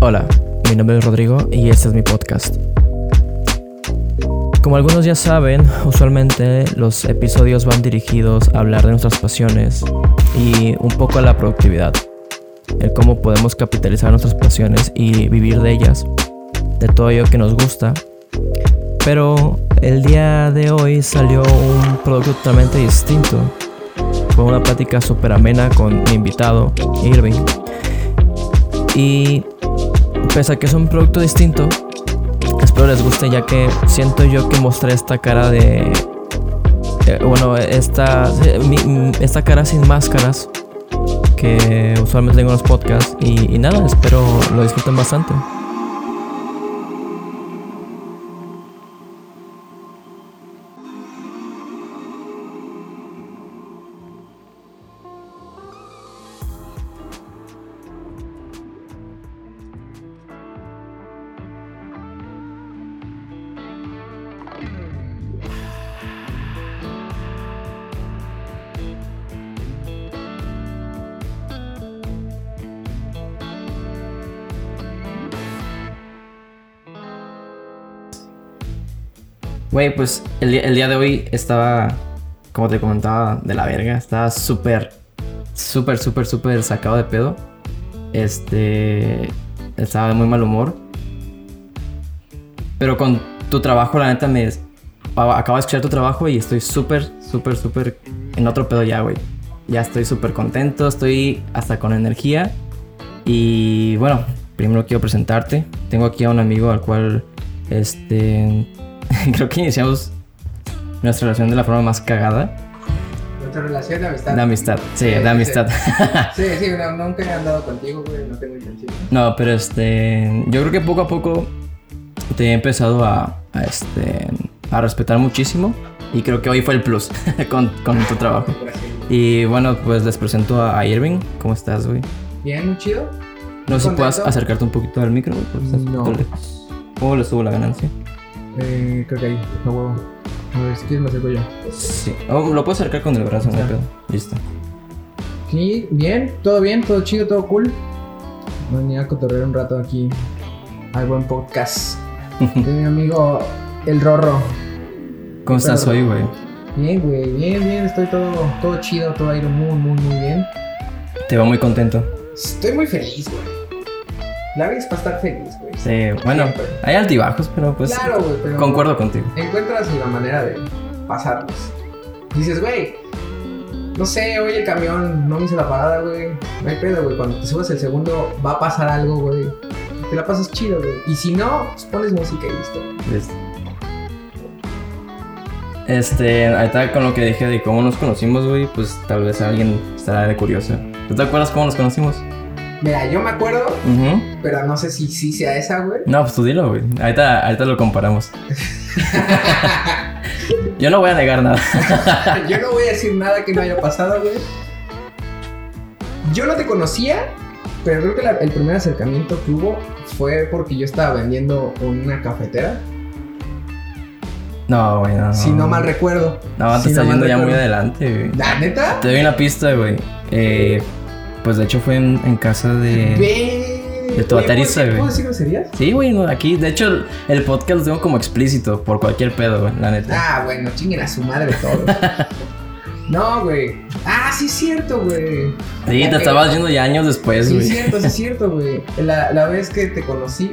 Hola, mi nombre es Rodrigo y este es mi podcast. Como algunos ya saben, usualmente los episodios van dirigidos a hablar de nuestras pasiones y un poco a la productividad, el cómo podemos capitalizar nuestras pasiones y vivir de ellas, de todo ello que nos gusta. Pero el día de hoy salió un producto totalmente distinto. Fue una plática súper amena con mi invitado, Irving. Y pese a que es un producto distinto, espero les guste ya que siento yo que mostré esta cara de... eh, bueno, esta, mi- esta cara sin máscaras que usualmente tengo en los podcasts y, y nada, espero lo disfruten bastante. Güey, pues el, día- el día de hoy estaba, como te comentaba, de la verga. Estaba súper, súper, súper, súper sacado de pedo. Este. Estaba de muy mal humor. Pero con tu trabajo, la neta, me. des- a- Acabo de escuchar tu trabajo y estoy súper, súper, súper en otro pedo ya, güey. Ya estoy súper contento, estoy hasta con energía. Y bueno, primero quiero presentarte. Tengo aquí a un amigo al cual, este, creo que iniciamos nuestra relación de la forma más cagada. Nuestra relación de amistad. De amistad, sí, Ah, Sí, sí, de amistad. Sí, sí, no, nunca he andado contigo, güey, no tengo intención. No, pero este, yo creo que poco a poco te he empezado a, a, este, a respetar muchísimo. Y creo que hoy fue el plus con, con tu trabajo. Gracias. Y bueno, pues les presento a a Irving. ¿Cómo estás, güey? Bien, chido. No sé si puedas ¿Contento? acercarte un poquito al micro, güey. porque estás No. todo lejos. ¿Cómo le estuvo la ganancia? Eh, creo que ahí, a huevo. A ver, si quieres me acerco yo. Sí. Oh, lo puedo acercar con el brazo, no hay Ya. pedo. Listo. Sí, bien, todo bien, todo chido, todo cool. Venía a cotorrear un rato aquí al buen podcast de mi amigo El Rorro. ¿Cómo estás hoy, güey? Bien, güey, bien, bien, estoy todo, todo chido, todo aire muy, muy, muy bien. Te veo muy contento. Estoy muy feliz, güey. La vida es para estar feliz, güey. Sí, bueno, Siempre. hay altibajos, pero pues Claro, güey, pero... concuerdo contigo. encuentras la manera de pasarlos. Dices, güey, no sé, hoy el camión no me hizo la parada, güey. No hay pedo, güey. Cuando te subas el segundo va a pasar algo, güey. Te la pasas chido, güey. Y si no, pues pones música y listo. Listo. Este, ahorita con lo que dije de cómo nos conocimos, güey, pues tal vez alguien estará de curioso. ¿Tú te acuerdas cómo nos conocimos? Mira, yo me acuerdo, Ujú. pero no sé si sí sea esa, güey. No, pues tú dilo, güey. Ahorita, ahorita lo comparamos. Yo no voy a negar nada. yo no voy a decir nada que no haya pasado, güey. Yo no te conocía, pero creo que la- el primer acercamiento que hubo fue porque yo estaba vendiendo una cafetera. No, güey, no, no. Si no mal recuerdo. Ah. No, te Si estás no mal yendo ya muy recuerdo. adelante, güey. ¿La neta? Te doy una pista, güey. Eh, pues de hecho fue en, en casa de... Ve. de tu Oye, baterista, ¿puedo- güey. ¿Puedo decir groserías? Sí, güey, no, aquí, de hecho, el- el podcast lo tengo como explícito por cualquier pedo, güey, la neta. Ah, bueno, chinguen a su madre todos. no, güey. Ah, sí es cierto, güey. sí, te ok. estabas yendo ya años después, Sí es güey. cierto, sí es cierto, güey. La, la vez que te conocí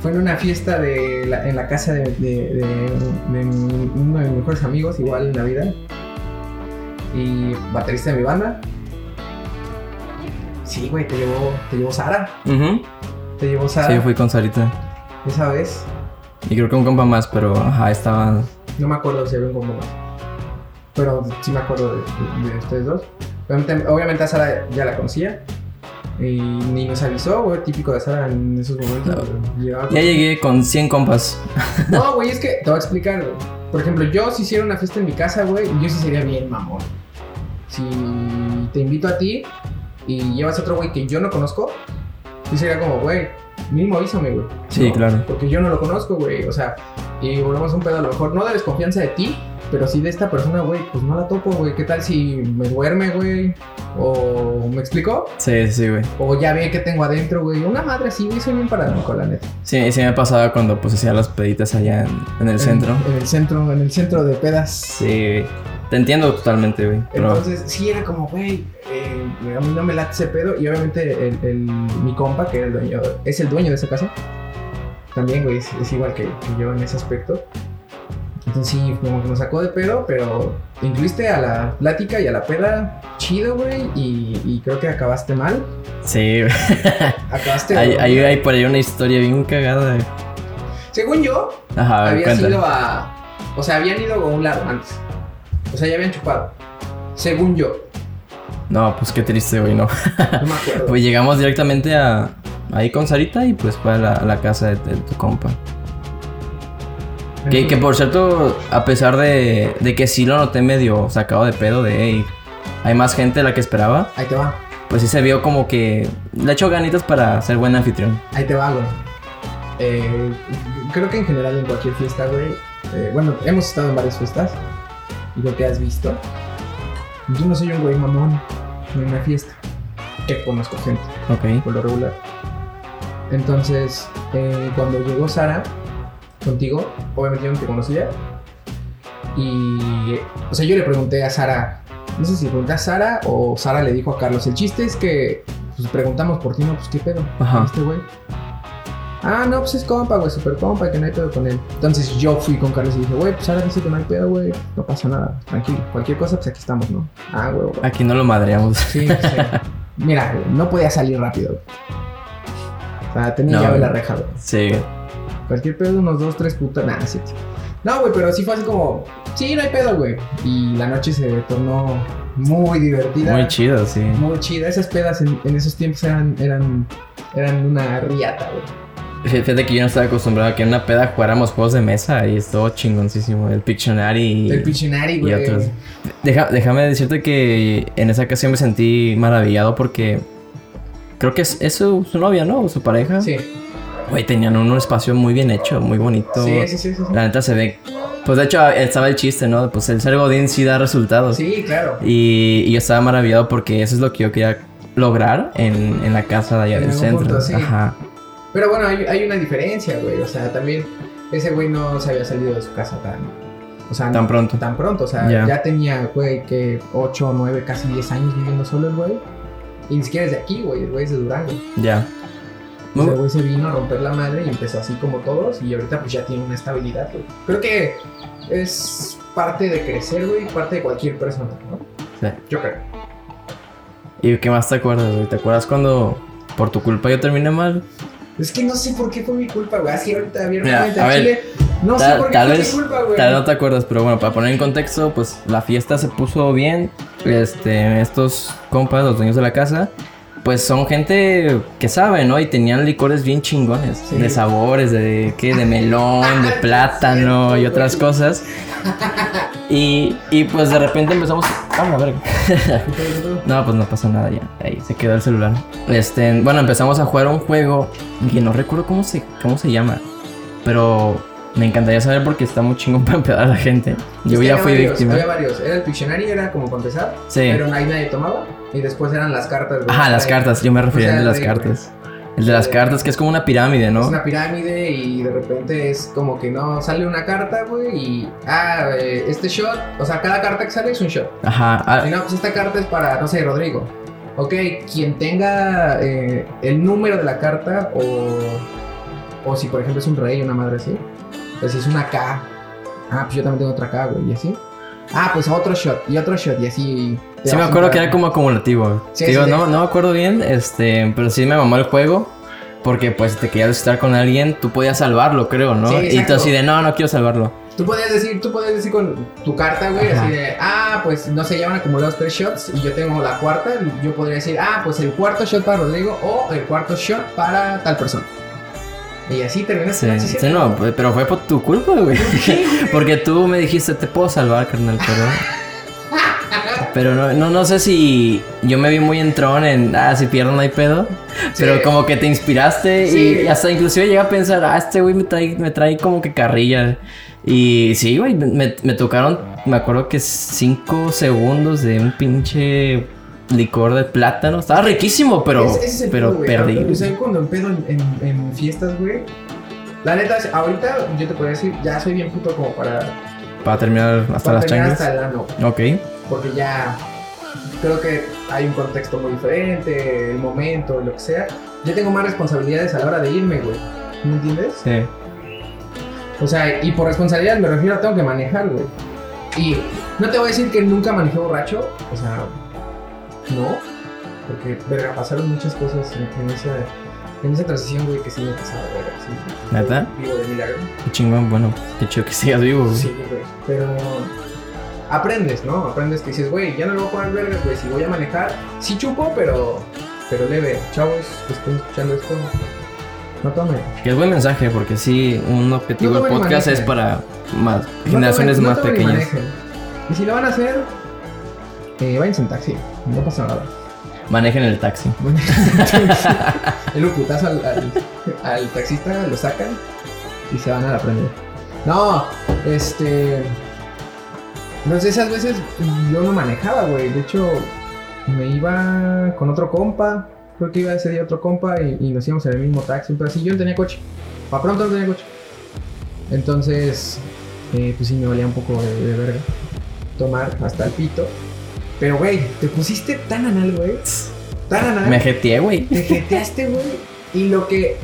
fue en una fiesta de la- en la casa de, de- de- de mi- uno de mis mejores amigos, igual en Navidad. Y baterista de mi banda. Sí, güey, te llevó, te llevó Sara. Ujú. Te llevó Sara Sí, yo fui con Sarita. esa vez. Y creo que un compa más, pero ajá, estaba. No me acuerdo si había un combo más. Pero sí me acuerdo de, de- de ustedes dos. Obviamente, obviamente a Sara ya la conocía. Y ni nos avisó, güey. Típico de Sara en esos momentos. Llevaba- Ya llegué con 100 compas. No, güey, es que te voy a explicar, güey. Por ejemplo, yo si hiciera una fiesta en mi casa, güey, yo sí sería bien mamón. Si te invito a ti y llevas a otro güey que yo no conozco, yo sería como, güey, mínimo avísame, güey. Sí, ¿No? claro. Porque yo no lo conozco, güey. O sea, y volvemos a un pedo. A lo mejor no da desconfianza de ti, Pero si de esta persona, güey, pues no la topo, güey. ¿Qué tal si me duerme, güey? ¿O me explicó? Sí, sí, güey. O ya ve que tengo adentro, güey. Una madre así, güey, soy un paranoico, la neta. Sí, sí me pasaba cuando pues hacía las peditas allá en, en el centro. En, en el centro, en el centro de pedas. Sí, güey. Te entiendo totalmente, güey. Pero Entonces, sí, era como, güey, eh, a mí no me late ese pedo. Y obviamente, el, el- mi compa, que era el dueño, es el dueño de esa casa, también, güey, es, es igual que, que yo en ese aspecto. Entonces, sí, como que nos sacó de pedo, pero te incluiste a la plática y a la peda chido, güey. Y, y creo que acabaste mal. sí, güey. Acabaste. Hay, hay, hay por ahí una historia bien cagada, güey. Según yo, Ajá, a ver, había cuéntala. sido a. O sea, habían ido a un lado antes. O sea, ya habían chupado. Según yo. No, pues qué triste, güey, no. No me acuerdo. Pues llegamos directamente a ahí con Sarita y pues para la, a la casa de, de tu compa. Que, que por cierto, a pesar de, de que sí lo noté medio sacado de pedo de, hey, hay más gente de la que esperaba, Ahí te va. pues sí se vio como que le echó ganitas para ser buen anfitrión. Ahí te va, güey. Eh, creo que en general en cualquier fiesta, güey. eh, bueno, hemos estado en varias fiestas. Y lo que has visto. Yo no soy un güey mamón en una fiesta. Que conozco gente, Ok. por lo regular. Entonces, eh, cuando llegó Sara contigo, obviamente yo no te conocía. Y, eh, o sea, yo le pregunté a Sara, no sé si le pregunté a Sara o Sara le dijo a Carlos. El chiste es que pues, preguntamos por ti, no, pues qué pedo. Ajá. Este güey. Ah, no, pues es compa, güey, super compa, que no hay pedo con él. Entonces yo fui con Carlos y dije, güey, pues ahora dice que no hay pedo, güey, no pasa nada, tranquilo, cualquier cosa, pues aquí estamos, ¿no? Ah, güey, güey. Aquí no lo madreamos. Sí, sí. Mira, güey, no podía salir rápido, güey. O sea, tenía No, llave la güey. reja, güey. Sí, güey. Cualquier pedo, unos dos, tres putas, nada, sí. No, güey, pero sí fue así como, sí, no hay pedo, güey. Y la noche se tornó muy divertida. muy chido, sí. Muy chida. Esas pedas en, en esos tiempos eran, eran, eran una riata, güey. Fíjate que yo no estaba acostumbrado a que en una peda jugáramos juegos de mesa y estuvo chingoncísimo. El Pictionary. y- El Pictionary, y güey. otros. Deja- déjame decirte que en esa ocasión me sentí maravillado porque creo que es, es su, su novia, ¿no? O Su pareja. Sí. Güey, tenían un, un espacio muy bien hecho, muy bonito. Sí, sí, sí, sí, sí. La neta se ve. Pues de hecho estaba el chiste, ¿no? Pues el ser Godín sí da resultados. Sí, claro. Y, y yo estaba maravillado porque eso es lo que yo quería lograr en, en la casa de allá En del algún centro. punto, sí. Ajá. Pero bueno, hay, hay una diferencia, güey. O sea, también ese güey no se había salido de su casa tan. O sea, Tan pronto. tan pronto. O sea, Ya. ya tenía, güey, que 8, 9, casi 10 años viviendo solo el güey. Y ni siquiera es de aquí, güey. El güey es de Durango. Ya. O Muy- sea, el güey se vino a romper la madre y empezó así como todos. Y ahorita pues ya tiene una estabilidad, güey. Creo que es parte de crecer, güey. Parte de cualquier persona, ¿no? Sí. Yo creo. ¿Y qué más te acuerdas, güey? ¿Te acuerdas cuando por tu culpa yo terminé mal? Es que no sé por qué fue mi culpa, güey. Así ahorita abiertamente Mira, a a ver, Chile. No sé tal- por qué tal fue vez- mi culpa, güey. Tal vez no te acuerdas, pero bueno, para poner en contexto, pues la fiesta se puso bien. Este, estos compas, los dueños de la casa, pues son gente que sabe, ¿no? Y tenían licores bien chingones, Sí. de sabores, de qué, de melón, de plátano y otras cosas. Y, y pues de repente empezamos. Vamos a ver. No, pues no pasó nada ya. Ahí se quedó el celular. Este, bueno, empezamos a jugar un juego que no recuerdo cómo se, cómo se llama. Pero me encantaría saber porque está muy chingón para empedar a la gente. Yo Es que ya había fui varios, víctima. Había varios. Era el Pictionary, era como para empezar. Sí. Pero nadie, nadie tomaba. Y después eran las cartas. güey. Ajá, las Ahí. cartas. Yo me refería O sea, al de las de- cartas. El de las cartas, que es como una pirámide, Es ¿no? una pirámide y de repente es como que no sale una carta, güey. Y. Ah, eh, este shot. O sea, cada carta que sale es un shot. Ajá. Y ah, no, pues esta carta es para, no sé, Rodrigo. Ok, quien tenga eh, el número de la carta o, o si por ejemplo es un rey una madre así, pues es una K. Ah, pues yo también tengo otra K, güey, y así. Ah, pues otro shot, y otro shot, y así. y te Sí me vas acuerdo que entrando. era como acumulativo. Sí, Te digo, sí, sí. no, no me acuerdo bien, este, pero sí me mamó el juego. Porque pues si te querías visitar con alguien, tú podías salvarlo, creo, ¿no? Sí, y tú exacto. así de no, no quiero salvarlo. Tú podías decir, tú podías decir con tu carta, güey, Ajá. así de, ah, pues no se llevan acumulados tres shots y yo tengo la cuarta, yo podría decir, ah, pues el cuarto shot para Rodrigo o el cuarto shot para tal persona. Y así terminas. Sí, Ah, sí, sí, sí. no, pues, pero fue por tu culpa, güey. Porque tú me dijiste, te puedo salvar, carnal, pero. Pero no, no, no sé si yo me vi muy entrón en, ah, si pierdo no hay pedo. Sí. Pero como que te inspiraste Sí. y hasta inclusive llegué a pensar, ah, este güey me trae, me trae como que carrilla. Y sí, güey, me, me tocaron, me acuerdo que cinco segundos de un pinche licor de plátano. Estaba riquísimo, pero, Ese- ese es el pero pedo, güey. perdí. O sea, cuando empedo en, en- en fiestas, güey. La neta, ahorita yo te podría decir, ya soy bien puto como para, Para terminar hasta para las terminar changas. hasta el ano. Ok. Porque ya creo que hay un contexto muy diferente, el momento, lo que sea. Yo tengo más responsabilidades a la hora de irme, güey. ¿Me entiendes? Sí. O sea, y por responsabilidad me refiero a tengo que manejar, güey. Y no te voy a decir que nunca manejé borracho, o sea, no, porque verga, pasaron muchas cosas en, en esa, en esa transición, güey, que sí me pasaba, güey. Sí, ¿Neta? Vivo de milagro. Qué chingón, bueno, qué chido que sigas vivo. güey. Sí, güey. Pero aprendes, ¿no? Aprendes que dices, güey, ya no le voy a poner verga, güey, si voy a manejar, sí chupo, pero, pero leve. Chavos, que estén escuchando esto, no tomen. Que es buen mensaje, porque sí, un objetivo No del tomen y podcast es manejen. para más No generaciones tomen- no más tomen ni pequeñas. manejen. Y si lo van a hacer, eh, váyanse en taxi. No pasa nada. Manejen el taxi. El un putazo al, al- al taxista, lo sacan y se van a la prender. No, este. No sé, esas veces yo no manejaba, güey. De hecho, me iba con otro compa. Creo que iba ese día otro compa y, y nos íbamos en el mismo taxi. Pero sí, yo no tenía coche. Para pronto no tenía coche. Entonces, eh, pues sí, me valía un poco de, de verga tomar hasta el pito. Pero, güey, te pusiste tan anal, güey. Tan anal. Me jeteé, güey. Te jeteaste, güey. Y lo que.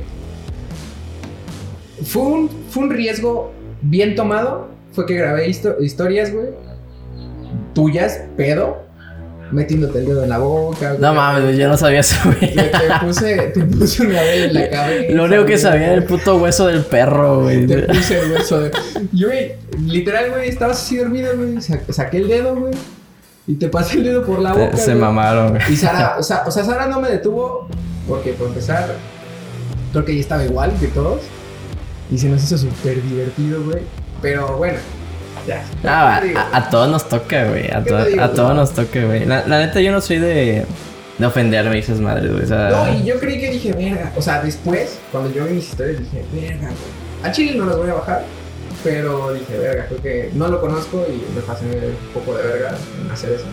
Fue un, fue un riesgo bien tomado. Fue que grabé histo- historias, güey. Tuyas, pedo. Metiéndote el dedo en la boca, güey. No mames, güey, yo no sabía eso, güey. Te, te puse, te puse una vez en la cabeza. Lo único que güey. sabía era el puto hueso del perro, güey. Te puse el hueso de. Yo, güey, literal, güey, estabas así dormido, güey. sa- saqué el dedo, güey. Y te pasé el dedo por la boca. Se güey. mamaron, güey. Y Sara, o sea, o sea, Sara no me detuvo porque por empezar, creo que ella estaba igual que todos. Y se nos hizo súper divertido, güey. Pero bueno, ya. No, a, a- a todos nos toca, güey. A, ¿Qué to- te digo, a güey? todos nos toca, güey. La, la neta, yo no soy de, de ofenderme, dices madre, güey. O sea, No, y yo creí que dije, verga. O sea, después, cuando yo vi mis historias, dije, verga, güey. A Chile no las voy a bajar. Pero dije, verga, creo que no lo conozco y me pasé un poco de verga en hacer eso.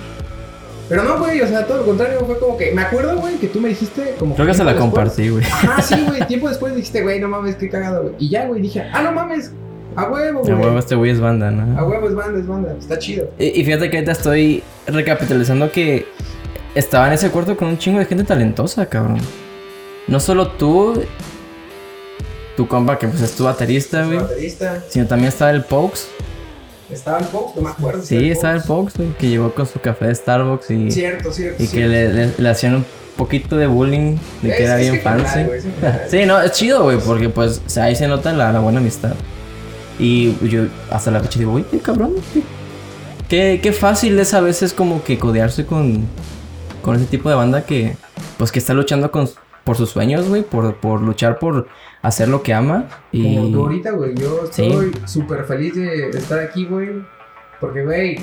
Pero no, güey, o sea, todo lo contrario, fue como que. Me acuerdo, güey, que tú me dijiste como. creo que se la después- compartí, güey. Ah, sí, güey. Tiempo después dijiste, güey, no mames, qué cagado, güey. Y ya, güey, dije, ah, no mames. A huevo, A güey. huevo, este güey es banda, ¿no? A huevo, es banda, es banda. Está chido. Y, y fíjate que ahorita estoy recapitalizando que estaba en ese cuarto con un chingo de gente talentosa, cabrón. No solo tú, tu compa que pues es tu baterista, Su güey, baterista. sino también estaba el Pokes. Estaba el Fox, no me acuerdo. si Sí, estaba el Fox. Pokes, güey, que llegó con su café de Starbucks y, Cierto, cierto. y que le, le- le hacían un poquito de bullying, de que era bien fancy. Sí. Sí, no, es chido, güey, porque pues o sea, ahí se nota la, la buena amistad. Y yo hasta la fecha digo, uy, qué cabrón. qué- Qué, qué fácil es a veces como que codearse con, con ese tipo de banda que, pues, que está luchando con, por sus sueños, güey, por, por luchar por hacer lo que ama. Y Como tú ahorita, güey. Yo Sí. estoy súper feliz de estar aquí, güey. Porque, güey.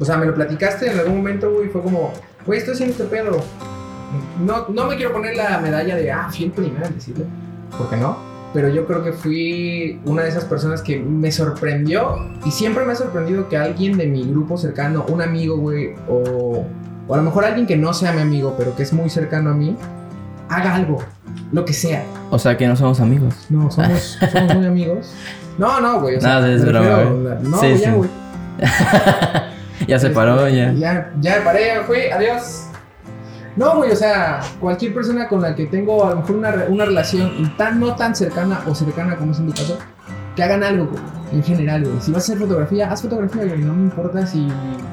O sea, me lo platicaste en algún momento, güey. Fue como, güey, estoy haciendo este pedo. No, no me quiero poner la medalla de, ah, fui el primero en decirlo. ¿Por qué no? Pero yo creo que fui una de esas personas que me sorprendió. Y siempre me ha sorprendido que alguien de mi grupo cercano, un amigo, güey, o, o a lo mejor alguien que no sea mi amigo, pero que es muy cercano a mí, haga algo, lo que sea. O sea, que no somos amigos. No, somos, somos muy amigos. No, no, güey. O sea, No, es me broma, refiero- güey. No, Sí, ya, sí. güey. ya se Este, paró, ya. Ya, ya me paré, ya me fui. Adiós. No, güey, o sea, cualquier persona con la que tengo a lo mejor una, re- una relación tan no tan cercana o cercana como es en mi caso, que hagan algo, güey, en general, güey. Si vas a hacer fotografía, haz fotografía, güey. No me importa si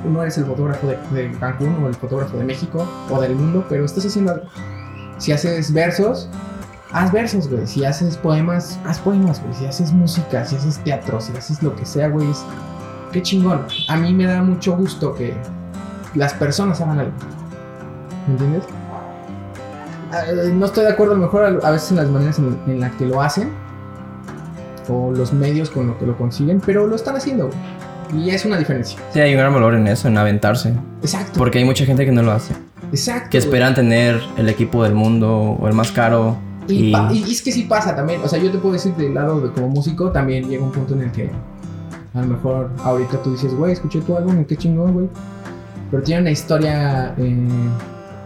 no eres el fotógrafo de, de Cancún o el fotógrafo de México o del mundo, pero estás haciendo algo. Si haces versos, haz versos, güey. Si haces poemas, haz poemas, güey. Si haces música, si haces teatro, si haces lo que sea, güey. es- Qué chingón. A mí me da mucho gusto que las personas hagan algo. ¿Me entiendes? Ah, eh, No estoy de acuerdo a lo mejor a- a veces en las maneras en, en las que lo hacen o los medios con lo que lo consiguen, pero lo están haciendo. güey. Y es una diferencia. Sí, hay un gran valor en eso, en aventarse. Exacto. Porque hay mucha gente que no lo hace. exacto. Que güey. esperan tener el equipo del mundo o el más caro. Y, Y, pa- y- y es que sí pasa también. O sea, yo te puedo decir del lado de como músico, también llega un punto en el que a lo mejor ahorita tú dices, güey, escuché tu álbum y qué chingón, güey. Pero tiene una historia, eh,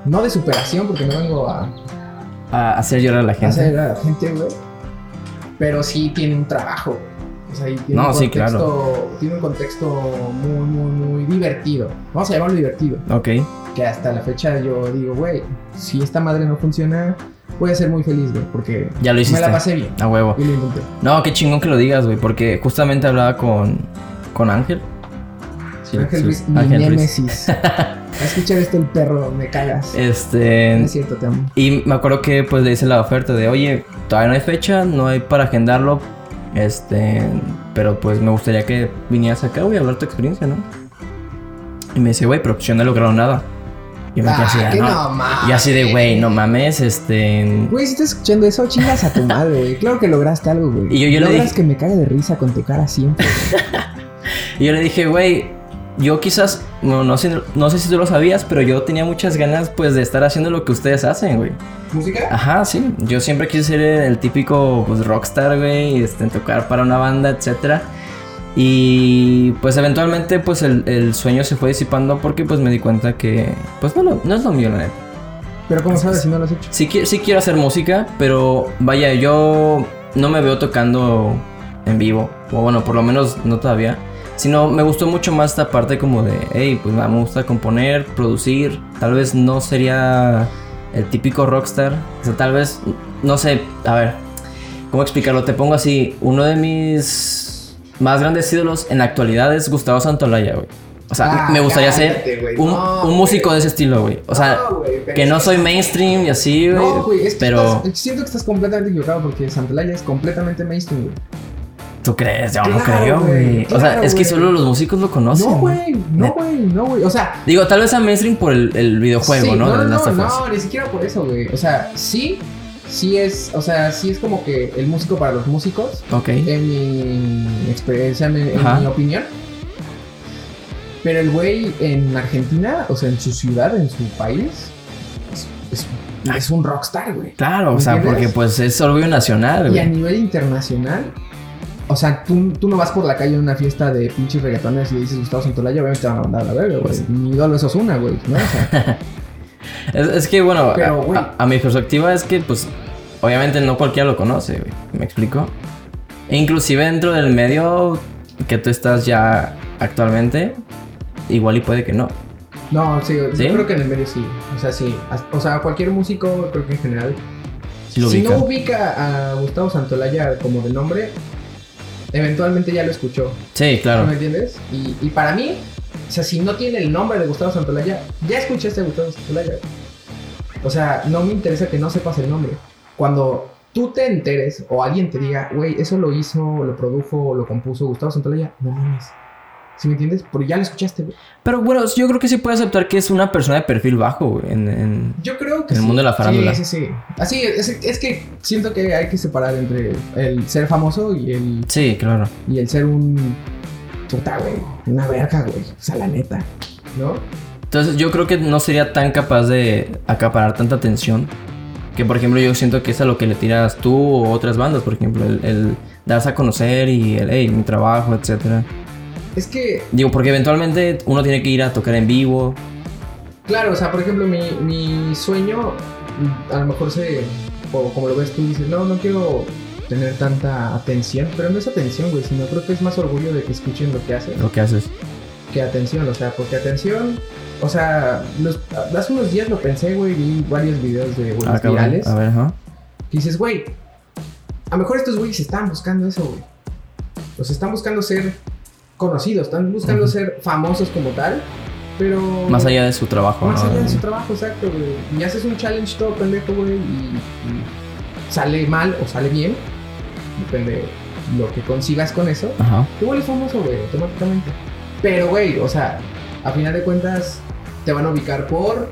no de superación, porque no vengo a, a hacer llorar a la gente. hacer a la gente, güey. Pero sí tiene un trabajo. güey. O sea, y tiene No, un sí, contexto, Tiene un contexto muy, muy, muy divertido. Vamos a llamarlo divertido. Ok. Que hasta la fecha yo digo, güey, si esta madre no funciona, voy a ser muy feliz, güey, porque Ya lo me hiciste. la pasé bien. A huevo. Y lo intenté. No, qué chingón que lo digas, güey, porque justamente hablaba con, con Ángel. Sí, Ángel sí, Ruiz, mi Ángel Ruiz. némesis. Va a escuchar esto el perro, me cagas. Este, No es cierto, te amo. y me acuerdo que pues le hice la oferta de, oye, todavía no hay fecha, no hay para agendarlo, este, pero pues me gustaría que vinieras acá, güey, a hablar tu experiencia, ¿no? Y me dice, güey, pero pues yo no he logrado nada. Y me quedé así, Ah, de, qué "No". no Ah, mames. Y así de, güey, no mames, este... Güey, si estás escuchando eso, chingas a tu madre, güey. Claro que lograste algo, güey. Y yo- yo le Logras dije- que me cague de risa con tu cara siempre. Y yo le dije, güey, yo quizás, no, no, sé, no sé si tú lo sabías, pero yo tenía muchas ganas pues de estar haciendo lo que ustedes hacen, güey. ¿Música? Ajá, sí. Yo siempre quise ser el típico pues, rockstar, güey, este, tocar para una banda, etcétera. Y pues eventualmente pues el, el sueño se fue disipando porque pues me di cuenta que pues no, lo- no es lo mío, la neta. Pero ¿cómo sabes si no lo has hecho? Sí, qui- sí quiero hacer música, pero vaya, yo no me veo tocando en vivo. O bueno, por lo menos no todavía. Sino me gustó mucho más esta parte como de, hey, pues me gusta componer, producir. Tal vez no sería el típico rockstar. O sea, tal vez, no sé, a ver, ¿cómo explicarlo? Te pongo así, uno de mis más grandes ídolos en la actualidad es Gustavo Santolaya, güey. O sea, Ah, me gustaría cállate, ser güey. un, No, un güey. músico de ese estilo, güey. O sea, No, güey, pero que es no que- soy mainstream y así, güey. No, güey, es que pero estás- siento que estás completamente equivocado porque Santelaya es completamente mainstream, güey. tú crees, yo no Claro, creo, güey, güey. o sea, claro, es que güey. solo los músicos lo conocen. No, güey, no, Neta. güey, no, güey. O sea, Digo, tal vez a mainstream por el, el videojuego, sí, ¿no? No, De Last no, of Us. no, ni siquiera por eso, güey. O sea, sí, sí es, o sea, sí es como que el músico para los músicos, Ok. en mi experiencia, en, en Ajá. mi opinión. Pero el güey en Argentina, o sea, en su ciudad, en su país, es, es- es un rockstar, güey. Claro, o sea, ¿Entiendes? porque pues es orgullo nacional, Y a güey. nivel internacional, o sea, tú, tú no vas por la calle en una fiesta de pinches reggaetones y le dices Gustavo Santolaya, obviamente te van a mandar a la verga, güey. Pues- Mi ídolo es Osuna, güey, ¿no? O sea, Es, es que, bueno, a- Pero, güey. a, a mi perspectiva es que, pues, obviamente no cualquiera lo conoce, güey. ¿Me explico? E inclusive dentro del medio que tú estás ya actualmente, igual y puede que no. no, sí, ¿Sí? yo creo que en el medio sí. O sea, sí. As- O sea, cualquier músico, creo que en general. Si lo si ubicas. no ubica a Gustavo Santolaya como de nombre, eventualmente ya lo escuchó. Sí, claro. ¿Me entiendes? Y, y para mí, o sea, si no tiene el nombre de Gustavo Santolaya, ya escuchaste a este Gustavo Santolaya. O sea, no me interesa que no sepas el nombre. Cuando tú te enteres o alguien te diga, güey, eso lo hizo, lo produjo, lo compuso Gustavo Santolaya, no mames. ¿Sí me entiendes? Porque ya lo escuchaste, güey. Pero bueno, yo creo que sí puede aceptar que es una persona de perfil bajo, güey. En, en- Yo creo que En el sí. mundo de la farándula. Sí, sí, sí. Así es, es que siento que hay que separar entre el ser famoso y el, Sí, claro. y el ser un... Puta, güey. Una verga, güey. O sea, la neta. ¿No? Entonces yo creo que no sería tan capaz de acaparar tanta atención. Que por ejemplo yo siento que es a lo que le tiras tú o otras bandas, por ejemplo. El, el darse a conocer y el, hey, mi trabajo, etcétera. Es que Digo, porque eventualmente uno tiene que ir a tocar en vivo. Claro, o sea, por ejemplo, mi, mi sueño, mm, a lo mejor se, o como lo ves tú, dices, no, no quiero tener tanta atención, pero no es atención, güey, sino creo que es más orgullo de que escuchen lo que hacen Lo que haces. que atención, o sea, porque atención, o sea, los- hace unos días lo pensé, güey, vi varios videos de güeyes Ah, cabrón. virales, A ver, ajá. y dices, güey, a lo mejor estos güeyes están buscando eso, güey, los están buscando ser conocidos, están buscando Ujú. ser famosos como tal, pero... Más allá Ah. de su trabajo, Más ¿no? allá de su trabajo, exacto, güey. Y haces un challenge todo pendejo, güey, y, y sale mal o sale bien. Depende lo que consigas con eso. Ajá. Te vuelves famoso, güey, automáticamente. Pero, güey, o sea, a final de cuentas te van a ubicar por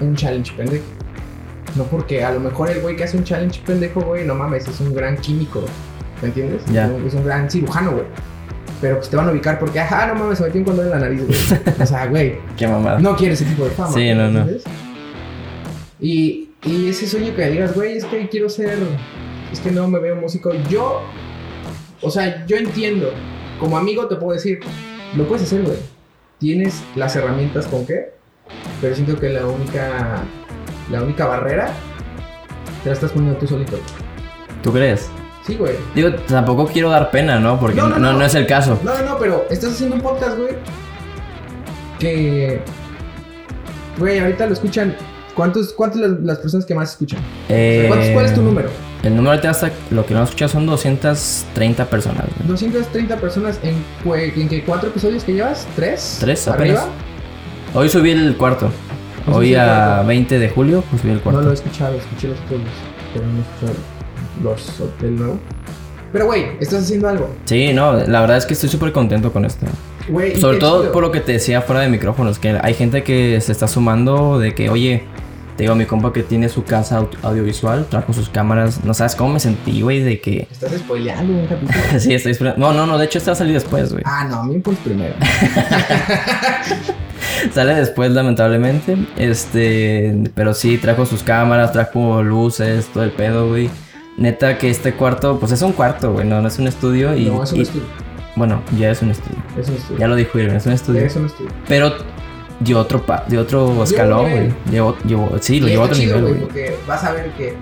un challenge pendejo. No porque a lo mejor el güey que hace un challenge pendejo, güey, no mames, es un gran químico. ¿Me entiendes? Ya. Es un- Es un gran cirujano, güey. Pero pues te van a ubicar porque, ajá, no mames, se metió un condón en la nariz, güey. O sea, güey, Qué mamada. no quiero ese tipo de fama. Ah. Sí, no, no. ¿entiendes? Y, y ese sueño que digas, güey, es que quiero ser. Es que no me veo músico. Yo. O sea, yo entiendo. Como amigo te puedo decir, lo puedes hacer, güey. Tienes las herramientas con qué. Pero siento que la única. La única barrera. Te la estás poniendo tú solito. ¿Tú crees? Sí, güey. Digo, tampoco quiero dar pena, ¿no? Porque no, No, no, no, no. no es el caso. No, no, no, pero estás haciendo un podcast, güey. Que. Güey, ahorita lo escuchan. ¿Cuántos, cuántas las, las personas que más escuchan? O sea, Eh, ¿cuántos- ¿Cuál es tu número? El número de hasta lo que no escuchado son 230 personas. güey. 230 personas en, cue- en que cuatro episodios que llevas, tres. Tres, arriba. apenas. Hoy subí el cuarto. Hoy Hoy subiste el a cuarto. 20 de julio pues, subí el cuarto. No lo he escuchado, escuché los otros, pero no he escuchado los hotel nuevo. Pero güey, estás haciendo algo. Sí, no, la verdad es que estoy súper contento con esto. Güey, y Sobre qué todo chido. por lo que te decía fuera de micrófonos, que hay gente que se está sumando de que, oye, te digo, mi compa que tiene su casa au- audiovisual, trajo sus cámaras, no sabes cómo me sentí, güey, de que... Estás spoileando un capítulo. sí, estoy esperando... No, no, no, de hecho esta va a salir después, güey. ah, no, a mí pues primero. Sale después, lamentablemente. Este, pero sí, trajo sus cámaras, trajo luces, todo el pedo, güey. Neta que este cuarto, pues es un cuarto, güey, no, no es un estudio y... no, eso y- no es tuyo. Bueno, ya es un estudio. Eso no es tuyo. Ya lo dijo Irving, es un estudio. Eso no es tuyo. Pero de otro, pa- de otro escalón, nivel. güey. Llevo, llevo, sí, lo Y llevo a está otro chido, nivel, güey. Porque vas a ver que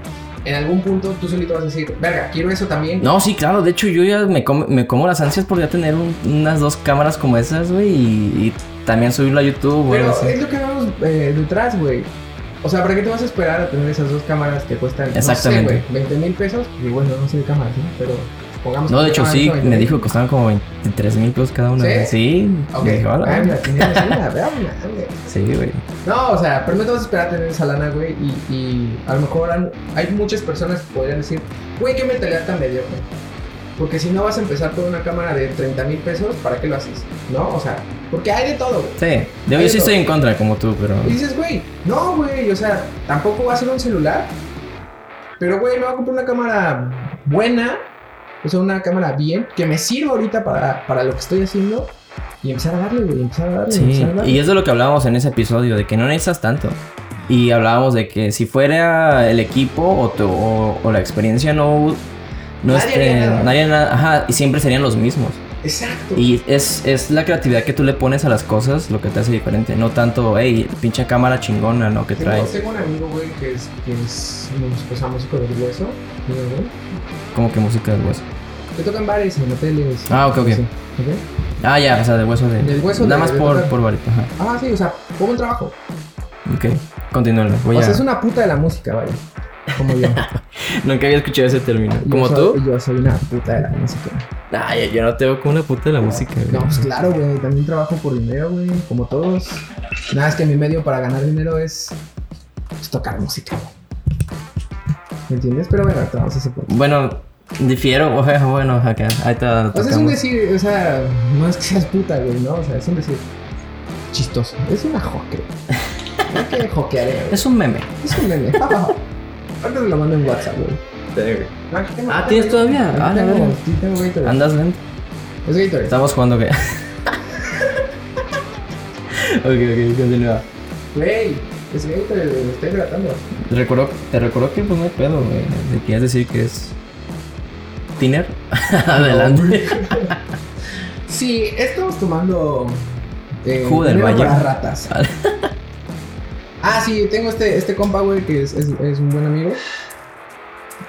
en algún punto tú solito vas a decir, verga, quiero eso también. No, sí, claro. De hecho, yo ya me, com- me como las ansias por ya tener un- unas dos cámaras como esas, güey. Y, y también subirlo a YouTube, güey. Pero no sé. es lo que vemos eh, detrás, güey. O sea, ¿para qué te vas a esperar a tener esas dos cámaras que cuestan, Exactamente. no sé, güey, 20 mil pesos? Y bueno, no sé de cámaras, ¿no? Pero pongamos... No, que de hecho, cada sí, cámara me cuesta dijo que costaban como 23 mil pesos cada una. ¿Sí? güey. Sí, Ok, Ah, me dijo, "Hola, vean, güey". la tiene, vean, vean, vean. Sí, güey. No, o sea, pero no te vas a esperar a tener esa lana, güey. Y, y a lo mejor han- hay muchas personas que podrían decir, güey, qué mentalidad tan mediocre. Porque si no vas a empezar con una cámara de 30 mil pesos, ¿para qué lo haces? ¿No? O sea, porque hay de todo, güey. Sí. Digo, yo sí estoy en contra, como tú, pero. Y dices, güey, no, güey, o sea, tampoco va a ser un celular. Pero, güey, me voy a comprar una cámara buena, o sea, una cámara bien, que me sirva ahorita para, para lo que estoy haciendo. Y empezar a darle, güey, empezar a darle, Sí, empezar a darle. y es de lo que hablábamos en ese episodio, de que no necesitas tanto. Y hablábamos de que si fuera el equipo o, tu- o- o la experiencia no... no Nadie haría este, nada. nadie haría nada, ajá, y siempre serían los mismos. Exacto. Y es, es la creatividad que tú le pones a las cosas lo que te hace diferente. No tanto, hey, pinche cámara chingona, ¿no? Que Tengo, traes. tengo un amigo, güey, que es, que es músico, músico del hueso. mío, güey, Como que música del hueso. Que toca en bares, en hoteles. Ah, ok, ok. sí, ¿ok? Ah, ya, o sea, del hueso de... Del hueso Nada de- más de por, tocar. por varita, ajá. Ah, sí, o sea, como un trabajo. Ok, continúalo. voy O sea, a- es una puta de la música, vaya. Como yo. Nunca había escuchado ese término. Yo ¿Como soy- tú? Yo soy una puta de la música. Ay, yo no te veo como una puta de la música, güey. No, pues claro, güey. También trabajo por dinero, güey. Como todos. Nada, es que mi medio para ganar dinero es, pues, tocar música, güey. ¿Me entiendes? Pero bueno, te vamos a hacer por Bueno, difiero, o sea, bueno, acá, ahí te O sea, Pues es un tocamos. decir, o sea, no es que seas puta, güey, ¿no? O sea, es un decir chistoso. Es una joque. No que joquear, güey. Es un meme. Es un meme. Ja, ja, ja. Ahorita te lo mando en WhatsApp, güey. aquí tengo- Ah, ¿tienes todavía? Aquí Ah, la tengo, verga. sí, tengo Gatorade. ¿Andas lento? Es Gatorade. Estamos jugando que. ok, ok, continúa. Güey, es Gatorade, güey, me estoy hidratando. Recuerdo, te recuerdo que pues no hay pedo, güey. Te quieres decir que es. Tiner. Adelante. Sí, estamos tomando... eh, Jugo del veneno Valle. para ratas. Vale. Ah, sí, tengo este, este compa, güey, que es, es- es un buen amigo. Y,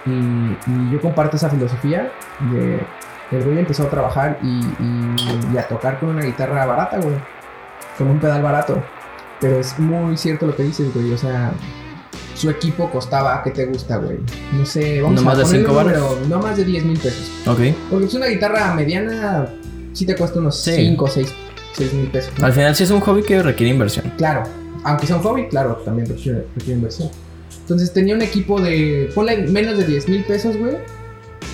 Mm, y yo comparto esa filosofía de... El güey empezó a trabajar y, y- y a tocar con una guitarra barata, güey. Con un pedal barato. Pero es muy cierto lo que dices, güey. O sea, su equipo costaba, ¿qué te gusta, güey? No sé, ¿No vamos a más de ponerle cinco un varos? número, No más de 10 mil pesos. ok. Porque es una guitarra mediana, sí te cuesta unos Sí. 5 o 6, mil pesos. ¿no? Al final sí es un hobby que requiere inversión. Claro, aunque sea un hobby, claro, también requiere, requiere inversión. Entonces tenía un equipo de, ponle menos de 10 mil pesos, güey.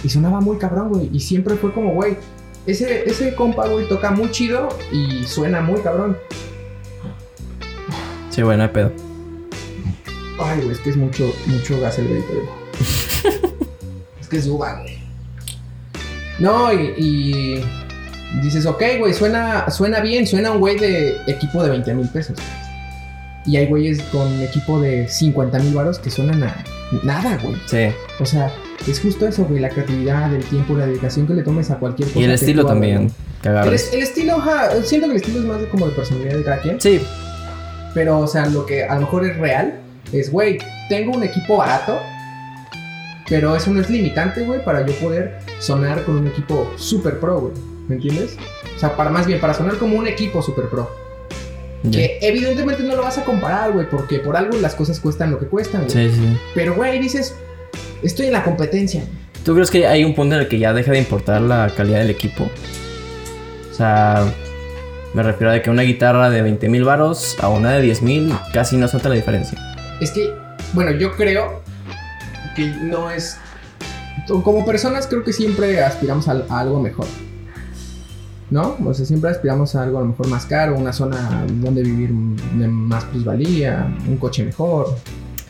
Y sonaba muy cabrón, güey. Y siempre fue como, güey, ese, ese compa, güey, toca muy chido y suena muy cabrón. Sí, bueno, hay pedo. Ay, güey, es que es mucho, mucho gas el vehículo. es que es uva, güey. No, y, y, Dices, ok, güey, suena, suena bien, suena un güey de equipo de 20 mil pesos. Y hay güeyes con equipo de 50 mil varos que suenan a nada, güey. Sí. O sea, es justo eso, güey, la creatividad, el tiempo, la dedicación que le tomes a cualquier cosa. Y el que estilo tú hagas, también. Que güey. El, agarres. es- el estilo, ajá, siento que el estilo es más de como de personalidad de cada quien. Sí. Pero, o sea, lo que a lo mejor es real es, güey, tengo un equipo barato, pero eso no es limitante, güey, para yo poder sonar con un equipo super pro, güey. ¿Me entiendes? O sea, para más bien, para sonar como un equipo super pro. Que evidentemente no lo vas a comparar, güey, porque por algo las cosas cuestan lo que cuestan, güey. Sí, sí. Pero, güey, dices, estoy en la competencia. ¿Tú crees que hay un punto en el que ya deja de importar la calidad del equipo? O sea, me refiero a que una guitarra de 20 mil varos a una de 10 mil casi no se nota la diferencia. Es que, bueno, yo creo que no es... Como personas creo que siempre aspiramos al- a, algo mejor. ¿No? O sea, siempre aspiramos a algo a lo mejor más caro, una zona donde vivir de más plusvalía, un coche mejor.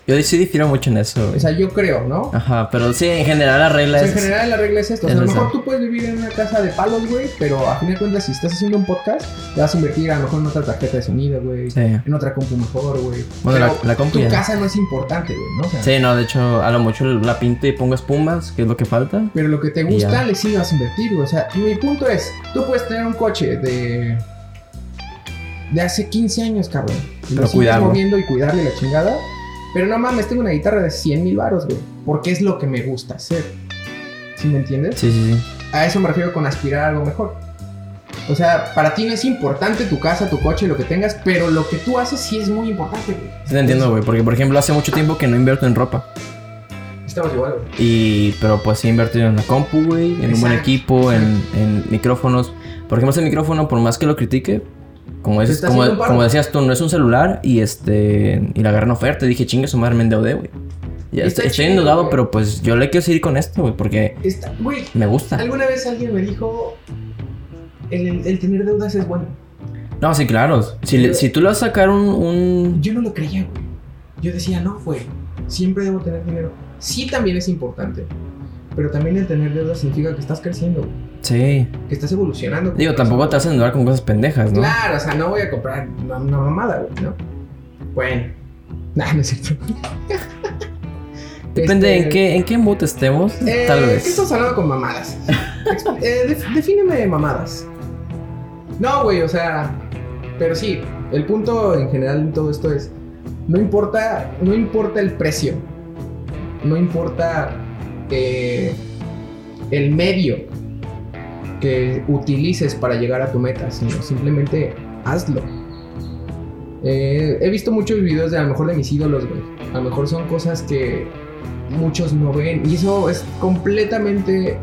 Yo sí difiero mucho en eso. güey. O sea, yo creo, ¿no? Ajá, pero sí, en general la O regla sea, en Ah, es... general la regla es esto. O sea, a lo es mejor esa. tú puedes vivir en una casa de palos, güey, pero a fin de cuentas si estás haciendo un podcast, te vas a invertir a lo mejor en otra tarjeta de sonido, güey. Sí. En otra compu mejor, güey. Bueno, la- Pero la compu Tu ya. casa no es importante, güey, ¿no? O sea, Sí, no, de hecho, a lo mucho la pinto y pongo espumas, que es lo que falta. Pero lo que te Y gusta, ya. le sí vas a invertir, güey. O sea, mi punto es, tú puedes tener un coche de... De hace 15 años, cabrón. Y Pero lo sigues cuidarlo. moviendo y cuidarle la chingada. Pero no mames, tengo una guitarra de 100 mil baros, güey. Porque es lo que me gusta hacer. ¿Sí me entiendes? Sí, sí, sí. A eso me refiero con aspirar a algo mejor. O sea, para ti no es importante tu casa, tu coche, lo que tengas, pero lo que tú haces sí es muy importante, güey. Sí te entiendo, güey, porque por ejemplo hace mucho tiempo que no invierto en ropa. Estamos igual, güey. Y, pero pues sí he invertido en la compu, güey, en un buen Exacto. equipo, en, en micrófonos. Por ejemplo, ese micrófono, por más que lo critique, como, dices- está como, haciendo un paro. como decías tú, no es un celular y este y la agarré en oferta y dije, chingue su madre, me endeudé, güey. Ya Está estoy, estoy chido, endeudado, güey. pero pues yo le quiero seguir con esto, güey, porque Está, güey, me gusta. alguna vez alguien me dijo, el- el- el tener deudas es bueno. No, sí, claro. Si, le- si tú le vas a sacar un... un... Yo no lo creía, güey. Yo decía, no, güey. Siempre debo tener dinero. Sí, también es importante. Pero también el tener deuda significa que estás creciendo, güey, Sí. que estás evolucionando. Digo, tampoco te vas a endeudar con cosas pendejas, ¿no? Claro, o sea, no voy a comprar una, una mamada, güey, ¿no? Bueno. Nah, no es cierto. Depende Este, en qué en qué mood estemos, eh, tal ¿Qué vez. estás hablando con mamadas? Exp- eh, def- defíneme mamadas. No, güey, o sea, pero sí, el punto en general en todo esto es, no importa, no importa el precio, no importa eh, el medio que utilices para llegar a tu meta, sino simplemente hazlo. Eh, he visto muchos videos de a lo mejor de mis ídolos, güey. A lo mejor son cosas que muchos no ven. Y eso es completamente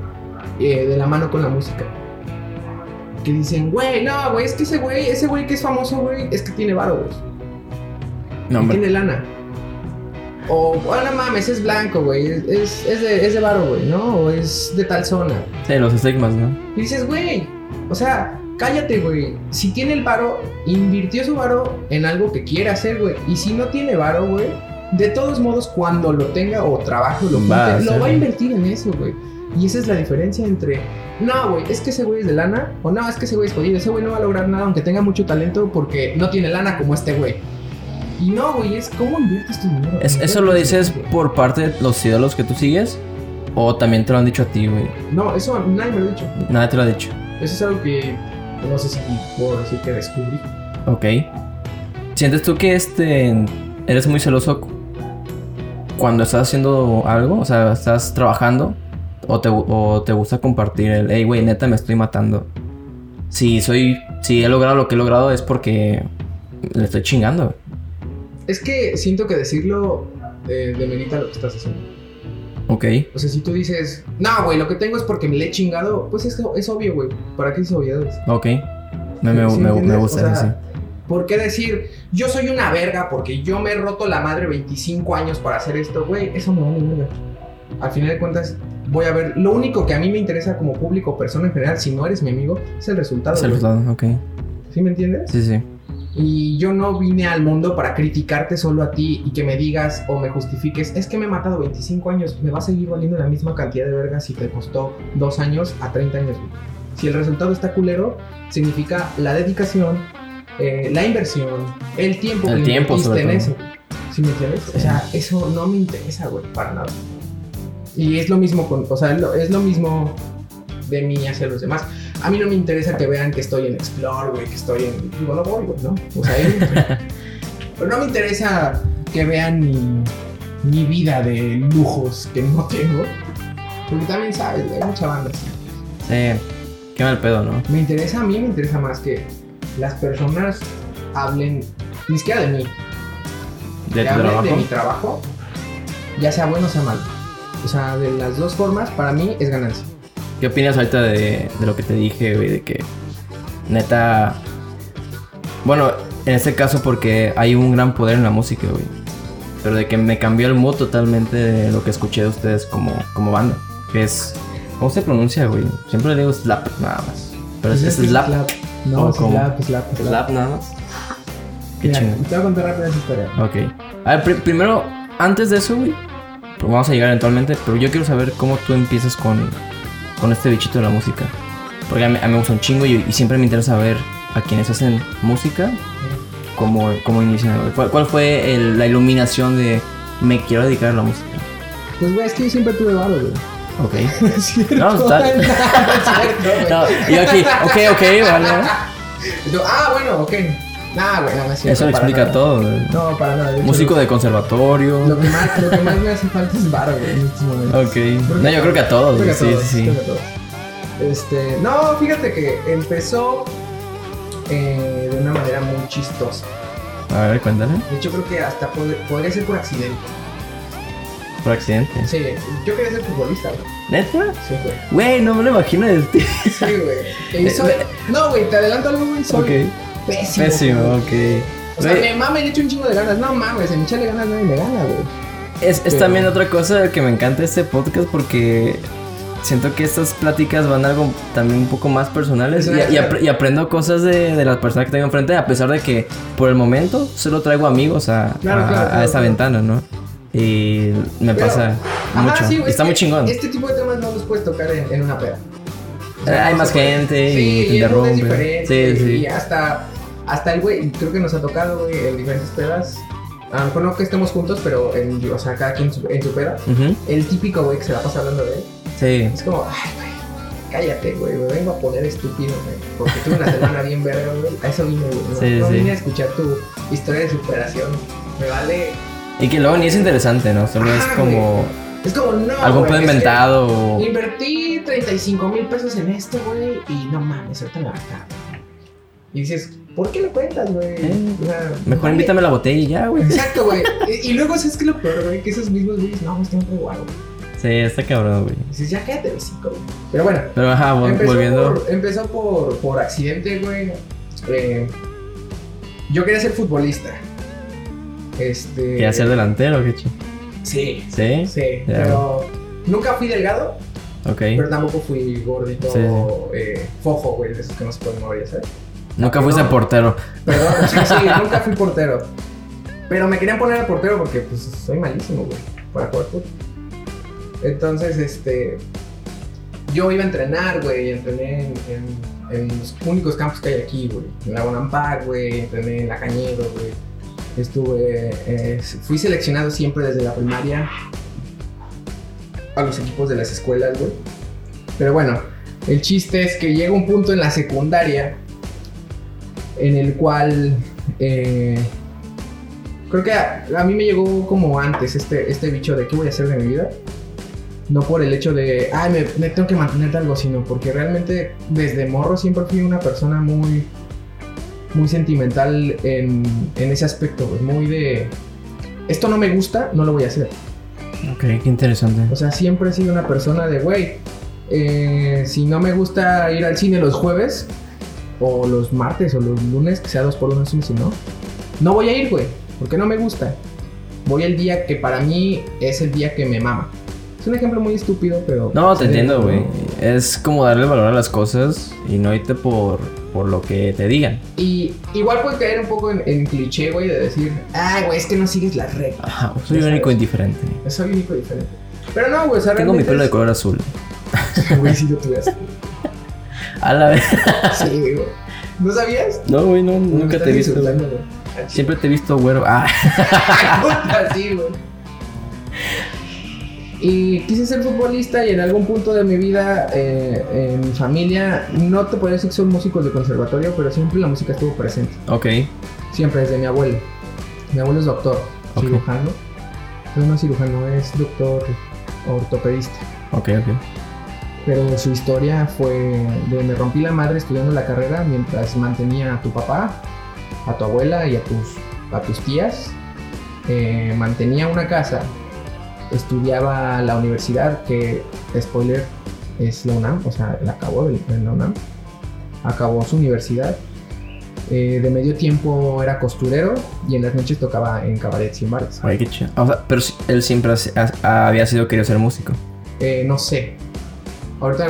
eh, de la mano con la música. Que dicen, güey, no, güey, es que ese güey, ese güey que es famoso, güey, es que tiene varo, güey. No, y hombre. tiene lana. O, "Ah, no mames, es blanco, güey, es, es, es de, es de varo, güey, ¿no? O es de tal zona. Sí, los estigmas, ¿no? Y dices, güey, o sea, cállate, güey. Si tiene el varo, invirtió su varo en algo que quiere hacer, güey. Y si no tiene varo, güey, de todos modos, cuando lo tenga o trabajo, lo, Va a junte, hacer, lo va a güey. invertir en eso, güey. Y esa es la diferencia entre, no, güey, es que ese güey es de lana, o no, es que ese güey es jodido, ese güey no va a lograr nada aunque tenga mucho talento porque no tiene lana como este güey. Y no, güey, es cómo inviertes tu dinero. Es- güey? ¿Eso lo dices por parte de los ídolos que tú sigues? ¿O también te lo han dicho a ti, güey? No, eso nadie me lo ha dicho. Nada te lo ha dicho. Eso es algo que no sé si puedo decir que descubrí. Ok. ¿Sientes tú que este eres muy celoso cu- cuando estás haciendo algo? O sea, estás trabajando. ¿O te, o te gusta compartir el, hey, güey, neta, me estoy matando? Si soy, si he logrado lo que he logrado es porque le estoy chingando, güey. Es que siento que decirlo eh, demerita lo que estás haciendo. Ok. O sea, si tú dices, no, güey, lo que tengo es porque me le he chingado, pues es, es obvio, güey. ¿Para qué esas obviedades? Ok. Me, me, ¿Sí me- me entiendes? gusta O sea, eso, sí. ¿Por qué decir, yo soy una verga porque yo me he roto la madre 25 años para hacer esto, güey? Eso me vale verga. Al final de cuentas, voy a ver. Lo único que a mí me interesa como público, persona en general, si no eres mi amigo, es el resultado. Es el güey. resultado, ok. ¿Sí me entiendes? Sí, sí. Y yo no vine al mundo para criticarte solo a ti y que me digas o me justifiques, es que me he matado 25 años, me va a seguir valiendo la misma cantidad de verga si te costó 2 años a 30 años. güey". Si el resultado está culero, significa la dedicación, eh, la inversión, el tiempo El que le tiempo, invertiste en sobre eso. ¿Sí me entiendes? O sea, eso no me interesa, güey, para nada. Y es lo mismo con, o sea, lo- es lo mismo de mí hacia los demás. A mí no me interesa que vean que estoy en Explore, güey, que estoy en. Digo, no voy, güey, ¿no? O sea, ahí- pero no me interesa que vean mi, mi vida de lujos que no tengo. Porque también sabes, güey, hay mucha banda así. Sí. Qué mal pedo, ¿no? Me interesa a mí, me interesa más que las personas hablen ni siquiera de mí, De que tu hablen trabajo. de mi trabajo, ya sea bueno o sea malo. O sea, de las dos formas, para mí es ganancia. ¿Qué opinas ahorita de, de lo que te dije, güey? De que neta... Bueno, en este caso porque hay un gran poder en la música, güey. Pero de que me cambió el mood totalmente de lo que escuché de ustedes como, como banda. Que es... ¿Cómo se pronuncia, güey? Siempre le digo slap nada más. Pero Pues Pues es, es slap. Slap. No, ¿O es cómo? slap, slap, slap. Slap nada más. Qué Mira, chingo. te voy a contar rápido esa historia. Ok. A ver, pri- primero, antes de eso, güey. pues Vamos a llegar eventualmente, pero yo quiero saber cómo tú empiezas con, con este bichito de la música. Porque a mí, a mí me gusta un chingo y, y siempre me interesa saber a quienes hacen música, cómo, cómo inician. güey. ¿Cuál, cuál fue el- la iluminación de me quiero dedicar a la música? Pues, güey, es que yo siempre tuve varo, güey. Ok. Es cierto. No, está- No, es cierto, No, güey. y yo aquí, ok, ok, vale. Y yo, ah, bueno, ok. Nah, güey, no, no es cierto, Eso lo para explica nada. todo. güey. No, para nada. de hecho, Músico de conservatorio. Lo que, más, lo que más me hace falta es varo, güey, en estos momentos. Ok. No, yo creo que a todos, Creo que güey. Sí, a todos, sí, sí. creo que a todos. Este, no, fíjate que empezó eh, de una manera muy chistosa. A ver, cuéntale. De hecho, creo que hasta pod- podría ser por accidente. Por accidente. Sí, yo quería ser futbolista, güey. ¿Neta? Sí, güey. Güey, no me lo imagino de ti. Sí, güey. Y soy- No, güey, te adelanto algo, güey. Soy Eh, Ok. pésimo. Pésimo, güey. ok. O sea, Güey, me mame, le echo un chingo de ganas. No mames, en echarle ganas nadie me gana, güey. es, es pero- también otra cosa que me encanta este podcast porque siento que estas pláticas van algo también un poco más personales y, y apre- y aprendo cosas de, de las personas que tengo enfrente, a pesar de que por el momento solo traigo amigos a, Claro, a- claro, a claro, esta claro. ventana, ¿no? Y me Pero- pasa Ajá, mucho. sí, güey, Está es muy que chingón. Este tipo de temas no los puedes tocar en, en una peda. Eh, Hay más gente y te el mundo es interrumpen. diferente, Sí, Y sí. hasta, hasta el güey, creo que nos ha tocado, güey, en diferentes pedas. A lo mejor no que estemos juntos, pero en, o sea, cada quien su- en su peda. Ujú, El típico güey que se la pasa hablando de él. Sí. Es como, ay, güey, cállate, güey, me vengo a poner estúpido, güey. Porque tuve una semana bien verga, güey. A eso vine, güey. No, Sí, No sí. vine a escuchar tu historia de superación. Me vale. Y que luego ni es interesante, ¿no? Solo es Ah, como Es como, no. algún güey, pedo es que- inventado o... Invertí 35 mil pesos en esto, güey, y no mames, ahorita me va a acabar. Y dices, ¿por qué lo cuentas, güey? Eh, O sea, Mejor vale. invítame la botella y ya, güey. Exacto, güey. y, y luego, ¿sabes qué es lo peor, güey? Que esos mismos güeyes, no, está muy guay, güey. Sí, está cabrón, güey. Y dices, ya quédate, de cinco, güey. Pero bueno, Pero ajá, vol- empezó, volviendo. por, empezó por, por accidente, güey. Eh, yo quería ser futbolista. Este. ¿Quería ser delantero, qué chido. Sí, Sí, sí. Ya. Pero nunca fui delgado. ok. Pero tampoco fui gordito, Sí. eh, fojo, güey, de esos que no se pueden mover, ya ¿sabes? Nunca fuiste no. portero. Perdón, sí, sí, nunca fui portero. Pero me querían poner de portero porque, pues, soy malísimo, güey, para jugar fútbol. Entonces, este. Yo iba a entrenar, güey, entrené en, en- en los únicos campos que hay aquí, güey. En la Bonampak, güey, entrené en la Cañedo, güey. Estuve. eh, fui seleccionado siempre desde la primaria a los equipos de las escuelas, güey. Pero bueno, el chiste es que llega un punto en la secundaria en el cual eh, creo que a, a mí me llegó como antes este, este bicho de qué voy a hacer de mi vida. No por el hecho de, ay, me, me tengo que mantener de algo, sino porque realmente desde morro siempre fui una persona muy, muy sentimental en, en ese aspecto, güey, muy de, esto no me gusta, no lo voy a hacer. Ok, qué interesante. O sea, siempre he sido una persona de, güey, eh, si no me gusta ir al cine los jueves, o los martes, o los lunes, que sea dos por uno, sí, si no, no voy a ir, güey, porque no me gusta. Voy el día que para mí es el día que me mama. Es un ejemplo muy estúpido, pero... No, te Sí, entiendo, ¿no? güey. Es como darle valor a las cosas y no irte por, por lo que te digan. Y igual puede caer un poco en, en cliché, güey, de decir, ah, güey, es que no sigues las reglas. Ajá, soy único e indiferente. Soy único y diferente. Pero no, güey, o sea, Tengo mi realmente pelo de es- color azul. Güey, si lo tuvieras. A la vez. Sí, güey. ¿No sabías? No, güey, no, Me nunca estás te he visto. güey. insultando, güey. Siempre te he visto güero. Ah, Así, güey. Y quise ser futbolista y en algún punto de mi vida, eh, en mi familia, no te podría decir que son músicos de conservatorio, pero siempre la música estuvo presente. ok. Siempre, desde mi abuelo. Mi abuelo es doctor, Ok. cirujano. No, no es cirujano, es doctor ortopedista. Ok, ok. Pero su historia fue de me rompí la madre estudiando la carrera mientras mantenía a tu papá, a tu abuela y a tus, a tus tías. Eh, mantenía una casa, estudiaba la universidad, que spoiler es la UNAM, o sea, la acabó el- en la UNAM. Acabó su universidad. Eh, de medio tiempo era costurero y en las noches tocaba en cabarets y en bares. Oye, qué chido. O sea, pero si- él siempre ha- ha- había sido querido ser músico. Eh, no sé. Ahorita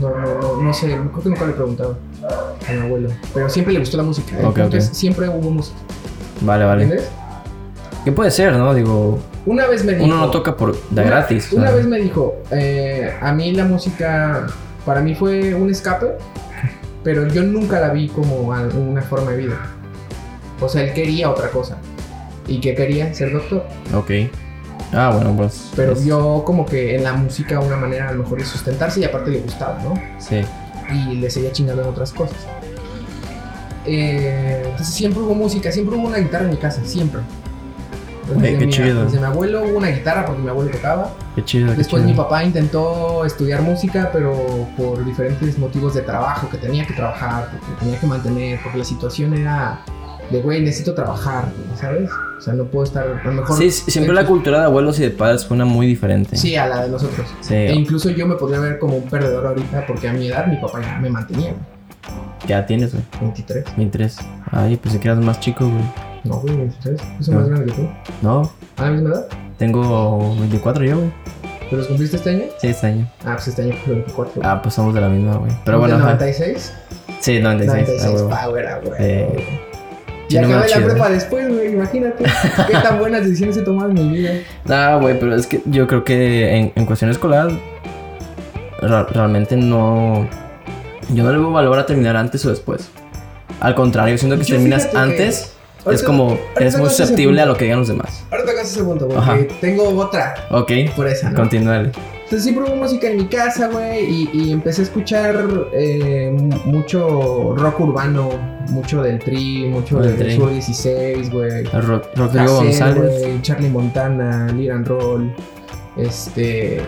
no, no, no, no sé, creo que nunca le he preguntado a mi abuelo. Pero siempre le gustó la música. Ok, Entonces ok. siempre hubo música. Vale, vale. ¿Entiendes? ¿Qué puede ser, no? Digo, Una vez me dijo. uno no toca por de una- gratis. ah, o Una sea. vez me dijo, eh, a mí la música para mí fue un escape, pero yo nunca la vi como a- una forma de vida. O sea, él quería otra cosa. ¿Y que quería? Ser doctor. Ok. Ah, bueno, pues. Pero es- vio como que en la música una manera a lo mejor de sustentarse y aparte le gustaba, ¿no? Sí. y le seguía chingando en otras cosas. Eh, entonces siempre hubo música, siempre hubo una guitarra en mi casa, siempre. Güey, qué mi, chido. desde mi abuelo hubo una guitarra porque mi abuelo tocaba. Qué chido, qué Después chido. mi papá intentó estudiar música, pero por diferentes motivos de trabajo, que tenía que trabajar, porque tenía que mantener, porque la situación era de, güey, necesito trabajar, ¿sabes? O sea, no puedo estar, a lo mejor... Sí, sí, siempre la cultura de abuelos y de padres fue una muy diferente. Sí, a la de nosotros. Sí, E incluso yo me podría ver como un perdedor ahorita, porque a mi edad mi papá ya me mantenía, ¿qué edad tienes, güey? 23. 23. Ay, pensé que eras más chico, güey. No, güey, 23. Yo soy No. más grande que tú. No, ¿A la misma edad? tengo 24 yo, güey. ¿Pero los cumpliste este año? 6 años. Ah, pues este año fue 24. Ah, pues somos de la misma, güey. Pero bueno, ¿Del ajá. 96? Sí, 96. ah, 96 güey. Power, ah, güey. Eh, y sí, no me acabé da la chido, prepa después, güey, imagínate. Qué tan buenas decisiones he tomado en mi vida. Ah, güey, pero es que yo creo que en, en cuestión escolar ra- realmente no... Yo no le veo valor a terminar antes o después. Al contrario, siento que si Yo Pues terminas fíjate que- antes, es Ahorita- como... ahorita Eres muy no sé si- susceptible a lo que digan los demás. Ahora tocas ese punto, porque Ajá. tengo otra Ok, por esa, ¿no? continúale. Entonces siempre hubo música en mi casa, güey, y, y empecé a escuchar eh, mu- mucho rock urbano, mucho del Tri, mucho Del del Tri. Sur 16, güey. Ro- Rodrigo Cassel, González. güey, Charlie Montana, Liran Roll, este,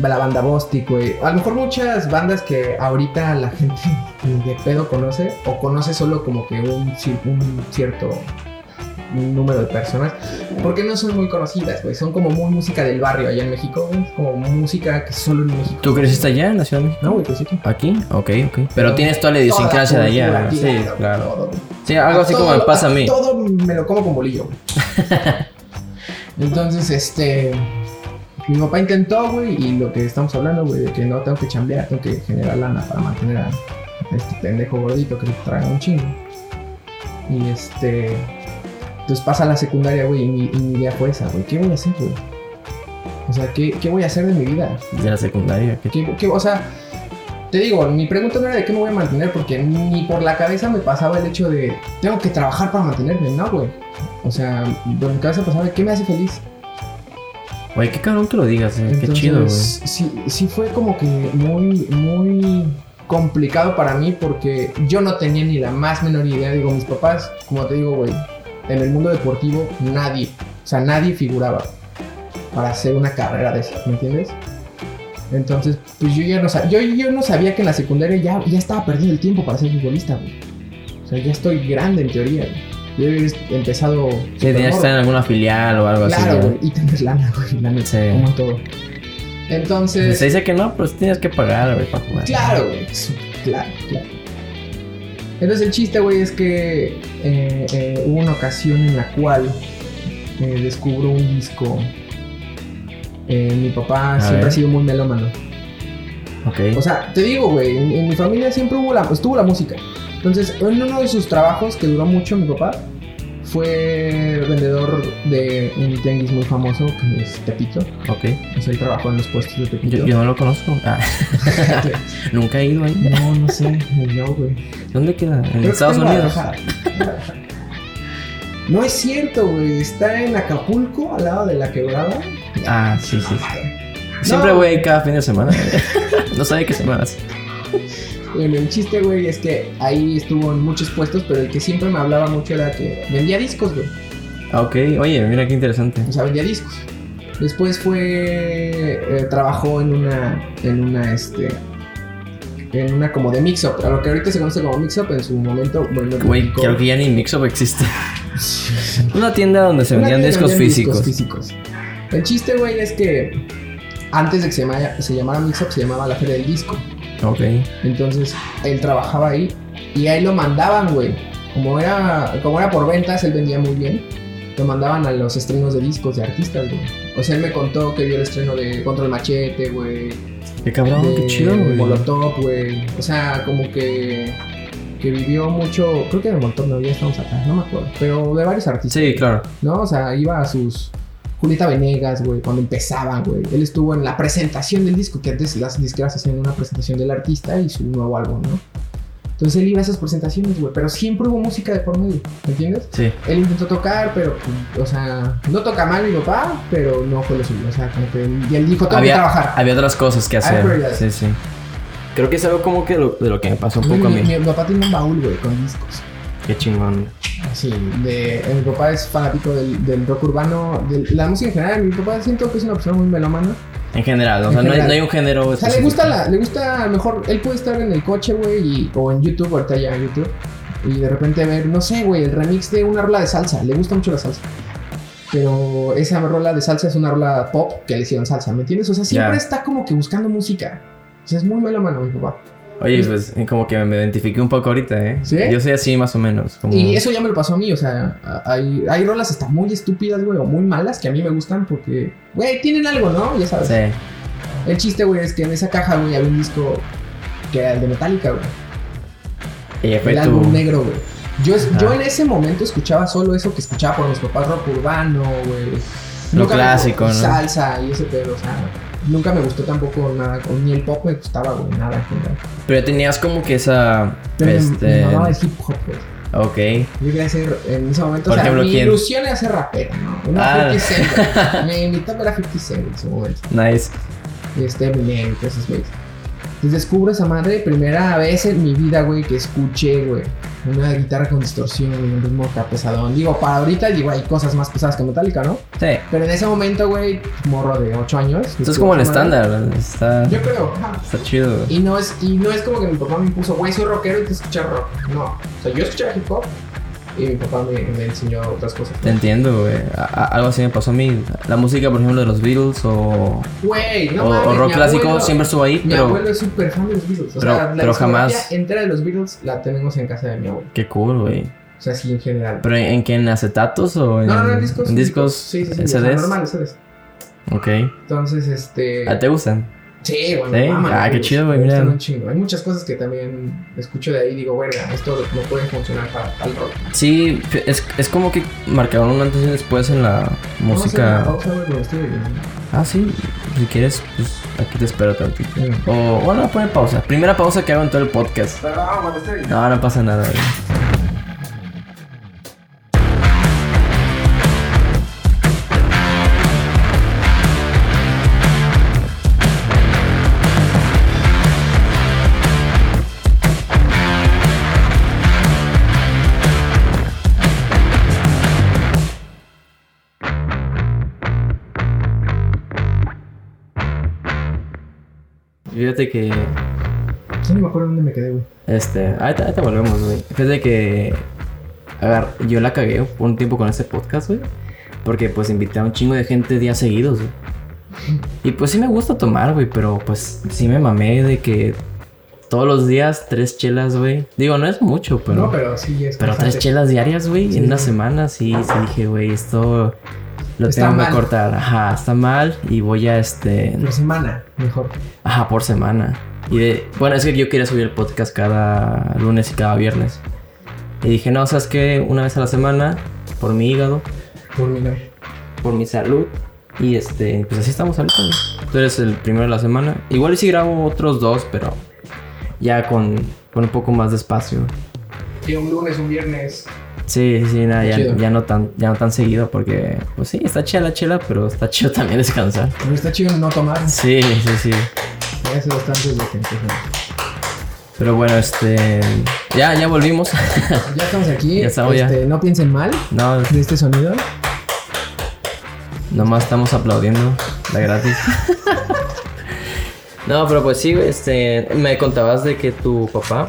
la banda Bostic, güey. A lo mejor muchas bandas que ahorita la gente ni de pedo conoce o conoce solo como que un, ci- un cierto número de personas, porque no son muy conocidas, güey. Son como muy música del barrio allá en México, güey. Es Como música que solo en México. ¿Tú creciste allá en la Ciudad de México? No, güey, pues sí. ¿Aquí? Ok, ok. Pero tienes toda la idiosincrasia de allá. ¿no? Sí, claro. Sí, algo así como me pasa a mí. Todo me lo como con bolillo, güey. Entonces, este. Mi papá intentó, güey, y lo que estamos hablando, güey, de que no tengo que chambear, tengo que generar lana para mantener a este pendejo gordito que se traga un chingo. Y este. Entonces pasa a la secundaria, güey, y mi, y mi idea fue esa, güey. ¿Qué voy a hacer, güey? O sea, ¿qué, ¿qué voy a hacer de mi vida? De la secundaria. qué ch- ¿Qué- qué- o sea, te digo, mi pregunta no era de qué me voy a mantener, porque ni por la cabeza me pasaba el hecho de tengo que trabajar para mantenerme, no, güey. O sea, por mi cabeza pasaba qué me hace feliz. Güey, qué cabrón que lo digas. eh, qué Entonces, chido, güey. sí, sí fue como que muy, muy complicado para mí porque yo no tenía ni la más menor idea. Digo, mis papás, como te digo, güey, en el mundo deportivo nadie, o sea, nadie figuraba para hacer una carrera de eso, ¿me entiendes? Entonces, pues yo ya no sabía, yo, yo no sabía que en la secundaria ya, ya estaba perdiendo el tiempo para ser futbolista, güey. O sea, ya estoy grande en teoría, güey. Yo he empezado... Sí, tenías que estar en alguna filial o algo Claro, así. güey, y tener lana, güey, la neta, Sí. como todo. güey. Entonces, Se dice que no, pero sí tenías que pagar, güey, para jugar. claro, güey, sí, claro, claro. Entonces el chiste, güey, es que eh, eh, hubo una ocasión en la cual eh, descubro un disco. Eh, mi papá A siempre ver. ha sido muy melómano. O Ok. sea, te digo, güey, en, en mi pues, familia siempre hubo la, estuvo la música. Entonces, en uno de sus trabajos que duró mucho mi papá, fue vendedor de un tianguis muy famoso que es Tepito. Ok. O sea, él trabajó en los puestos de Tepito. Yo, yo no lo conozco. Ah, Nunca he ido ahí. No, no sé, yo, güey. ¿Dónde queda? En Creo que Estados está en Unidos. Guadalajara. No es cierto, güey. Está en Acapulco, al lado de la quebrada. Ah, sí, sí. sí. No. Siempre voy ahí cada fin de semana. no sabe qué semanas. Bueno, el chiste, güey, es que ahí estuvo en muchos puestos, pero el que siempre me hablaba mucho era que vendía discos, güey. Ah, ok. Oye, mira qué interesante. O sea, vendía discos. Después fue. eh, trabajó en una. En una, este. En una como de mix-up. A lo que ahorita se conoce como mix-up, en su momento. Bueno, Güey, publicó- creo que ya ni Mixup existe. Una tienda donde se Una vendían tienda discos que físicos. vendían físicos. El chiste, güey, es que. Antes de que se, llamara- se llamara Mix-up, se llamaba la Feria del Disco. Ok. Entonces, él trabajaba ahí y ahí lo mandaban, güey. Como era, como era por ventas, él vendía muy bien. Lo mandaban a los estrenos de discos de artistas, güey. O sea, él me contó que vio el estreno de Control Machete, güey. Qué cabrón, de Ah, qué chido, güey. Molotov, güey. O sea, como que, que vivió mucho. Creo que de Molotov no, ya estamos acá, no me acuerdo. Pero de varios artistas. Sí, claro. ¿no? O sea, iba a sus. Julieta Venegas, güey, cuando empezaban, güey. Él estuvo en la presentación del disco, que antes las disqueras hacían una presentación del artista y su nuevo álbum, ¿no? Entonces él iba a esas presentaciones, güey, pero siempre hubo música de por medio, ¿me ¿entiendes? Sí. Él intentó tocar, pero, pues, o sea, no toca mal mi papá, pero no fue lo suyo, o sea, como que él- y él dijo, tengo que Había, trabajar. había otras cosas que Ah, hacer. prioridades. Sí, sí. Creo que es algo como que lo- de lo que me pasó un Mi, poco a mí. mi- mi papá tiene un baúl, güey, con discos. Qué chingón. Sí, de, mi papá es fanático del, del rock urbano, de la música en general. Mi papá siento que es una persona muy melómana. En general, o En sea, no hay, general. no hay un género. O sea, le gusta la, le gusta a lo mejor, él puede estar en el coche, güey, y- o en YouTube, ahorita ya en YouTube, y de repente ver, no sé, güey, el remix de una rola de salsa, le gusta mucho la salsa. Pero esa rola de salsa es una rola pop que le hicieron salsa, ¿me entiendes? O sea, siempre Ya. está como que buscando música. O sea, es muy melómano mi papá. Oye, pues como que me identifiqué un poco ahorita, ¿eh? ¿Sí? Yo soy así más o menos. Como... Y eso ya me lo pasó a mí, o sea, a- hay, hay rolas hasta muy estúpidas, güey, o muy malas que a mí me gustan porque, güey, tienen algo, ¿no? Ya sabes. Sí. El chiste, güey, es que en esa caja, güey, había un disco que era el de Metallica, güey. Y ya fue El tu- Ah. álbum negro, güey. Yo, es- Ajá. yo en ese momento escuchaba solo eso que escuchaba por mis papás, rock urbano, güey. Lo Nunca me- clásico, ¿no? Salsa y ese pedo, o sea, nunca me gustó tampoco nada, o ni el pop me gustaba, güey, nada en general. Pero ya tenías como que esa. Pero me- este. me mamaba el hip hop, güey. Ok. Yo quería ser, en ese momento, Por o sea, ejemplo, mi ¿quién? ilusión era ser rapero, ¿no? Una Ah. 50 Cent, güey. Me invitaba era 50 Cent en su momento. Nice. Y este Eminem y todos esos güeyes. Entonces descubro esa madre, primera vez en mi vida, güey, que escuché, güey, una guitarra con distorsión, güey, un ritmo acá pesadón. Digo, para ahorita, digo, hay cosas más pesadas que Metallica, ¿no? Sí. Pero en ese momento, güey, morro de 8 años. Esto es escuché como el esa madre. estándar. Está, Yo creo, ajá. está chido. Y no, es, y no es como que mi papá me impuso, güey, soy rockero y te escuchas rock. No, o sea, yo escuchaba hip hop y mi papá me, me enseñó otras cosas. Te entiendo, güey. A- a- Algo así me pasó a mí. La música, por ejemplo, de los Beatles o, Güey, no o- mames, o rock mi clásico abuelo- siempre estuvo ahí, Mi pero. abuelo es súper fan de los Beatles. O pero- sea, la pero discografía jamás- entera de los Beatles la tenemos en casa de mi abuelo. Qué cool, güey. O sea, sí, en general. ¿Pero en, en qué? ¿En acetatos o en, no, no, no, en discos. en discos? Sí, sí, sí. ¿En o sea, CDs? normal, CDs. Ok. Entonces, este. ¿Ah, ¿Te gustan? Sí, bueno, Sí, ah, qué chido, güey, mira. Hay muchas cosas que también escucho de ahí y digo, verga, esto no puede funcionar para tal rock. Sí, es, es como que marcaron un antes y un después en la Vamos a hacer una música. pausa, güey, pero estoy- Ah, sí. Si quieres, pues aquí te espero tantito. Sí. O bueno, voy a poner pausa. Primera pausa que hago en todo el podcast. Pero vamos, cuando esté bien. No, no pasa nada, güey. Fíjate que Ya ni me acuerdo dónde me quedé, güey. este, ahorita, ahorita volvemos, güey. Fíjate que agar- yo la cagué por un tiempo con este podcast, güey. Porque pues invité a un chingo de gente días seguidos, güey. Y pues sí me gusta tomar, güey, pero pues sí me mamé de que todos los días tres chelas, güey. Digo, no es mucho, pero... no, pero sí es. Pero tres bastante. chelas diarias, güey, Sí. en una semana, sí, sí dije, güey, esto lo Está tengo mal. que cortar. Ajá, está mal y voy a este... Por semana, mejor. Ajá, por semana. Y de, bueno, es que yo quería subir el podcast cada lunes y cada viernes. Y dije, no, sabes que una vez a la semana por mi hígado, Fulminar. por mi salud. Y este, pues así estamos ahorita, güey. Tú eres el primero de la semana. Igual sí grabo otros dos, pero ya con, con un poco más de espacio. Sí, un lunes, un viernes. Sí, sí, sí, nada, ya, Chido. ya no tan, ya no tan seguido porque, pues sí, está chida la chela, pero está chido también descansar. Pero está chido no tomar. Sí, sí, sí. Ya hace bastante desde que empezó. Pero bueno, este, ya, ya volvimos. Ya estamos aquí. Ya estamos, ya. este, No piensen mal no, de este sonido. Nomás estamos aplaudiendo la gratis. no, pero pues sí, güey, este, me contabas de que tu papá.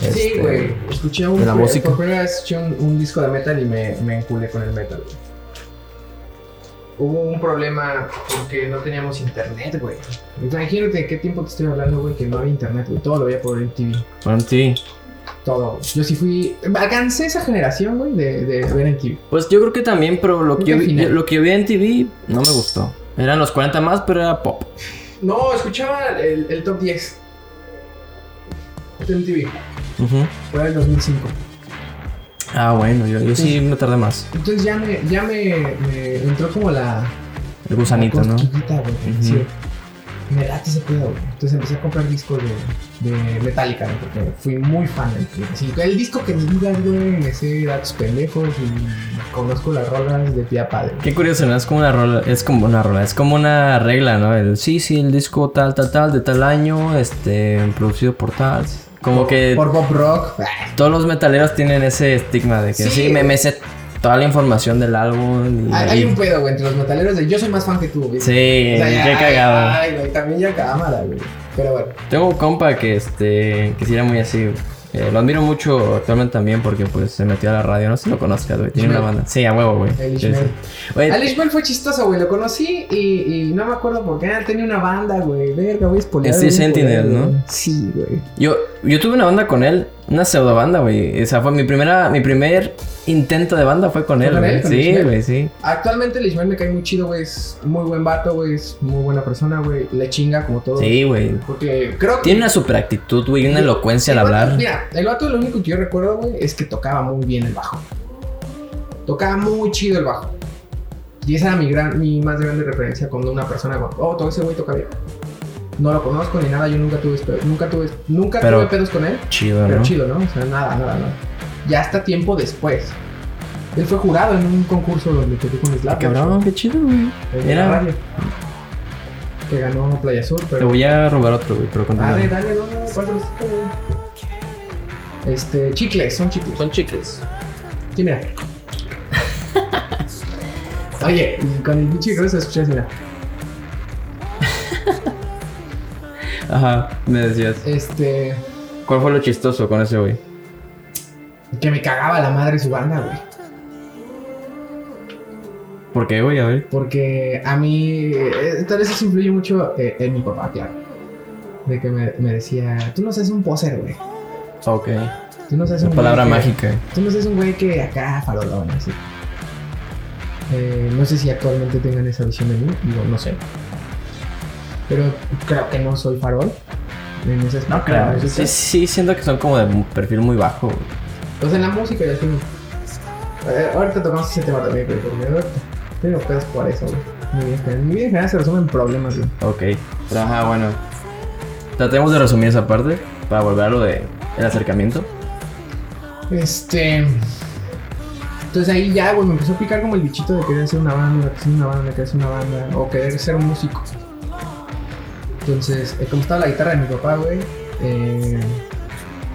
Sí, este, güey. Escuché un. de la música. Por primera vez escuché un, un disco de metal y me, me enculé con el metal, güey. Hubo un problema porque no teníamos internet, güey. Imagínate qué tiempo te estoy hablando, güey, que no había internet, güey. Todo lo veía por MTV. Bueno, sí. Todo. güey. Yo sí fui. Alcancé esa generación, güey, de, de ver MTV. Pues yo creo que también, pero lo que yo, vi, Final. lo que yo vi en TV no me gustó. Eran los 40 más, pero era pop. No, escuchaba el, el top 10 de MTV. Ujú. Fue el 2005. Ah, bueno, yo, yo sí me tardé más. Entonces ya me, ya me, me entró como la, El gusanito, la ¿no? cosquillita, güey. Ujú. Sí. Me late ese pedo, güey. Entonces empecé a comprar discos de, de Metallica, güey, porque fui muy fan del disco. Sí, el disco que me digas, güey, me sé datos pendejos y conozco las rolas de tía padre. Qué curioso, ¿no? Es como una rola, es como una rola, es como una regla, ¿no? El sí, sí, el disco tal, tal, tal, de tal año, este, producido por tal. Como que Por Bob Rock. ah, Todos los metaleros tienen ese estigma de que sí, Sí. me, me sé toda la información del álbum. Y, Hay, hay y- un pedo, güey, entre los metaleros de yo soy más fan que tú, güey. Sí, O sea, ya- qué cagado. Ay, güey, también ya cámara, güey. Pero bueno. Tengo un compa que este que sí era muy así. eh, lo admiro mucho actualmente también porque pues se metió a la radio. No sé si lo conozcas, güey. Tiene una Ishmael. banda. Sí, a huevo, güey. El Sí, Ishmael. sí. Güey, Al Ishmael fue chistoso, güey. Lo conocí y, y no me acuerdo por qué. Ah, Tenía una banda, güey. Verga, voy a spoilear, Steel voy a spoilear, Sentinel, ¿no? güey. Sí, güey. yo, yo tuve una banda con él, una pseudo banda, güey. O sea, fue mi primera, mi primer intento de banda fue con él, con él, güey. con Sí, Ishmael? güey, sí. Actualmente el Ishmael me cae muy chido, güey. Es muy buen vato, güey. Es muy buena persona, güey. Le chinga como todo. Sí, güey. Porque creo que. Tiene una super actitud, güey, una Sí. elocuencia el al vato- hablar. Mira, el vato lo único que yo recuerdo, güey, es que tocaba muy bien el bajo. Tocaba muy chido el bajo. Y esa era mi, gran, mi más grande referencia cuando una persona, digo, oh, todo ese güey toca bien. No lo conozco ni nada, yo nunca tuve, espe- nunca tuve, nunca Pero- tuve pedos con él. Chido, Pero ¿no? chido, ¿no? O sea, nada, nada, nada. Ya hasta tiempo después. Él fue jurado en un concurso donde tocó con Slap. Ah, Cabrón, qué chido, güey. Era Era- radio. Que ganó Playa Sur, Te pero. Ah, voy a robar otro, güey, pero continúa. Dale, dale, no, no, cuatro, cinco, güey. Este, chicles, son chicles. Son chicles. Sí, mira. Oye, y con el pinche grueso escuchas, mira. Ajá, me decías. Este. ¿Cuál fue lo chistoso con ese güey? Que me cagaba la madre su banda, güey. ¿Por qué, güey? A ver. Porque a mí, eh, tal vez eso influye mucho eh, en mi papá, claro. De que me, me decía, tú no seas un poser, güey. Ok. Tú no seas Esa un palabra güey que- mágica. Tú no seas un güey que acá farolón, así. Eh, no sé si actualmente tengan esa visión de mí, digo, no sé. Pero creo que no soy farol. En ese aspecto, en ese Ah, Sí, aspecto. sí, siento que son como de un perfil muy bajo. güey. O sea, en la música ya tengo. Eh, ahorita tocamos ese tema también, pero porque ahorita tengo pedos pues por eso, güey. Mi vida en general- mi vida en general se resume en problemas, güey. Ok. Pero ajá, bueno. Tratemos de resumir esa parte para volver a lo de el acercamiento. Este. Entonces ahí ya, güey, me empezó a picar como el bichito de querer hacer una banda, querer hacer una banda, querer hacer una banda, o querer ser músico. Entonces, eh, como estaba la guitarra de mi papá, güey, eh,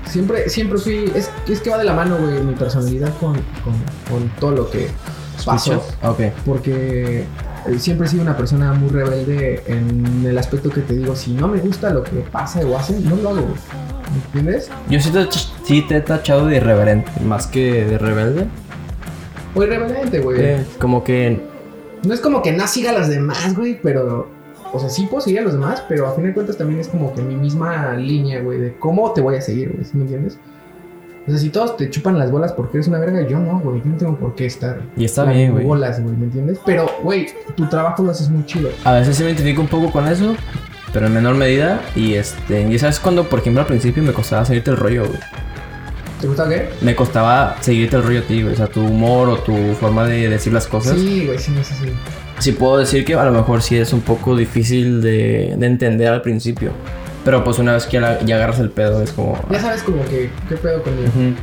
siempre, siempre fui. Es, es que va de la mano, güey, mi personalidad con, con- con todo lo que pasó. Ok. Porque eh, siempre he sido una persona muy rebelde en el aspecto que te digo: si no me gusta lo que pasa o hace, no lo hago, güey. ¿Me entiendes? Yo sí te, sí te he tachado de irreverente, más que de rebelde. Muy rebelde, güey. Eh, como que No es como que no siga a los demás, güey, pero. O sea, sí puedo seguir a los demás, pero a fin de cuentas también es como que mi misma línea, güey, de cómo te voy a seguir, güey, ¿sí me entiendes? O sea, si todos te chupan las bolas porque eres una verga, yo no, güey, yo no tengo por qué estar. Y está bien, güey. bolas, güey, ¿me entiendes? Pero, güey, tu trabajo lo haces muy chido. A veces sí me identifico un poco con eso, pero en menor medida. Y este, y sabes cuando, por ejemplo, al principio me costaba salirte el rollo, güey. ¿Te gusta qué? Me costaba seguirte el rollo a ti, güey. O sea, tu humor o tu forma de decir las cosas. Sí, Sí, güey, sí, no sé si. puedo decir que a lo mejor sí es un poco difícil de, de entender al principio. Pero pues una vez que la- ya agarras el pedo es como... Ya sabes como que, ¿qué pedo conmigo? Ujú.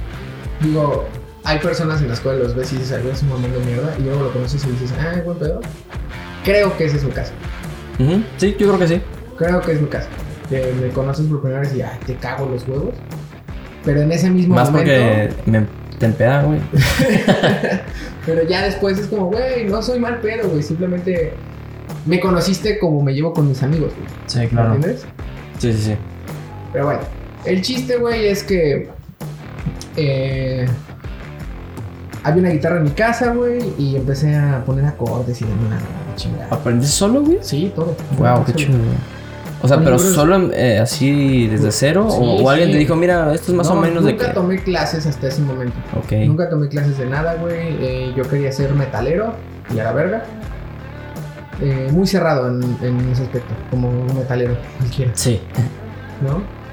Digo, hay personas en las cuales los ves y dices, algo es un mamón de mierda, y luego lo conoces y dices, ah, buen pedo. Creo que ese es mi caso. Ujú. Sí, yo creo que sí. Creo que es mi caso. Que me conoces por primera vez y, ah, te cago los huevos. Pero en ese mismo Más momento. porque me, te empeda, güey. Pero ya después es como, güey, no soy mal pedo, güey. Simplemente me conociste como me llevo con mis amigos, güey. Sí, ¿me ¿Entiendes? Sí, sí, sí. Pero bueno, el chiste, güey, es que. Eh, había una guitarra en mi casa, güey, y empecé a poner acordes y de una chingada. ¿Aprendes solo, güey? Sí, todo. Wow, qué chido, güey. O sea, Oye, pero bro, solo eh, así desde cero Sí, o, o alguien sí. te dijo, mira, esto es más o menos de nunca que... tomé clases hasta ese momento. Ok. Nunca tomé clases de nada, güey. Eh, yo quería ser metalero y a la verga. Eh, muy cerrado en, en ese aspecto, como un metalero cualquiera, Sí. ¿no?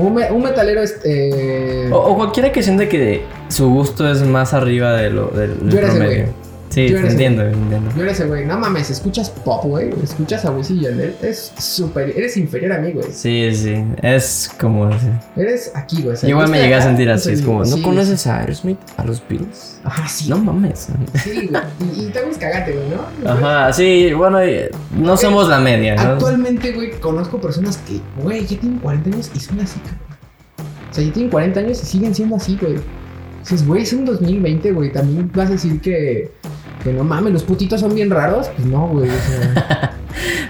Un, me- un metalero, este. eh, O, o cualquiera que siente que su gusto es más arriba de lo, del, del Yo era ese promedio. güey. Sí, Yo te era ese entiendo, te entiendo. Yo era ese güey, no mames, escuchas pop, güey, escuchas a Wisin y Yandel, es super, eres inferior a mí, güey. Sí, sí. Es como. sí. Eres aquí, güey. o sea, Yo igual yo me estoy llegué a acá, sentir yo así. Es soy- como, sí, ¿no conoces a Aerosmith? ¿A los Beatles? Ajá, sí, No mames. sí, güey. Y, y también es cagante, güey, ¿no? Ajá, sí, bueno, eh, no somos la media, ¿no? Actualmente, güey, conozco personas que, güey, ya tienen 40 años y son así, cabrón. O sea, ya tienen 40 años y siguen siendo así, güey. Dices, güey, es un 2020, güey. También vas a decir que, que no mames, los putitos son bien raros. Pues no, güey. O sea,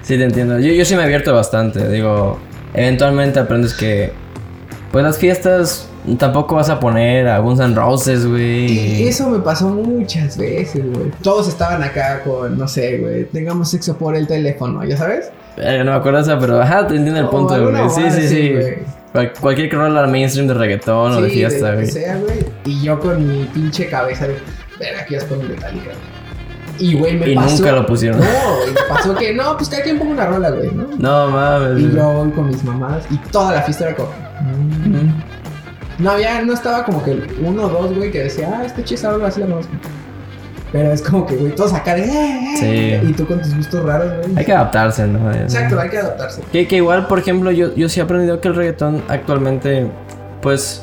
Sí, te entiendo. Yo, yo sí me abierto bastante. Digo, eventualmente aprendes que. Pues las fiestas tampoco vas a poner a Guns N' Roses, y güey. eso me pasó muchas veces, güey. Todos estaban acá con, no sé, güey, tengamos sexo por el teléfono, ¿ya sabes? Eh, no me acuerdo esa, pero ajá, te entiendo el O punto, Oh, alguna güey. Sí, mamada sí, así, sí. güey. Cual- cualquier la mainstream de reggaetón o de Sí, fiesta, lo que güey. sea, güey. Y yo con mi pinche cabeza de, verga, aquí vas con un metálica, güey. Y, güey, me Y pasó. nunca lo pusieron. No, y me pasó que no, pues cada quien ponga una rola, güey, ¿no? No mames. Y güey. yo voy con mis mamás y toda la fiesta era como. mm. No había, no estaba como que uno o dos, güey, que decía, ah, este chiste algo así la conozco. Pero es como que, güey, todos acá de. "Eh, eh", Sí. Y tú con tus gustos raros, güey. Hay que adaptarse, ¿no? Exacto, hay que adaptarse. Que, que igual, por ejemplo, yo, yo sí he aprendido que el reggaetón actualmente, pues,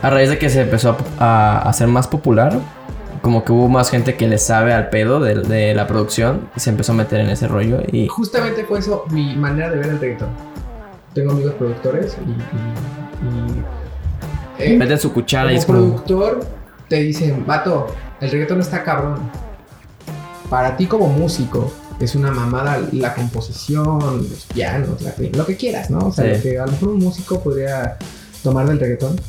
a raíz de que se empezó a, a hacer más popular, como que hubo más gente que le sabe al pedo de, de la producción y se empezó a meter en ese rollo. Y Justamente fue eso mi manera de ver el reggaetón. Tengo amigos productores y. y- y- eh, meten su cuchara y es como como... productor te dicen, vato, el reggaetón está cabrón. Para ti como músico es una mamada la composición, los pianos, la- lo que quieras, ¿no? O sea, Sí. lo que a lo mejor un músico podría tomar del reggaetón.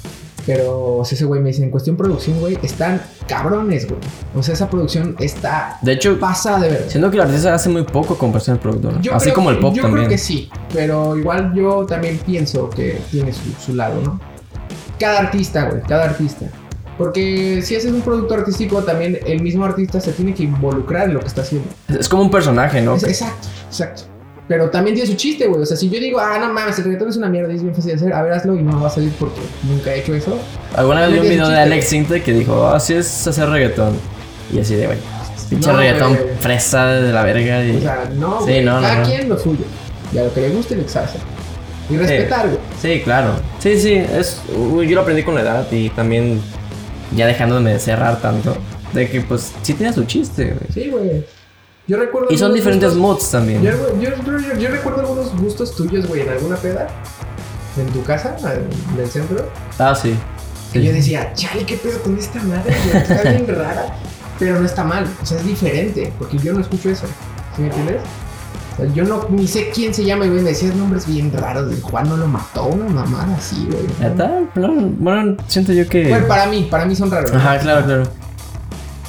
Pero o sea, ese güey me dice, en cuestión producción, güey, están cabrones, güey. O sea, esa producción está De hecho, pasada de verdad. siento que el artista hace muy poco comparación al productor. Yo Así creo como que- el pop yo también. creo que sí, pero igual yo también pienso que tiene su, su lado, ¿no? Cada artista, güey, cada artista. Porque si haces un producto artístico, también el mismo artista se tiene que involucrar en lo que está haciendo. Es- Es como un personaje, ¿no? Es- Exacto, exacto. Pero también tiene su chiste, güey. O sea, si yo digo, ah, no mames, el reggaetón es una mierda y es bien fácil de hacer, a ver, hazlo y no va a salir porque nunca he hecho eso. Alguna vez vi un Tiene video de chiste. Alex Sinte que dijo, así es hacer reggaetón. Y así de, güey, pinche No, reggaetón güey. fresa de la verga. Y... O sea, no, Sí, güey. no, no, cada no. quien lo suyo. Y a lo que le guste, le exhaza. Y respetar, güey. Sí, claro. Sí, sí, es, uy, yo lo aprendí con la edad y también ya dejándome de cerrar tanto. De que pues sí tiene su chiste, güey. Sí, güey. Yo recuerdo. Y son algunos diferentes gustos- mods también. Yo, yo, yo- yo- yo recuerdo algunos gustos tuyos, güey, en alguna peda, en tu casa, en el centro, Ah, sí. que Sí. yo decía, chale, qué pedo con esta madre, güey, está bien rara, pero no está mal, o sea, es diferente, porque yo no escucho eso, ¿sí me entiendes? O sea, yo no, ni sé quién se llama, güey, me decías nombres bien raros, de Juan no lo mató, una mamada así, güey. ¿Neta? No, bueno, siento yo que... Bueno, para mí, para mí son raros. ¿no? Ajá, claro, claro.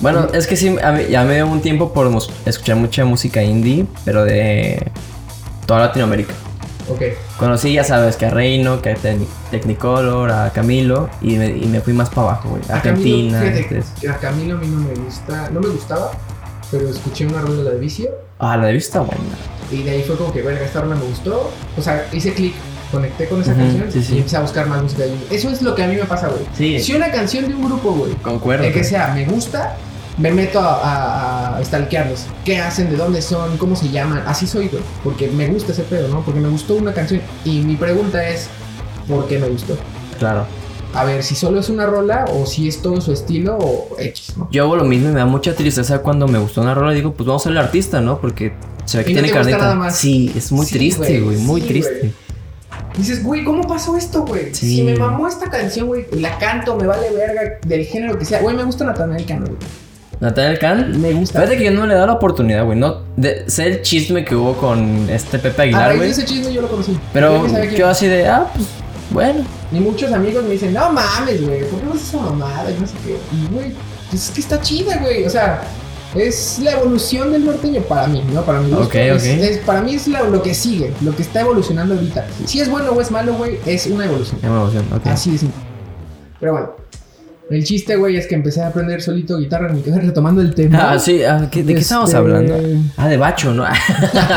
Bueno, es que sí, a mí- ya me dio un tiempo por mus- escuchar mucha música indie, pero de toda Latinoamérica. Ok, Conocí, ya sabes, que a Reino, que a Tec- Technicolor, a Camilo, y me, y me fui más para abajo, güey. a Camilo, Argentina. este. fíjate, entonces- a Camilo a mí no me gusta, no me gustaba, pero escuché una rola de vicio Ah, la de vista buena. Y de ahí fue como que, verga, esta rola me gustó. O sea, hice clic conecté con esa Ujú, canción sí, sí. y empecé a buscar más música. Y Eso es lo que a mí me pasa, güey. Sí. Si una canción de un grupo, güey, Concuerdo. el que sea, me gusta, me meto a, a, a stalkearlos. ¿Qué hacen? ¿De dónde son? ¿Cómo se llaman? Así soy, güey. Porque me gusta ese pedo, ¿no? Porque me gustó una canción. Y mi pregunta es, ¿por qué me gustó? Claro. A ver, si solo es una rola o si es todo su estilo o X, ¿no? Yo hago lo mismo y me da mucha tristeza cuando me gustó una rola y digo, pues vamos a ser el artista, ¿no? Porque se ve que Y no tiene te gusta carnita. nada más. Sí, es muy Sí, triste, güey, güey, muy sí, triste. güey. Dices, güey, ¿cómo pasó esto, güey? Sí. Si me mamó esta canción, güey, y la canto, me vale verga, del género que sea. Güey, me gusta Natanael Cano, güey. Nathaniel Kahn. Me gusta. Fíjate que yo no le he dado la oportunidad, güey. No, de- sé el chisme que hubo con este Pepe A Aguilar, raíz de güey. ese chisme yo lo conocí. Yo Pero ni sabía quién yo así de, ah, pues, bueno. Y muchos amigos me dicen, no mames, güey, ¿por qué no esa mamada? Y no sé qué. Y, güey, pues es que está chida, güey. O sea, es la evolución del norteño para mí, ¿no? Para mí. Ok, ok. para mí es la- lo que sigue, lo que está evolucionando ahorita. Si es bueno o es malo, güey, es una evolución. Ya me emociono, ok. Así de simple. Pero bueno, el chiste, güey, es que empecé a aprender solito guitarra en mi casa, retomando el tema. Ah, sí, ah, ¿qué- ¿de qué estábamos Este- hablando? Ah, de Bacho, ¿no?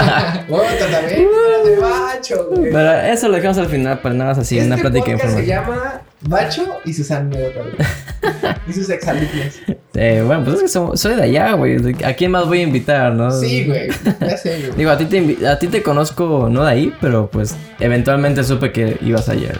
Otra también, era de bacho, güey. Pero eso lo dejamos al final para nada más así, este una plática podcast se informal. llama Bacho y sus anécdotas. güey. y sus exalumnos. Eh, bueno, pues es que somos- soy de allá, güey. ¿A quién más voy a invitar, no? Sí, güey. Ya sé, güey. Ah. Digo, a ti, te invi- a ti te conozco no de ahí, pero pues eventualmente supe que ibas ayer.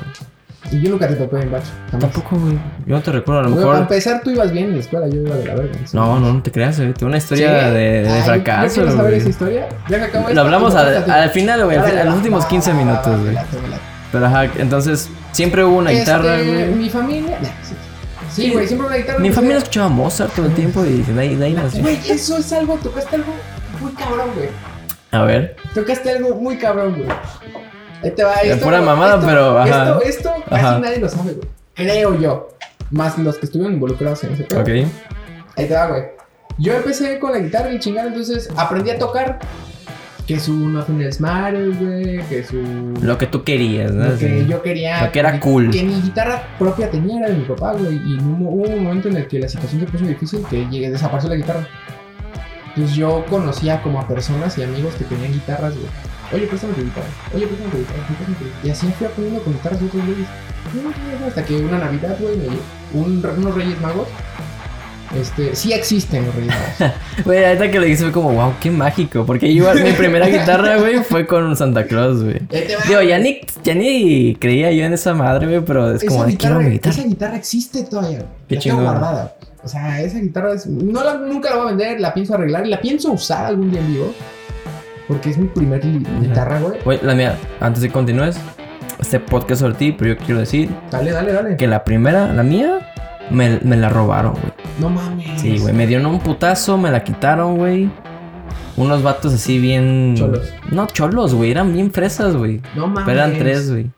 Y yo nunca te topé en Bacho. jamás. Tampoco, güey. Yo no te recuerdo, a lo Güey, Para mejor. empezar, tú ibas bien en la escuela, yo iba de la verga. No, no, no te creas, güey. Tengo una Sí. historia de, de Ay, ¿no fracaso, quieres saber güey. esa historia? Ya que acabo Lo esta, hablamos tú, al, cuéntate. al final, güey. Dale, A los va, últimos va, 15 va, minutos, va, güey. late, me late. Pero ajá, entonces siempre hubo una guitarra, Este, güey. Mi familia. nah, sí. Sí, Sí. güey, siempre una guitarra. Mi pues, familia escuchaba Mozart todo el tiempo y de ahí, de ahí nació. Güey, eso es algo, tocaste algo muy cabrón, güey. A ver. Tocaste algo muy cabrón, güey. Ahí te va Es esto. pura mamada, esto- pero, ajá. Esto, esto casi Ajá. nadie lo sabe, güey. Creo yo. Más los que estuvieron involucrados en ese pedo. Ok. Ahí te va, güey. Yo empecé con la guitarra y chingada, entonces aprendí a tocar. Que su Nothing Else Matters, güey. Que su. Lo que tú querías, ¿no? Lo que Sí. yo quería. Lo que era cool. Que mi guitarra propia tenía era de mi papá, güey. Y hubo, hubo un momento en el que la situación se puso difícil que llegué, desapareció la guitarra. Entonces yo conocía como a personas y amigos que tenían guitarras, güey. Oye, préstame tu guitarra. Oye, préstame tu guitarra. préstame tu guitarra. Y así fui aprendiendo con guitarras de otros güeyes. Hasta que una Navidad, güey, me- un- unos Reyes Magos. Este, sí existen los Reyes Magos. Güey, ahorita que lo hice fue como, wow, qué mágico. Porque yo, mi primera guitarra, güey, fue con un Santa Claus, güey. Ahí te va, Digo, ya ni, ya ni creía yo en esa madre, güey, pero es como, esa, ay, quiero guitarra, mi guitarra. esa guitarra existe todavía. güey. Qué la tengo chingón. guardada. O sea, esa guitarra es- no la, nunca la voy a vender, la pienso arreglar y la pienso usar algún día en vivo. Porque es mi primer li- guitarra, güey. Güey, la mía, antes de que continúes, este podcast sobre ti, pero yo quiero decir Dale, dale, dale. que la primera, la mía, me, me la robaron, güey. No mames. Sí, güey, me dieron un putazo, me la quitaron, güey. Unos vatos así bien. Cholos. No, cholos, güey, eran bien fresas, güey. No mames. Pero eran tres, güey.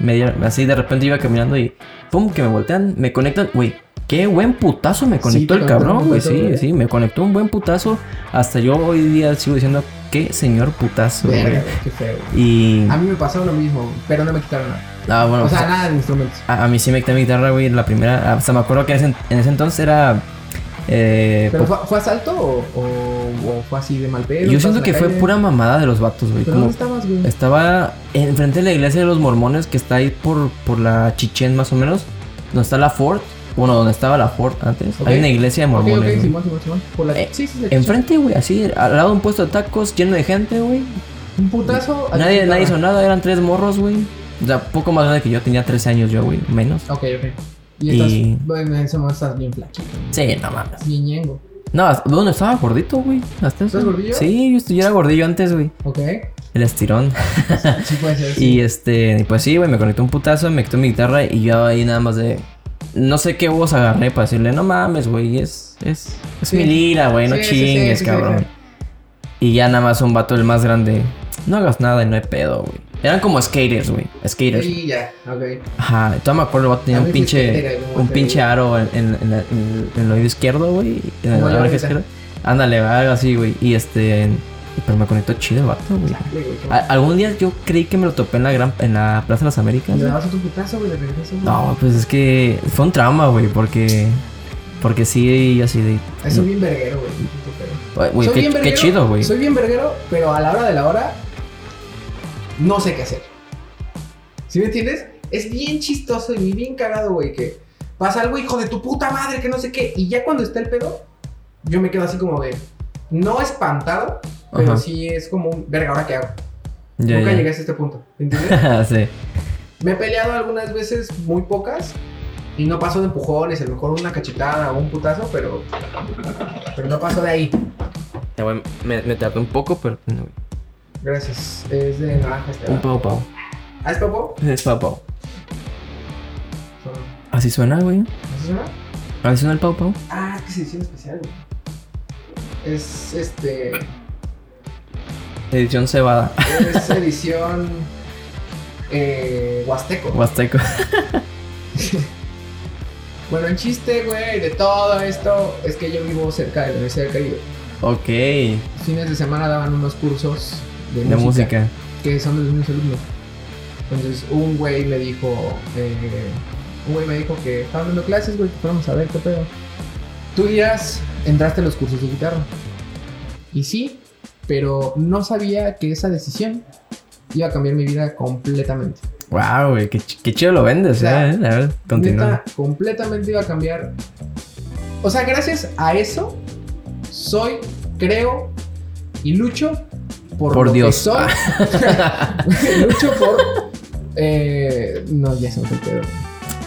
Me dieron, así de repente iba caminando y pum, que me voltean, me conectan, güey. Qué buen putazo me conectó te el conectó cabrón, un güey. putazo, Sí, güey. sí, me conectó un buen putazo. Hasta yo hoy día sigo diciendo, qué señor putazo, Verga, güey. güey, qué feo. güey. Y. A mí me pasó lo mismo, güey, pero no me quitaron nada. Ah, bueno, O sea, nada de instrumentos. a, a mí sí me quité mi guitarra, güey. La primera. Hasta me acuerdo que en ese, en ese entonces era. Eh, ¿Pero po- fue, fue asalto o, o- o fue así de mal pedo? yo ¿Estabas siento en que la fue calle? pura mamada de los vatos, güey. ¿Pero Como dónde estabas, güey? Estaba enfrente de la iglesia de los mormones que está ahí por, por la Chichén más o menos. Donde está la Ford. Bueno, donde estaba la Ford antes. Ok. Hay una iglesia de Ok, mormones. ok, güey. Simón, Simón, Simón. Por la... Eh, sí, sí, sí. Enfrente, güey, así, al lado de un puesto de tacos lleno de gente, güey. Un putazo. a Nadie, tu nadie guitarra. hizo nada, eran tres morros, güey. O sea, poco más grande que yo, tenía 13 años yo, güey, menos. Ok, ok. Y- Y estás, bueno, en ese momento estás bien flaquito, Sí, no mames. bien ñengo. No, hasta- bueno, estaba gordito, güey. hasta eso. ¿Estás gordillo? Sí, yo, estu- yo era gordillo antes, güey. Ok, El estirón. sí puede ser. Y Sí. este, y pues sí, güey, me conectó un putazo, me quitó mi guitarra y yo ahí nada más de. No sé qué voz agarré para decirle, no mames, güey, es, es, es Sí. mi lira, güey, no Sí, sí, sí, chingues, sí, sí, cabrón. sí. Y ya nada más un vato, el más grande, no hagas nada y no hay pedo, güey. Eran como skaters, güey, skaters. Sí, ya, ok. Ajá, todavía me acuerdo, el vato tenía A un mí sí pinche, skatera, como un te pinche digo. aro en, en- en la- en el oído izquierdo, güey, en la Como yo oreja ahorita. izquierda. Ándale, algo así, güey. Y este, pero me conectó chido el vato, güey. Digo, ¿qué A- Algún día yo creí que me lo topé en la gran en la Plaza de las Américas. más? ¿Le güey. dabas otro putazo, güey, de regreso? güey? No, pues es que fue un trauma, güey, porque porque sí yo así de Ah, Soy bien verguero, güey. puto pedo. Ay, güey, Soy qué, bien qué verguero, chido, güey. Soy bien verguero, pero a la hora de la hora no sé qué hacer. ¿Sí me entiendes? Es bien chistoso y bien cagado, güey, que pasa algo, hijo de tu puta madre, que no sé qué. Y ya cuando está el pedo, yo me quedo así como de, no espantado, pero Ajá. sí es como un, verga, ¿ahora qué hago? Ya, Nunca ya. llegué a este punto, ¿entiendes? sí. Me he peleado algunas veces, muy pocas, y no paso de empujones, a lo mejor una cachetada o un putazo, pero, pero no paso de ahí. Ya, güey, me, me tardé un poco, pero. no, güey. Gracias. Es de naranja este. Un ¿verdad? pau pau. ¿Ah, es popo? Es pau pau. No, Así suena, güey. ¿No se suena? Así suena el pau pau. Ah, es que es edición especial, güey. Es este. Edición cebada. Es edición. eh, huasteco. Huasteco. Bueno, en chiste, güey, de todo esto, es que yo vivo cerca de la Universidad del Caribe. ok. De Los fines de semana daban unos cursos de, música. música. que son de los mismos alumnos. Entonces, un güey me dijo, eh, un güey me dijo que estaban dando clases, güey, que fuéramos a ver qué pedo. Tú dirás, entraste a los cursos de guitarra. Y sí, pero no sabía que esa decisión iba a cambiar mi vida completamente. Wow, güey. Qué, ch- qué chido lo vendes, Ya. eh. La verdad, continúa. Neta, completamente iba a cambiar. O sea, gracias a eso, soy, creo y lucho por, Por lo que Dios. soy. lucho por. eh, no, ya se me fue el pedo.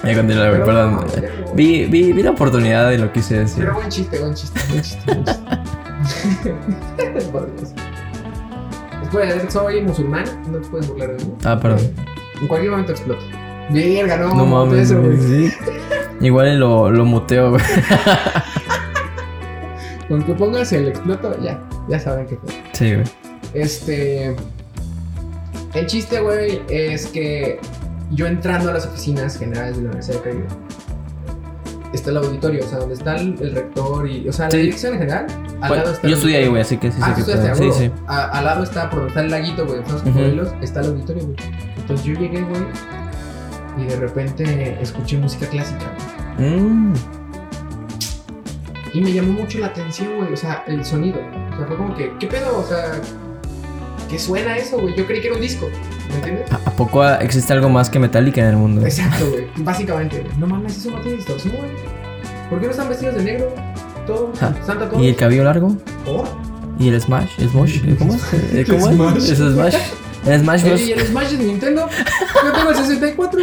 Ya continúa, güey. Pero- ah, Perdón. Vi, vi, vi la oportunidad y lo quise decir. Pero buen chiste, buen chiste, buen chiste, buen chiste. Por Dios. Después de haber- soy musulmán, no te puedes burlar de mí. Ah, perdón. En cualquier momento explota. Verga, no, No no mames, eso, güey. güey. Sí. Igual lo, lo muteo, güey. Con que pongas el exploto, ya, ya saben qué fue. Sí, güey. Este. El chiste, güey, es que yo entrando a las oficinas generales de la Universidad de Caribe, está el auditorio, o sea, donde está el, el rector y. O sea, Sí. la dirección en general. Al Bueno, lado está yo el estudié ahí, auditorio. güey, así que sí, Ah, sé tú qué estudiaste, pedo. a sí, huevo. sí. A- al lado está, por donde está el laguito, güey, estamos Ujú. Morelos, está el auditorio, güey. Entonces yo llegué, güey, y de repente escuché música clásica. Mm, Y me llamó mucho la atención, güey. O sea, el sonido. O sea, fue como que, ¿qué pedo? O sea, ¿qué suena eso, güey? Yo creí que era un disco. ¿Me entiendes? ¿A a poco ah, existe algo más que Metallica en el mundo? güey? Exacto, güey. Básicamente, güey. No mames, eso no tiene distorsión, güey. ¿Por qué no están vestidos de negro? Todo, Ah, Santa todo. ¿Y el cabello largo? ¿Por? ¿Y el Smash? ¿El Smash? ¿Cómo es? ¿Eh, El ¿Cómo es? Smash. ¿Es Smash? ¿El Smash Bros? Oye, ¿y el Smash de Nintendo? Yo tengo el 64,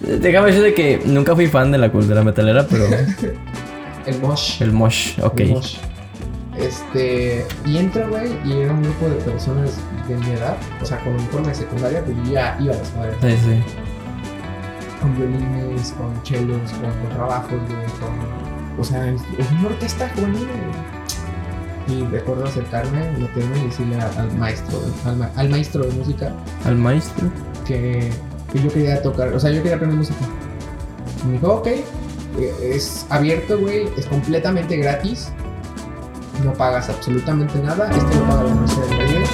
güey. Déjame decirte que nunca fui fan de la cultura metalera, pero El Mosh. el Mosh, ok. El Mosh. Este. Y entra, güey, y era un grupo de personas de mi edad. O sea, con uniforme de secundaria, pues yo ya iba a la escuela. Sí, sí. con violines, con chelos, con contrabajos, güey, con... O sea, es, es una orquesta juvenil, güey. Y recuerdo acercarme, meterme y decirle a- al maestro, al, ma- al maestro de música ¿Al maestro? que, que yo quería tocar, o sea, yo quería aprender música. Y me dijo, ok, eh, es abierto, güey, es completamente gratis, no pagas absolutamente nada, esto lo paga la Universidad de Caribe.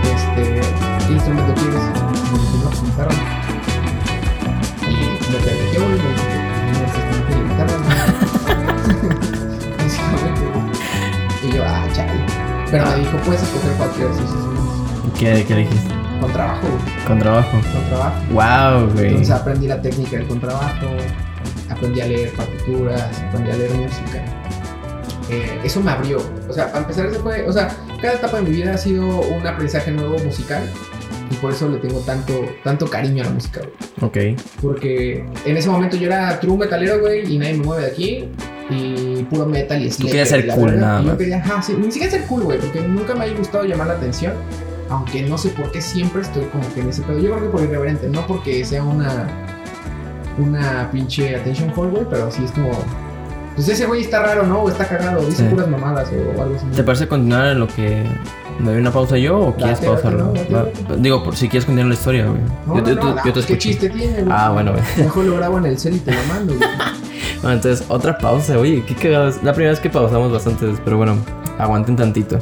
Este, ¿qué instrumento quieres? Y me dijo, no, pues, guitarra. Y me permitió, güey, me dijo, no, pues, no tiene guitarra. Básicamente. Y yo, ah, chale. Pero me dijo, puedes escoger cualquier de esos instrumentos. ¿Qué, qué dijiste? Con trabajo, güey, Con trabajo. con trabajo. Wow, güey. Entonces aprendí la técnica del contrabajo, aprendí a leer partituras, aprendí a leer música. Eh, eso me abrió. O sea, para empezar, ese fue, o sea, cada etapa de mi vida ha sido un aprendizaje nuevo musical y por eso le tengo tanto, tanto cariño a la música, güey. Ok. Porque en ese momento yo era true metalero, güey, y nadie me mueve de aquí. Y puro metal y Slayer querías ser y la cool, verga. nada Y yo más. quería, ajá, sí, ni siquiera ser cool, güey, porque nunca me ha gustado llamar la atención. Aunque no sé por qué siempre estoy como que en ese pedo. Yo creo que por irreverente, no porque sea una. Una pinche attention hall, güey, pero sí es como. Pues ese güey está raro, ¿no? O está cagado, dice Sí. puras mamadas o algo así. ¿Te parece continuar en lo que me doy una pausa yo o quieres Date, date, pausarlo? no, date, Va, date. Digo, por si quieres continuar la historia, güey. No, yo, no, yo- no, yo- ah, yo te ¿Qué escucho. chiste tiene, güey? Ah, bueno, güey. Mejor lo grabo en el cel y te lo mando, güey. Bueno, Ah, entonces, otra pausa, oye, qué cagado. Es La primera vez que pausamos bastante, pero bueno, aguanten tantito.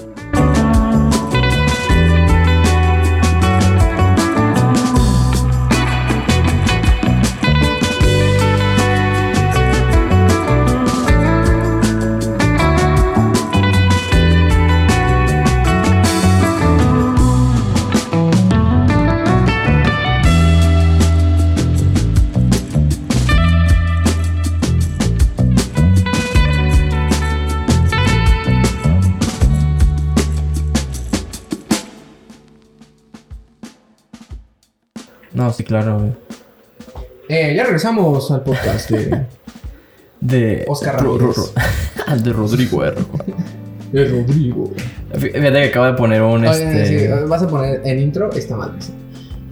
No, sí, claro, güey. Eh, ya regresamos al podcast de, De. Oscar Ro- ro- Ramírez. ro- de Rodrigo R. de Rodrigo. Fíjate que acabo de poner un Oye, este. sí, vas a poner en intro esta madre. sí.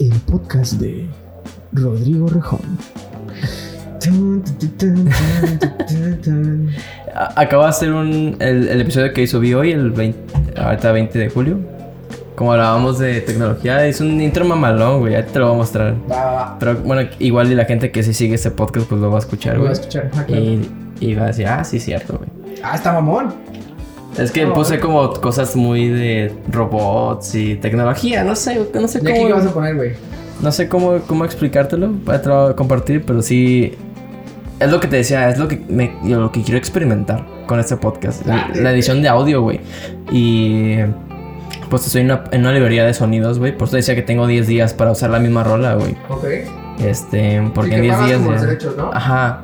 El podcast de Rodrigo Rejón. Tun, tu, tu, tun, tun, tu, tu, tun. A- Acabo de hacer un, el, el episodio que subí hoy, el 20, ahorita 20 de julio. Como hablábamos de tecnología, es un intro mamalón, güey. Ya te lo voy a mostrar. Va, va, va. Pero bueno, igual y la gente que sí sigue este podcast, pues lo va a escuchar, Lo voy a güey. escuchar. Ah, claro. Y, y va a decir, ah, sí, cierto, güey. Ah, está mamón. Es que No, puse como cosas muy de robots y tecnología, no sé, no sé ¿Y aquí qué vas cómo, a poner, güey? no sé cómo, cómo explicártelo para tra- compartir, pero sí es lo que te decía, es lo que me, yo lo que quiero experimentar con este podcast, la, la edición de audio, güey. Y pues estoy en una, en una librería de sonidos, güey, por eso decía que tengo 10 días para usar la misma rola, güey. Ok. Este, Sí, porque que en 10 pagas días como los ya- derechos, ¿no? Ajá.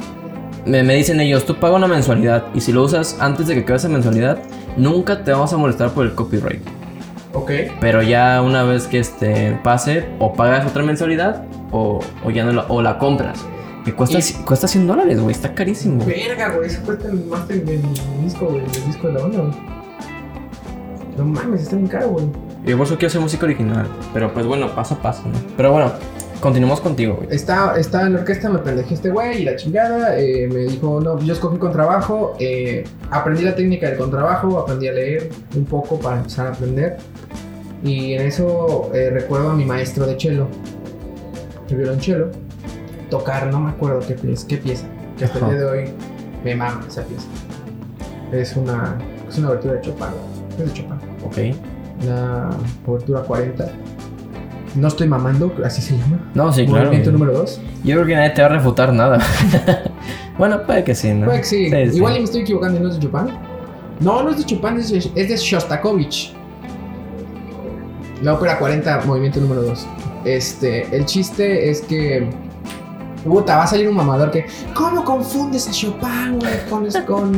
Me, me dicen ellos, tú paga una mensualidad y si lo usas antes de que acabe esa mensualidad, nunca te vamos a molestar por el copyright. Ok. Pero ya una vez que este pase, o pagas otra mensualidad o, o ya no la, o la compras. Que cuesta, Y- ci- cuesta 100 dólares, güey, está carísimo. Verga, güey. Eso cuesta el master del disco, güey. El disco de la onda, güey. No mames, está bien caro, güey. Yo por eso quiero hacer música original. Pero pues bueno, paso a paso, ¿no? Pero bueno, continuamos contigo, güey. Está, estaba en la orquesta, me pendejé este güey y la chingada. eh, me dijo, no, yo escogí contrabajo. eh, aprendí la técnica del contrabajo, aprendí a leer un poco para empezar a aprender. Y en eso eh, recuerdo a mi maestro de cello, de violonchelo, tocar, no me acuerdo qué pieza, qué pieza que hasta el Ajá. día de hoy me mama esa pieza. Es una, es una abertura de Chopin, güey, es de Chopin Ok. la cobertura 40. No estoy mamando, así se llama. No, sí, claro. eh. Movimiento güey. número 2. Yo creo que nadie te va a refutar nada. bueno, puede que sí, ¿no? Puede que sí. sí. Igual y me estoy equivocando y no es de Chopin. No, no es de Chopin, es de, es de Shostakovich. La ópera 40, movimiento número 2. Este, el chiste es que. Puta, va a salir un mamador que. ¿Cómo confundes a Chopin, güey? Con, es- con,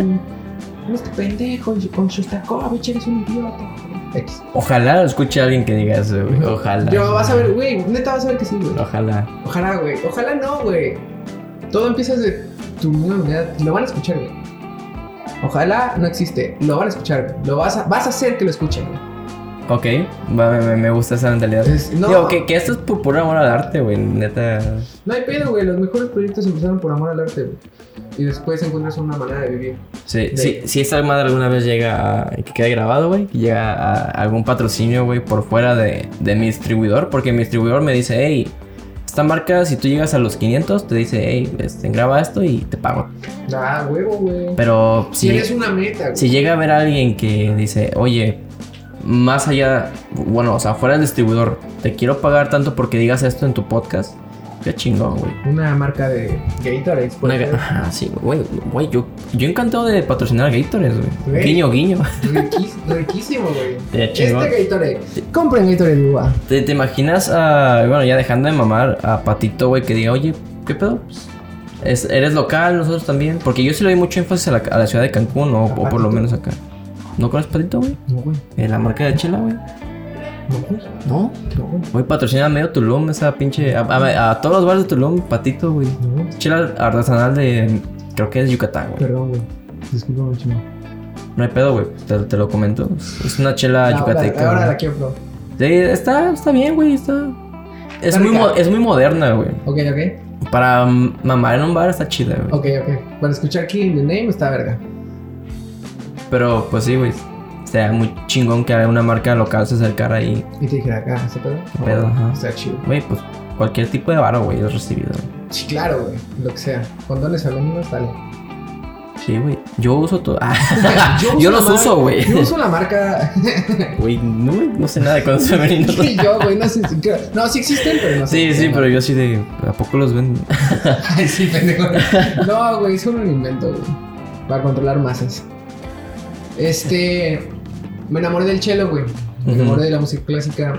con este pendejo, con Shostakovich, eres un idiota. X. Ojalá lo escuche alguien que diga eso, güey. Ojalá. Yo vas a ver, güey, neta vas a ver que sí, güey. Ojalá. Ojalá, güey. Ojalá no, güey. Todo empieza desde tu misma unidad. Lo van a escuchar, güey. Ojalá no existe. Lo van a escuchar, güey. Lo vas a, vas a hacer que lo escuchen, güey. Ok, va, me, me- me gusta esa mentalidad. Es- no. Digo, que, que esto es por pura amor al arte, güey. Neta. No hay pedo, güey. Los mejores proyectos empezaron por amor al arte, güey. Y después encuentras una manera de vivir. Sí, De- sí, si esta madre alguna vez llega a. que quede grabado, güey. Que llega a algún patrocinio, güey, por fuera de, de mi distribuidor. Porque mi distribuidor me dice, hey, esta marca, si tú llegas a los 500, te dice, hey, este, graba esto y te pago. Ah, huevo, güey. Pero Si si, eres una meta, güey. si llega a ver a alguien que dice, oye, más allá, bueno, o sea, fuera del distribuidor, te quiero pagar tanto porque digas esto en tu podcast, qué chingón, güey. Una marca de Gatorade. por Una ga- ejemplo. Ajá, sí, güey, güey, yo, yo encantado de patrocinar Gatorade, güey. Güey. Guiño, guiño. Riquis- riquísimo, güey. De Este chingón. Gatorade. Compren Gatorade de uva. ¿Te, te imaginas a, bueno, ya dejando de mamar a Patito, güey, que diga, oye, ¿qué pedo? Pues, es- eres local, nosotros también. Porque yo sí le doy mucho énfasis a la, a la ciudad de Cancún, o, ¿A o por lo Patito? menos acá. ¿No conoces Patito, güey? No, güey. Eh, La marca de chela, güey. No, güey. ¿No? No, güey. Güey, patrocina a medio Tulum, esa pinche. A, a- a todos los bares de Tulum, patito, güey. No, güey. Chela artesanal de. Creo que es Yucatán, güey. Perdón, güey. Disculpa, chino. No hay pedo, güey. Te, te lo comento. Es una chela Ah, Ahora, yucateca. ahora güey. la quiero, bro. Sí, está, está bien, güey. Está. Es Está muy, rica. mo- es muy moderna, güey. Ok, ok. Para mm, mamar en un bar está chida, güey. Ok, ok. Para escuchar Killing the Name está verga. Pero pues sí, güey. Sería muy chingón que una marca local se acercara ahí. Y te dijera acá, ¿se pedo? ¿Qué pedo? Ajá. Está chido. Güey, pues cualquier tipo de varo, güey, es recibido. Sí, claro, güey. Lo que sea. Condones anónimos, dale. Sí, güey. Yo uso todo. yo, uso los la uso, marca- güey. Yo uso la marca. Güey, no, no sé nada de cuentos femeninos. Sí, yo, güey. No sé si. creo- No, sí existen, pero no sé. Sí, si sí, existen. pero yo sí de. ¿A poco los venden? Ay, sí, pendejo. No, güey, es un invento, güey. Para controlar masas. Este. Me enamoré del cello, güey. Me Ujú. enamoré de la música clásica.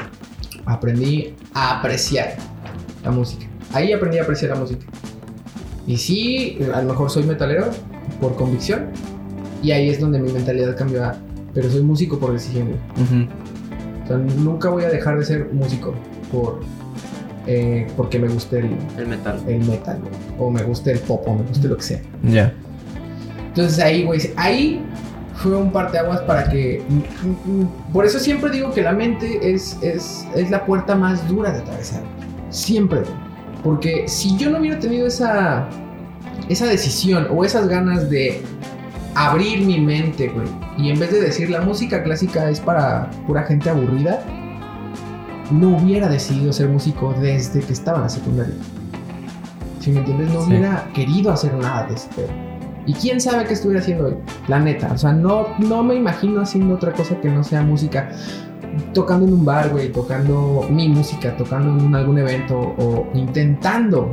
Aprendí a apreciar la música. Ahí aprendí a apreciar la música. Y sí, a lo mejor soy metalero por convicción. Y ahí es donde mi mentalidad cambió a. Pero soy músico por decisión, güey. Ujú. O sea, nunca voy a dejar de ser músico por, eh, porque me guste el, El metal. el metal, güey, o me guste el pop, o me guste lo que sea. Ya. Entonces ahí, güey, ahí fue un parteaguas para que. mm, mm, mm. Por eso siempre digo que la mente es, es, es la puerta más dura de atravesar. Siempre, güey. Porque si yo no hubiera tenido esa, esa decisión o esas ganas de abrir mi mente, güey, y en vez de decir la música clásica es para pura gente aburrida, no hubiera decidido ser músico desde que estaba en la secundaria. Si me entiendes, no Sí. hubiera querido hacer nada de este. Y quién sabe qué estuviera haciendo hoy, la neta. O sea, no, no me imagino haciendo otra cosa que no sea música. Tocando en un bar, güey, tocando mi música, tocando en un- algún evento o intentando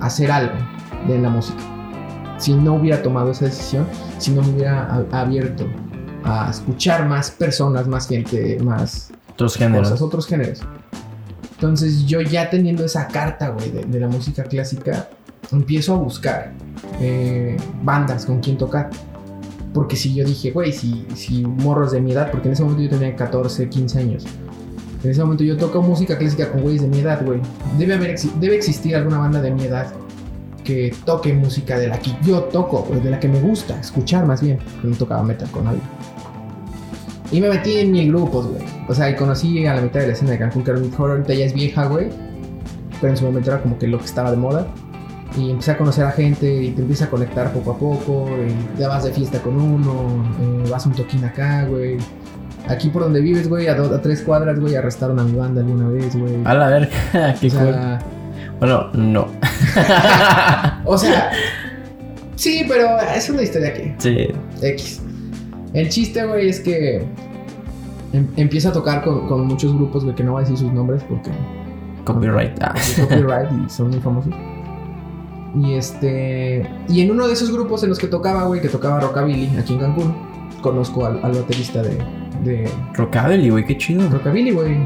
hacer algo de la música. Si no hubiera tomado esa decisión, si no me hubiera a- abierto a escuchar más personas, más gente, más Otros géneros. cosas, otros géneros. Entonces yo ya teniendo esa carta, güey, de, de la música clásica, empiezo a buscar eh, bandas con quien tocar. Porque si yo dije, güey, si, si morros de mi edad, porque en ese momento yo tenía 14, 15 años. En ese momento yo toco música clásica con güeyes de mi edad, güey. Debe, haber, exi- debe existir alguna banda de mi edad que toque música de la que yo toco, güey, de la que me gusta escuchar más bien. No tocaba metal con alguien. Y me metí en mil grupos, güey. O sea, y conocí a la mitad de la escena de Cancún, que a lo mejor ahorita ya es vieja, güey. Pero en su momento era como que lo que estaba de moda. Y empecé a conocer a gente y te empieza a conectar poco a poco. Y ya vas de fiesta con uno, eh, vas a un toquín acá, güey. Aquí por donde vives, güey, a, do- a tres cuadras, güey, arrestaron a mi banda alguna vez, güey. A la verga, Ah, qué O sea, cool. Bueno, no. o sea, sí, pero es una historia que sí. X. El chiste, güey, es que em- empiezo a tocar con, con muchos grupos, güey, que no voy a decir sus nombres porque Copyright. Ah, hay copyright y son muy famosos. Y este. Y en uno de esos grupos en los que tocaba, güey, que tocaba Rockabilly aquí en Cancún, conozco al, al baterista de, de Rockabilly, güey, qué chido. Rockabilly, güey.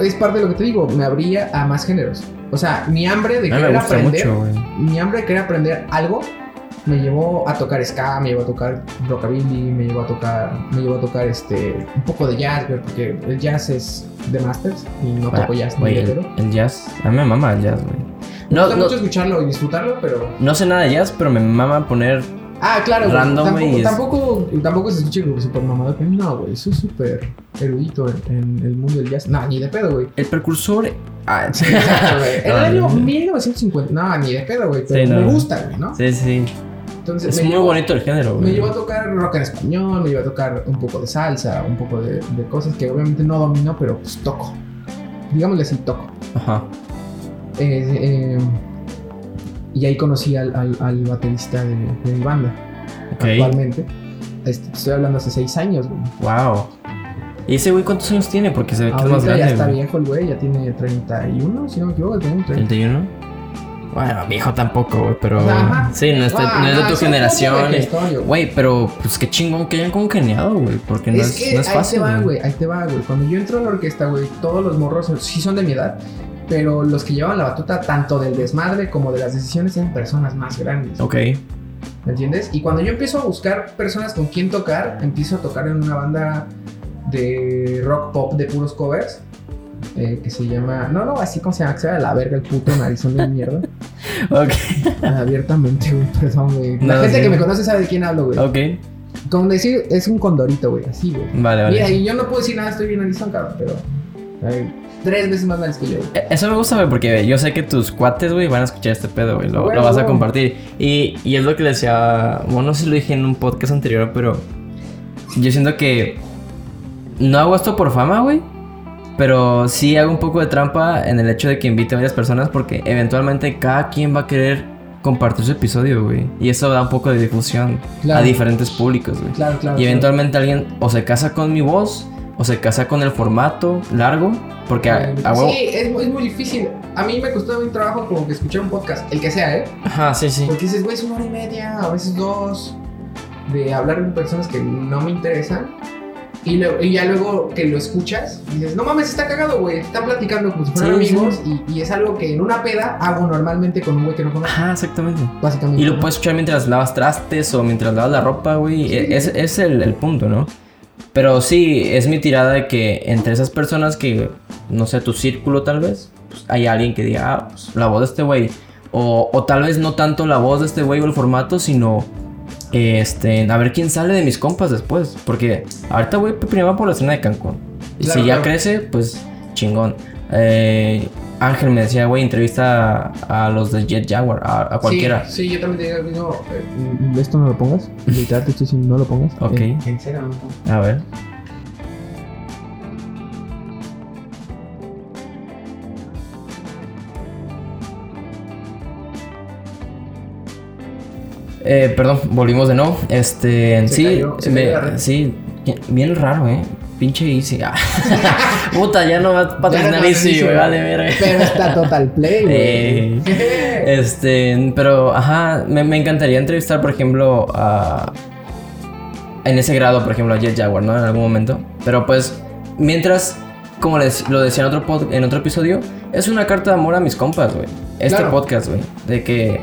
Es parte de lo que te digo, me abría a más géneros. O sea, mi hambre de A mí querer me gusta aprender mucho, güey. mi hambre de querer aprender algo me llevó a tocar ska, me llevó a tocar rockabilly, me llevó a tocar, me llevó a tocar este un poco de jazz, güey, porque el jazz es de masters y no Ah, toco jazz ni güey, el, pero el jazz. A mí me mama el jazz, güey. me No, gusta no, mucho escucharlo y disfrutarlo, pero no sé nada de jazz, pero me mama poner. ah, claro, güey, Random, tampoco, güey, es- tampoco, tampoco se escucha como super mamado, pero no, güey, soy súper erudito en, en el mundo del jazz, no, ni de pedo, güey. El precursor. Ah, Sí, exacto, güey. En No, el año no, no. 1950, no, ni de pedo, güey, pero Sí, no. me gusta, güey, ¿no? sí, sí. Entonces Es me muy llevó- bonito el género, Me güey. llevó a tocar rock en español, me llevó a tocar un poco de salsa, un poco de, de cosas que obviamente no domino, pero pues toco. Digámosle así, toco. Ajá. Eh, eh, y ahí conocí al, al- al baterista de, de mi banda, Ok. actualmente. Este, te estoy hablando hace seis años, güey. Wow. ¿Y ese güey cuántos años tiene? Porque se ve que es más Ahorita ya grande. está güey. viejo el güey, ya tiene 31, si no me equivoco, tiene 30. ¿31? Bueno, viejo tampoco, güey, pero. O sea, ajá. sí, no, está, no es de Ah, tu son generación. eh. cosas de y- gestorio, güey. Güey, pero pues qué chingón que hayan congeniado, güey. Porque no es, es que no es ahí fácil. te va, güey. güey, ahí te va, güey. Cuando yo entro a la orquesta, güey, todos los morros eh, sí son de mi edad, pero los que llevan la batuta tanto del desmadre como de las decisiones eran personas más grandes, Ok. ¿me entiendes? Y cuando yo empiezo a buscar personas con quien tocar, empiezo a tocar en una banda de rock pop de puros covers. eh, que se llama, no, no, así como se llama, que se llama la verga el puto narizón de mierda. Ah, Ok. Abiertamente, güey, perdón, güey. La No, gente sí. que me conoce sabe de quién hablo, güey. Ok. Como decir, es un condorito, güey, así, güey. Vale, vale. Mira, y yo no puedo decir nada, estoy bien narizón, cabrón, pero. ay, tres veces más nariz que yo. E- Eso me gusta, güey, porque yo sé que tus cuates, güey, van a escuchar este pedo, güey. Lo, Güey, lo vas a güey. compartir. Y, y es lo que le decía. Bueno, no sé si lo dije en un podcast anterior, pero. Yo siento que. No hago esto por fama, güey. Pero sí hago un poco de trampa en el hecho de que invite a varias personas porque eventualmente cada quien va a querer compartir su episodio, güey. Y eso da un poco de difusión a Claro. diferentes públicos, güey. Claro, Y claro. claro. eventualmente alguien o se casa con mi voz o se casa con el formato largo. Porque a, a huevo. Sí, es, muy- es muy difícil. A mí me costó un trabajo como que escuchar un podcast, el que sea, ¿eh? Ajá, sí, sí. Porque dices, güey, es una hora y media, a veces dos, de hablar con personas que no me interesan. Y, lo- y ya luego que lo escuchas, dices, no mames, está cagado, güey. Están platicando como si fueran Sí, sí. amigos. Y, y es algo que en una peda hago normalmente con un güey que no conozco, Ajá, exactamente. básicamente. Y lo puedes escuchar mientras lavas trastes o mientras lavas la ropa, güey. E- Es, es el, el punto, ¿no? Pero sí, es mi tirada de que entre esas personas que, no sé, tu círculo tal vez, pues, hay alguien que diga, ah, pues, la voz de este güey. O, o tal vez no tanto la voz de este güey o el formato, sino eh, este, a ver quién sale de mis compas después. Porque ahorita voy primero por la escena de Cancún. Y Claro, si ya claro. crece, pues chingón. Eh, Ángel me decía, güey, entrevista a, a los de Jet Jaguar, a, a cualquiera. Sí, sí, yo también tenía el mismo. eh, Mm, Esto no lo pongas. Literal, te estoy diciendo, no lo pongas. Ok, Eh, en serio, no. a ver. Eh, perdón, volvimos de nuevo. Este, Se sí, cayó, se me- cayó la red. sí, bien raro, eh. Pinche Easy. Ah. Puta, ya no va a Ya patrocinar no Easy, patrocina. güey, vale, verga. Pero está Total Play, güey. Eh, este, pero, ajá, me, me encantaría entrevistar, por ejemplo, a... En ese grado, por ejemplo, a Jet Jaguar, ¿no? En algún momento. Pero pues, mientras, como les, lo decía en otro, pod- en otro episodio, es una carta de amor a mis compas, güey. Este Claro. podcast, güey. De que,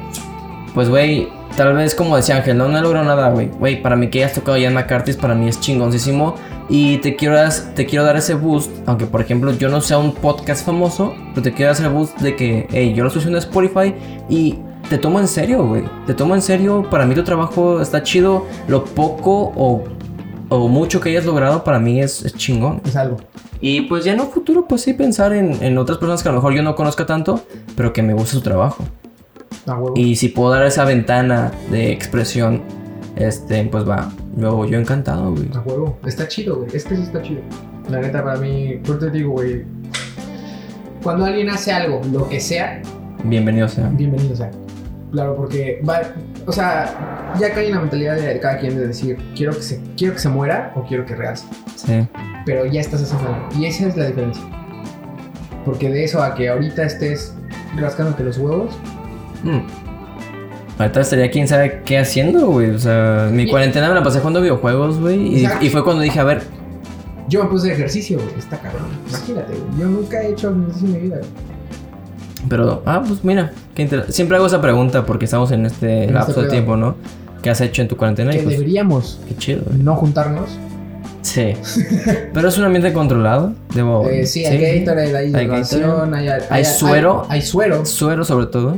pues, güey, tal vez como decía Ángel, no, no logró nada, güey. Güey, para mí que hayas tocado ya en la cartis, para mí es chingoncísimo. Y te quiero, das- te quiero dar ese boost, aunque por ejemplo yo no sea un podcast famoso, pero te quiero dar ese boost de que, hey, yo lo estoy haciendo en Spotify y te tomo en serio, güey. Te tomo en serio, para mí tu trabajo está chido, lo poco o, o mucho que hayas logrado para mí es, es chingón. Es algo. Y pues ya en un futuro, pues sí, pensar en, en otras personas que a lo mejor yo no conozca tanto, pero que me guste su trabajo. A huevo. Y si puedo dar esa ventana de expresión, este, pues va, yo, yo encantado, güey. A huevo. Está chido, güey. Es que eso está chido. La neta, para mí, por te digo, güey. Cuando alguien hace algo, lo que sea, Bienvenido sea. bienvenido sea. Claro, porque va, o sea, ya cae en la mentalidad de cada quien de decir, quiero que se, quiero que se muera o quiero que realce. Sí, pero ya estás haciendo algo. Y esa es la diferencia. Porque de eso a que ahorita estés rascándote los huevos, Mm. Ahorita estaría quién sabe qué haciendo, güey. O sea, mi Y- cuarentena me la pasé jugando videojuegos, güey. Y, Exacto. y fue cuando dije, a ver, yo me puse ejercicio, güey. Está cabrón. Imagínate, güey. Yo nunca he hecho ejercicio en mi vida. güey. pero, ah, pues mira, qué inter- siempre hago esa pregunta porque estamos en este En lapso este de pedo. tiempo, ¿no? ¿Qué has hecho en tu cuarentena? Y que pues, deberíamos qué chido, güey. no juntar. Juntarnos. Sí. pero es un ambiente controlado, debo. Eh, sí, hay Gatorade, hay Oh, Hay hidratación, hay, hay, suero. Hay, hay suero. Suero, sobre todo.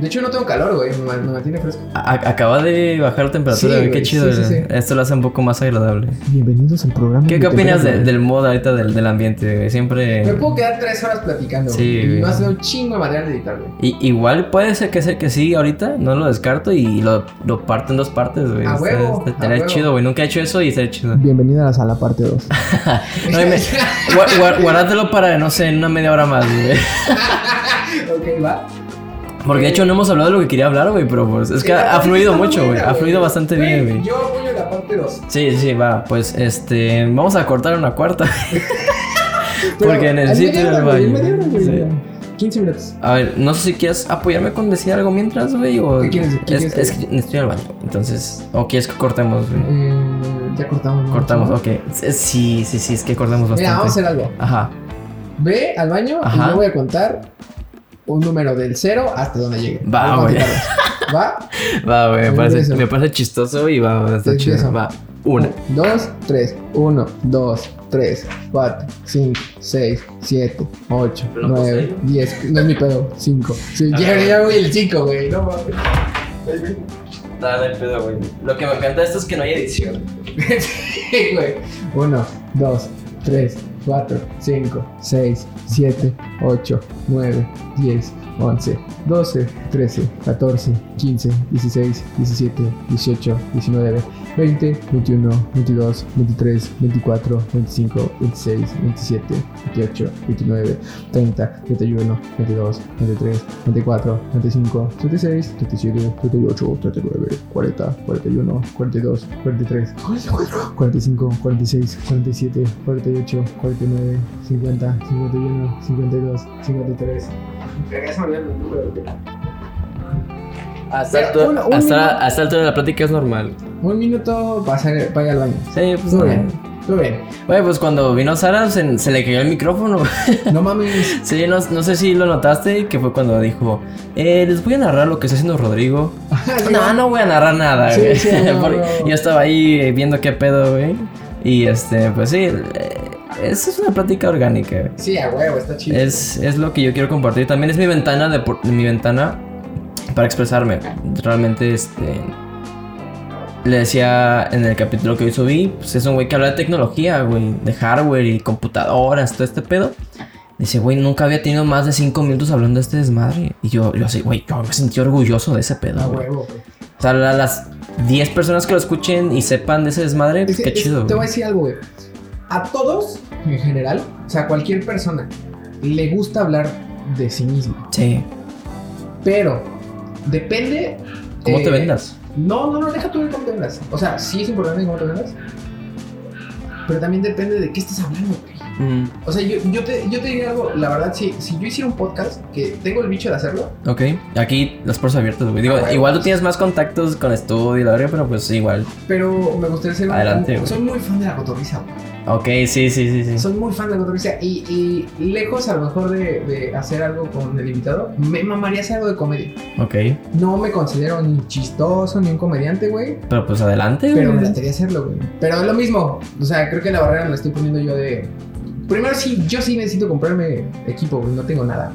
De hecho, no tengo calor, güey. Me, ma- me mantiene fresco. A- a- acaba de bajar la temperatura, Sí, güey, qué güey, chido. sí, sí, güey. sí. Esto lo hace un poco más agradable. Bienvenidos al programa. ¿Qué, de qué opinas de- Telegram. del mod ahorita del, del ambiente? güey? Siempre. Me puedo quedar tres horas platicando. Eh. Sí, güey. güey. Y va a ser un chingo de manera de editar, güey. I- igual puede ser que sea que sí ahorita, no lo descarto y lo, lo parto en dos partes, güey. A Está- huevo, está- a estaría huevo. chido, güey. Nunca he hecho eso y estaría chido. Bienvenida a la sala parte 2. No, dime, gua- gua- guárdatelo para, no sé, en una media hora más, güey. ok, va. Porque de hecho no hemos hablado de lo que quería hablar, güey, pero pues es que ha, ha fluido mucho, güey. Ha fluido bastante bien, güey. Yo apoyo la parte 2. Sí, sí, va. Pues este, vamos a cortar una cuarta. Porque necesito ir al baño. Sí. 15 minutos. A ver, no sé si quieres apoyarme con decir algo mientras, güey, o... ¿Qué quieres- qué es, quieres es que estoy al baño, entonces... ¿O quieres que cortemos, güey? Eh, ya cortamos. ¿no? Cortamos, ok. S- Sí, sí, sí, es que cortamos bastante. Mira, vamos a hacer algo. Ajá. Ve al baño Ajá. y yo voy a contar un número del 0 hasta donde llegue. Va, Vamos a güey. contarlo. Va. Va, güey, me Hacemos parece, eso. me parece chistoso y va, va, está Hacemos chido. eso. Va, una. 2, 3, 1, 2, 3, 4, 5, 6, 7, 8, Pero no 9, 10. No es mi pedo. 5. ya, ya voy el 5, güey. No mames. Dale, pedo, güey. Lo que me encanta de esto es que no hay edición. Sí, güey. 1, 2, 3, 4, 5, 6, 7, 8, 9, 10, 11, 12, 13, 14, 15, 16, 17, 18, 19, 20, 21, 22, 23, 24, 25, 26, 27, 28, 29, 30, 31, 22, 23, 24, 25, 36, 37, 38, 39, 40, 41, 42, 43, 45, 46, 47, 48, 49, 50, 51, 52, 53. Ya se me olvidaron los números, güey. Hasta, Pero alto- una- un hasta, minuto. hasta alto de la plática es normal. Un minuto para, hacer- para ir al baño. Sí, pues... Muy eh. bien. Muy bien. Güey, pues cuando vino Sara se, se le cayó el micrófono, No mames. Sí, no, no sé si lo notaste, que fue cuando dijo, eh, les voy a narrar lo que está haciendo Rodrigo. Ah, no, no voy a narrar nada, Sí, güey. sí, no, Porque no. Yo estaba ahí eh, viendo qué pedo, güey. Y este, pues sí, eh, es, es una plática orgánica, güey. Sí, a huevo, está chido. Es, es lo que yo quiero compartir. También es mi ventana de por- mi ventana para expresarme. Realmente, este. Le decía en el capítulo que hoy subí, pues es un güey que habla de tecnología, güey, de hardware y computadoras, todo este pedo. Dice, güey, nunca había tenido más de cinco minutos hablando de este desmadre. Y yo, yo así, güey, yo me sentí orgulloso de ese A pedo, güey. huevo, güey. O sea, a las 10 personas que lo escuchen y sepan de ese desmadre, Es pues que- qué es- chido, Te voy a güey. decir algo, güey. A todos, en general, o sea, a cualquier persona, le gusta hablar de sí mismo. Sí. Pero depende. ¿Cómo te eh, vendas? No, no, no, deja tú ver cómo te vendas. O sea, sí es importante cómo te vendas. Pero también depende de qué estás hablando, güey. Mm, O sea, yo, yo, te, yo te diré algo, la verdad, si, si yo hiciera un podcast, que tengo el bicho de hacerlo, ok. Aquí las puertas abiertas, güey. Digo, Ah, bueno. igual tú tienes más contactos con estudio y la verga, pero pues igual. pero me gustaría ser un- Adelante, güey. Soy muy fan de la cotorriza, güey. Ok, sí, sí, sí, sí. Soy muy fan de la cotorriza y, y lejos a lo mejor de, de hacer algo con el invitado, me mamaría hacer algo de comedia. Ok. No me considero ni chistoso ni un comediante, güey, Pero pues adelante, pero me güey. gustaría hacerlo, güey. Pero es lo mismo, o sea, creo que la barrera me la estoy poniendo yo de... Primero sí, yo sí necesito comprarme equipo, güey, no tengo nada.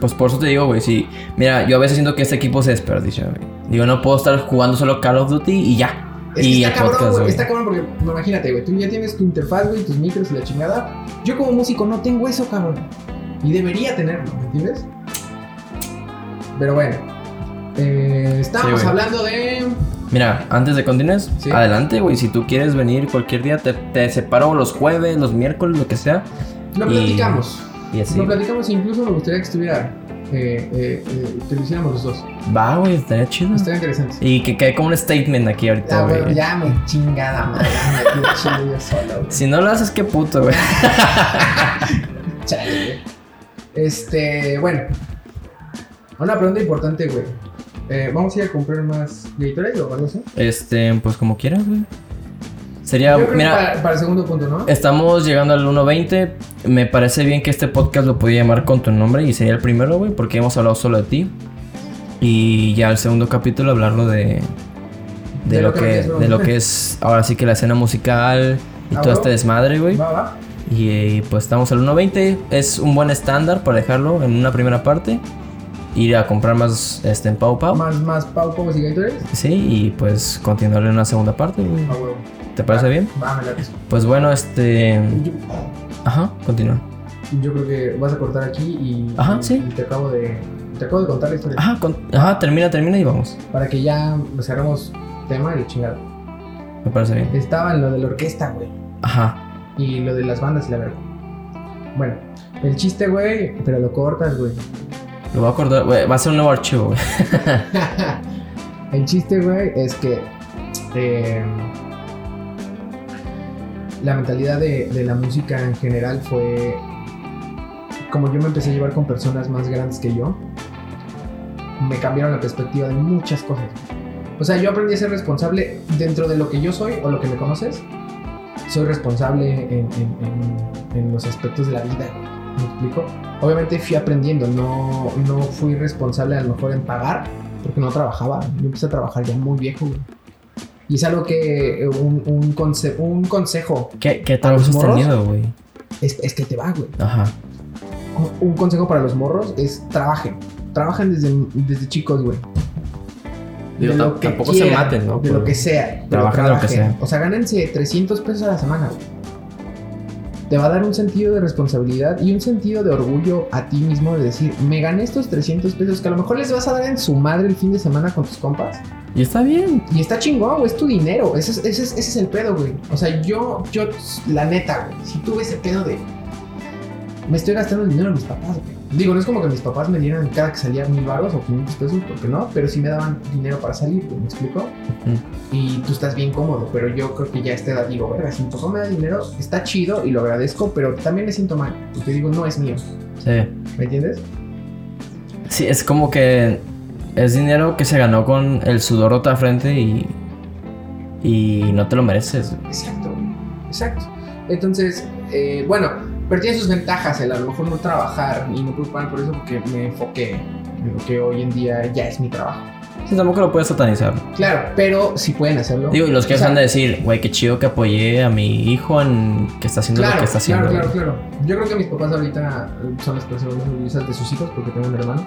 Pues por eso te digo, güey, sí. Mira, yo a veces siento que este equipo se desperdicia, güey. Digo, no puedo estar jugando solo Call of Duty y ya. Es que Y está el cabrón, podcast, güey. güey. Está cabrón porque, no, imagínate, güey. Tú ya tienes tu interfaz, güey, tus micros y la chingada. Yo como músico no tengo eso, cabrón. Y debería tenerlo, ¿me entiendes? Pero bueno. Eh, estábamos Sí, güey. hablando de. Mira, antes de continuar, Sí. adelante, güey. Si tú quieres venir cualquier día, te, te separo los jueves, los miércoles, lo que sea. Lo Y- platicamos. Y así. Lo platicamos e incluso me gustaría que estuviera. Eh, eh, eh, que lo hiciéramos los dos. Va, güey, estaría chido. Estaría interesante. Y que cae como un statement aquí ahorita, Ah, güey. güey, ya me chingada madre. Me quedé chido yo solo, güey. Si no lo haces, qué puto, güey. Chale, güey. Este, bueno. Una pregunta importante, güey. Eh, ¿Vamos a ir a comprar más Gatorade o algo así? Este, pues como quieras, güey. Sería, Yo creo que mira, para, para el segundo punto, ¿no? estamos llegando al 1.20. Me parece bien que este podcast lo podía llamar con tu nombre y sería el primero, güey, porque hemos hablado solo de ti. Y ya el segundo capítulo hablarlo de. De, lo, que, es, bro. de lo que es ahora sí que la escena musical y Ah, todo bro. este desmadre, güey. Va, va. Y, eh, pues estamos al 1.20. Es un buen estándar para dejarlo en una primera parte. Ir a comprar más este, en Pau Pau. Más, más Pau Pau y Gatorade. Sí, y pues continuar en una segunda parte. güey. A huevo. ¿Te parece bien? Va, me late. Pues bueno, este. Yo, Ajá, continúa. yo creo que vas a cortar aquí y, Ajá, y- sí. y te acabo de. Te acabo de contar la historia. Ajá, con- Ajá, termina, termina y vamos. Para que ya cerremos tema y chingada. Me parece bien. Estaba en lo de la orquesta, güey. Ajá. Y lo de las bandas y la verdad. Bueno, el chiste, güey, pero lo cortas, güey. Lo voy a acordar. güey, va a ser un nuevo archivo, güey. el chiste, güey, es que eh, la mentalidad de, de la música en general fue como yo me empecé a llevar con personas más grandes que yo, me cambiaron la perspectiva de muchas cosas. O sea, yo aprendí a ser responsable dentro de lo que yo soy o lo que me conoces. Soy responsable en, en- en- en los aspectos de la vida, güey. ¿me explico? Obviamente fui aprendiendo, no, no fui responsable a lo mejor en pagar, porque no trabajaba. Yo empecé a trabajar ya muy viejo, güey. Y es algo que eh, un, un, conse- un consejo ¿Qué, qué ¿A tal los sostenido, güey? es, es que te va, güey. Ajá. Un consejo para los morros es trabajen. Trabajen desde, desde chicos, güey. Digo, De tam- lo que tampoco se quieran, maten, ¿no? De Por- lo que sea. pero Trabajen de lo que trabajen. sea. O sea, gánense 300 pesos a la semana, güey. Te va a dar un sentido de responsabilidad y un sentido de orgullo a ti mismo de decir, me gané estos 300 pesos que a lo mejor les vas a dar en su madre el fin de semana con tus compas. Y está bien. Y está chingón, güey, es tu dinero. Ese es, ese es, ese es el pedo, güey. O sea, yo, yo, la neta, güey, si tuve ese pedo de. Me estoy gastando el dinero de mis papás, güey. Digo, no es como que mis papás me dieran cada que salía mil baros o 500 pesos, porque no, pero sí me daban dinero para salir, güey, ¿me explico? Y tú estás bien cómodo, pero yo creo que ya a esta edad digo, verga, si mi papá me da dinero, está chido y lo agradezco, pero también me siento mal, porque digo, no es mío, Sí. ¿me entiendes? Sí, es como que. Es dinero que se ganó con el sudor de otra frente y. Y no te lo mereces. güey. Exacto, exacto. Entonces, eh, bueno, pero tiene sus ventajas el a lo mejor no trabajar y no preocuparme por eso porque me enfoqué en lo que hoy en día ya es mi trabajo. Sí, tampoco lo puedes satanizar. Claro, pero sí pueden hacerlo. Digo, y los O jefes sea, han de decir, güey, qué chido que apoyé a mi hijo en que está haciendo Claro, lo que está haciendo. claro, güey". claro, claro. Yo creo que mis papás ahorita eh, son las personas más orgullosas de sus hijos porque tengo un hermano.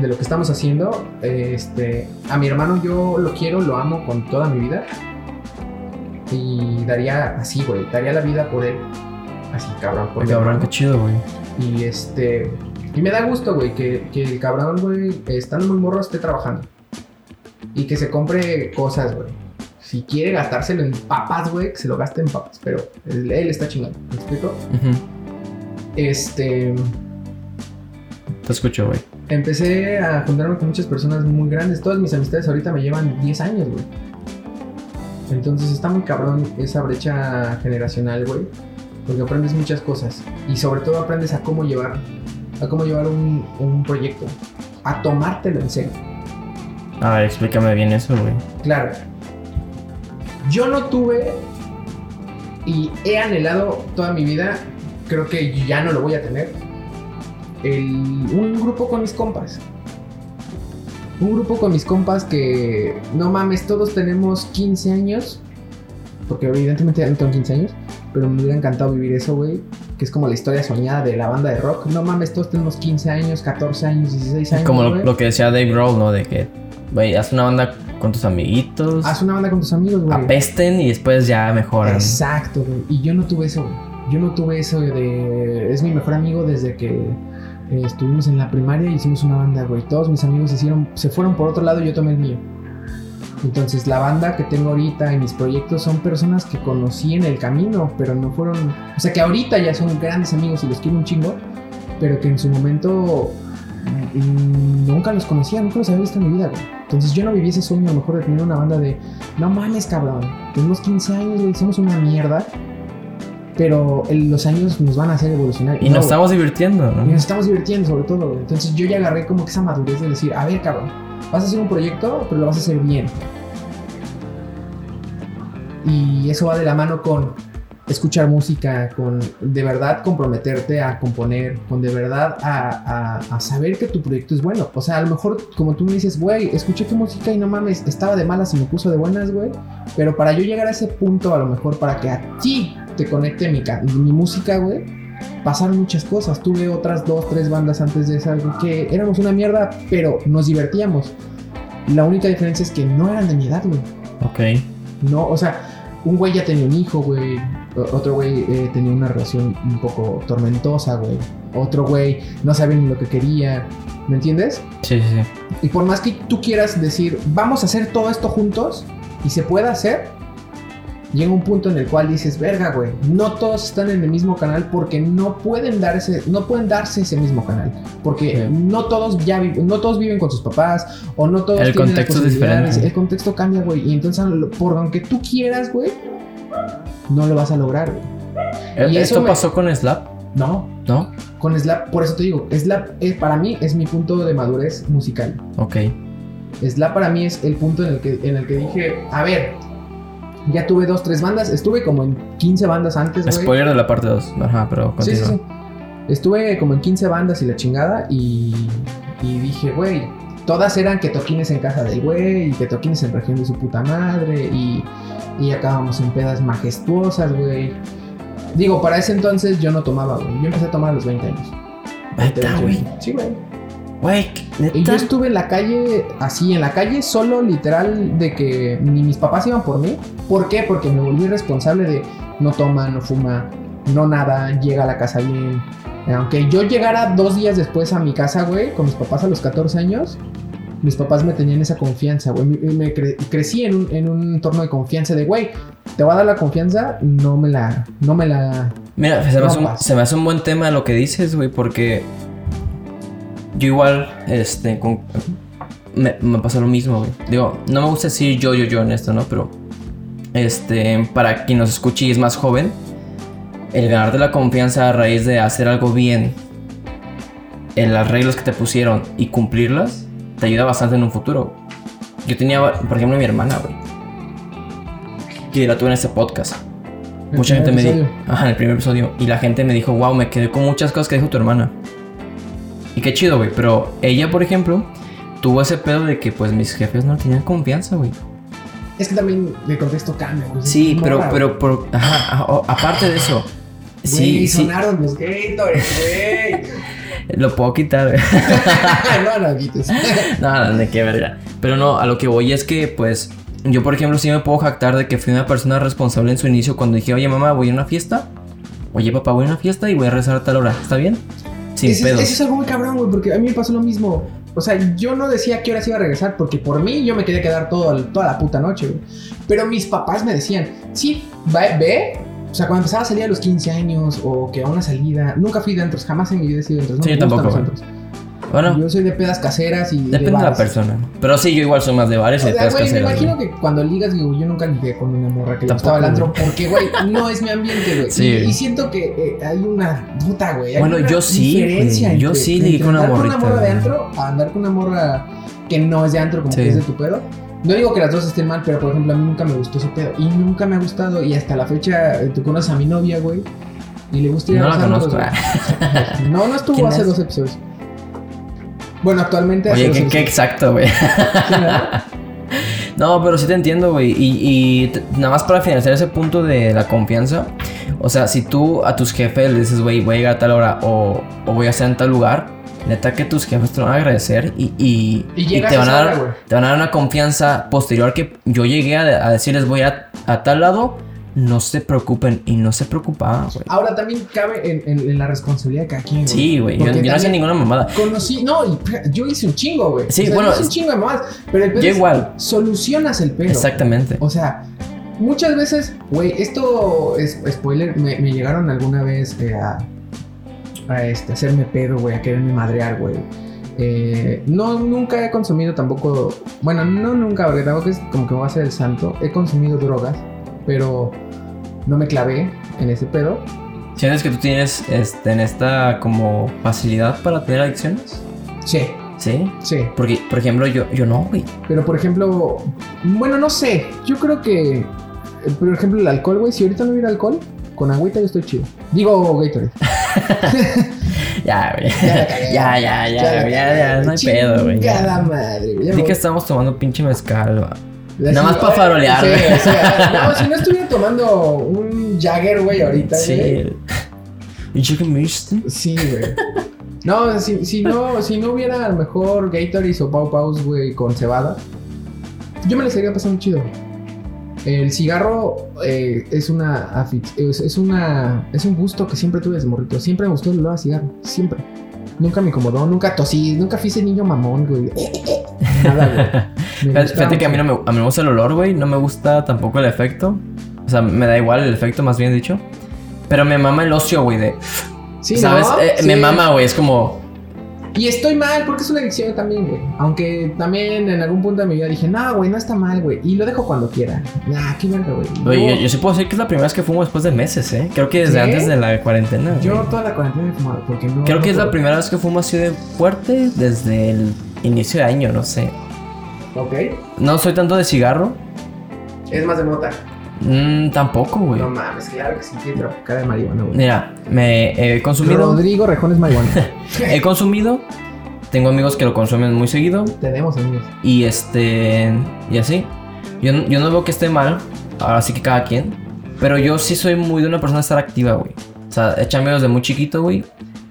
De lo que estamos haciendo, eh, este, a mi hermano yo lo quiero, lo amo con toda mi vida. Y daría así, güey, daría la vida por él. Así, cabrón, por Güey, mi Cabrón, hermano. qué chido, güey. Y este. Y me da gusto, güey, que, que el cabrón, güey, estando muy morro, esté trabajando. Y que se compre cosas, güey. Si quiere gastárselo en papas, güey, que se lo gaste en papas. Pero él, él está chingando, ¿me explico? Ujú. Este. Te escucho, güey. Empecé a juntarme con muchas personas muy grandes. Todas mis amistades ahorita me llevan 10 años, güey. Entonces está muy cabrón esa brecha generacional, güey. Porque aprendes muchas cosas. Y sobre todo aprendes a cómo llevar, a cómo llevar un, un proyecto. A tomártelo en serio. A ver, explícame bien eso, güey. Claro. Yo no tuve y he anhelado toda mi vida, creo que ya no lo voy a tener, el- un grupo con mis compas. Un grupo con mis compas que, no mames, todos tenemos 15 años, porque evidentemente ya no tengo 15 años, pero me hubiera encantado vivir eso, güey, que es como la historia soñada de la banda de rock. No mames, todos tenemos 15 años, 14 años, 16 años. Como lo, güey. lo que decía Dave Grohl, ¿no? De que, güey, haz una banda con tus amiguitos, Haz una banda con tus amigos, güey. apesten y después ya mejoran. Exacto, güey. Y yo no tuve eso, güey. Yo no tuve eso de. Es mi mejor amigo desde que eh, estuvimos en la primaria y hicimos una banda, güey. Todos mis amigos hicieron, se fueron por otro lado y yo tomé el mío. Entonces, la banda que tengo ahorita en mis proyectos son personas que conocí en el camino, pero no fueron. O sea, que ahorita ya son grandes amigos y los quiero un chingo, pero que en su momento mm, nunca los conocía, nunca los había visto en mi vida, güey. Entonces, yo no viví ese sueño a lo mejor de tener una banda de no mames, cabrón. Tenemos 15 años, güey. Somos una mierda. Pero el- los años nos van a hacer evolucionar. Y nos No, estamos divirtiendo, güey, y ¿no? nos estamos divirtiendo, sobre todo. güey. Entonces yo ya agarré como que esa madurez de decir: A ver, cabrón, vas a hacer un proyecto, pero lo vas a hacer bien. Y eso va de la mano con escuchar música, con de verdad comprometerte a componer, con de verdad a, a- a saber que tu proyecto es bueno. O sea, a lo mejor como tú me dices, güey, escuché tu música y no mames, estaba de malas y me puso de buenas, güey. Pero para yo llegar a ese punto, a lo mejor para que a ti te conecte mi, ca- mi música, güey, pasaron muchas cosas. Tuve otras dos, tres bandas antes de esa, güey, que éramos una mierda, pero nos divertíamos. La única diferencia es que no eran de mi edad, güey. Ok. No, o sea, un güey ya tenía un hijo, güey. O- Otro güey eh, tenía una relación un poco tormentosa, güey. Otro güey no sabía ni lo que quería. ¿Me entiendes? Sí, sí, sí. Y por más que tú quieras decir, vamos a hacer todo esto juntos y se pueda hacer, llega un punto en el cual dices, verga, güey, no todos están en el mismo canal porque no pueden dar ese- no pueden darse ese mismo canal, porque Sí. no todos ya vi- no todos viven con sus papás o no todos El tienen las contexto es posibilidades, diferente. el contexto cambia, güey, y entonces lo- por aunque tú quieras, güey, no lo vas a lograr, güey. ¿E- Y eso ¿Esto me- pasó con Slap? No, ¿No? con Slap, por eso te digo, Slap es, para mí es mi punto de madurez musical. Ok. Slap para mí es el punto en el que, en el que dije, a ver, ya tuve dos, tres bandas, estuve como en 15 bandas antes, güey. Spoiler de la parte 2. Ajá, pero Sí, continúa. sí, sí. Estuve como en 15 bandas y la chingada y, y dije, güey, todas eran que toquines en casa del güey y que toquines en región de su puta madre y, y acabamos en pedas majestuosas, güey. Digo, para ese entonces yo no tomaba, güey. Yo empecé a tomar a los 20 años. Neta, güey. Sí, güey. Güey, ¿qué- Y yo neta. estuve en la calle, así, en la calle solo, literal, de que ni mis papás iban por mí. ¿Por qué? Porque me volví responsable de no toma, no fuma, no nada, llega a la casa bien. Aunque yo llegara dos días después a mi casa, güey, con mis papás a los 14 años, mis papás me tenían esa confianza, güey. Me, me cre- crecí en un, en un entorno de confianza de, güey, te va a dar la confianza, no me la, no me la... Mira, se me, hace un, Rompas. se me hace un buen tema lo que dices, güey, porque yo igual, este, con- me, me pasó lo mismo, güey. Digo, no me gusta decir yo, yo, yo en esto, ¿no? Pero, este, para quien nos escuche y es más joven, el ganarte la confianza a raíz de hacer algo bien, en las reglas que te pusieron y cumplirlas, te ayuda bastante en un futuro. Yo tenía, por ejemplo, mi hermana, güey, que la tuve en este podcast. Mucha gente me dijo, ajá, en el primer episodio, y la gente me dijo, wow, me quedé con muchas cosas que dijo tu hermana. Y qué chido, güey, pero ella, por ejemplo, tuvo ese pedo de que pues mis jefes no tenían confianza, güey. Es que también el contexto cambia, güey. Sí, Es pero, morra, pero, por- ajá, a- o- aparte de eso, güey. Güey, sí, sí, sonaron los Gators, güey. lo puedo quitar, güey. no, no, quites. Nada, de qué verga. Pero no, a lo que voy es que, pues, yo, por ejemplo, sí me puedo jactar de que fui una persona responsable en su inicio cuando dije, oye, mamá, voy a una fiesta. Oye, papá, voy a una fiesta y voy a rezar a tal hora. ¿Está bien? Sin eso, pedos. eso es algo muy cabrón, güey, porque a mí me pasó lo mismo. O sea, yo no decía a qué horas iba a regresar, porque por mí yo me quería quedar todo, el- toda la puta noche, güey. Pero mis papás me decían, sí, va- ve. O sea, cuando empezaba a salir a los 15 años o que a una salida, nunca fui de antros, jamás en mi vida he sido de antros. No Sí, me yo gustan tampoco, los antros. Bueno, Yo soy de pedas caseras y. depende de, la bares. persona. Pero sí, yo igual soy más de bares y O de sea, pedas güey, me caseras, imagino güey. que cuando ligas, güey, yo nunca ligué con una morra que le Tampoco, gustaba el antro, porque, güey, no es mi ambiente, güey. Sí, Y- y, güey. siento que eh, hay una puta, güey. hay Bueno, una yo sí, diferencia güey, yo entre- sí entre ligué con una andar Con morrita, una morra de güey. antro a andar con una morra que no es de antro, como Sí. que es de tu pedo. No digo que las dos estén mal, pero por ejemplo, a mí nunca me gustó ese pedo. Y nunca me ha gustado. Y hasta la fecha, eh, tú conoces a mi novia, güey. Y le gusta ir No a la los antros, conozco. güey. No, no estuvo ¿Quién hace es? dos episodios. Bueno, actualmente hace Oye, dos qué, qué episodios. exacto, güey. Sí, ¿verdad? No, pero sí te entiendo, güey. Y, y t- nada más para finalizar ese punto de la confianza. O sea, si tú a tus jefes le dices, güey, voy a llegar a tal hora o, o voy a estar en tal lugar, neta que tus jefes te van a agradecer y, y, Y y llegas te, van a a esa hora, dar, güey. te van a dar una confianza posterior que yo llegué a, a decirles, voy a, a tal lado. No se preocupen y no se preocupaban, güey. Ahora también cabe en, en- en la responsabilidad de cada quien. Sí, güey. Yo, Porque yo no hacía también ninguna mamada. Conocí, no, y pe- yo hice un chingo, güey. Sí, O sea, bueno, yo hice un es- chingo de mamadas, pero el pedo Yo es, igual. solucionas el pedo. Exactamente. O sea, muchas veces, güey, esto es spoiler, me, me llegaron alguna vez eh, a, a, este, hacerme pedo, güey, a quererme madrear, güey. Eh, no, nunca he consumido tampoco, bueno, no nunca, porque tampoco es como que me voy a hacer el santo. He consumido drogas, pero no me clavé en ese pedo. ¿Sientes que tú tienes este, en esta como facilidad para tener adicciones? Sí, Sí. sí. Porque, por ejemplo, yo, yo no, güey. Pero por ejemplo, bueno, no sé. Yo creo que, eh, por ejemplo, el alcohol, güey. Si ahorita no hubiera alcohol, con agüita yo estoy chido. Digo, Gatorade. Ya, güey. Ya la cagué. Ya, ya, ya, ya, ya, no hay pedo, güey. Cada Ya. madre, güey. ya Di que me voy. estamos tomando pinche mezcal, va. Nada Así, más pa' ay, farolear, sí, güey. sí, ay, no, si no estuviera tomando un Jagger, güey, ahorita. güey. Sí. ¿Y yo qué me viste? Sí, güey. No, si, si no, si no hubiera a lo mejor Gatorade o Pau Paus, güey, con cebada, yo me la estaría pasando chido. El cigarro eh, es una afic- es, es una es un gusto que siempre tuve desde morrito. Siempre me gustó el olor a cigarro, siempre. Nunca me incomodó, nunca tosí, nunca fui ese niño mamón, güey. Nada, güey. Me Fíjate gustaba fíjate que a mí no mucho. me, a mí me gusta el olor, güey. No me gusta tampoco el efecto. O sea, me da igual el efecto, más bien dicho. Pero me mama el ocio, güey, de... Sí, ¿Sabes? ¿no? Eh, Me Sí. mama, güey. Es como... Y estoy mal porque es una adicción también, güey. Aunque también en algún punto de mi vida dije, no, güey, no está mal, güey. Y lo dejo cuando quiera. Nah, qué verga, güey. Güey, Yo- yo, yo sí puedo decir que es la primera vez que fumo después de meses, ¿eh? Creo que desde ¿Sí? antes de la cuarentena. güey. Yo toda la cuarentena he fumado porque no. Creo no que es la puedo. primera vez que fumo así de fuerte desde el inicio de año, no sé. Ok. No soy tanto de cigarro. Es más de mota. Mm, tampoco, güey. No mames, claro que sí tiene traficada de marihuana, güey. Mira, me he consumido. Rodrigo Rejón es marihuana. He consumido. Tengo amigos que lo consumen muy seguido. Tenemos amigos. Y este. Y así. Yo, no- yo no veo que esté mal. Ahora sí que cada quien. Pero yo sí soy muy de una persona estar activa, güey. O sea, he hecho amigos desde muy chiquito, güey.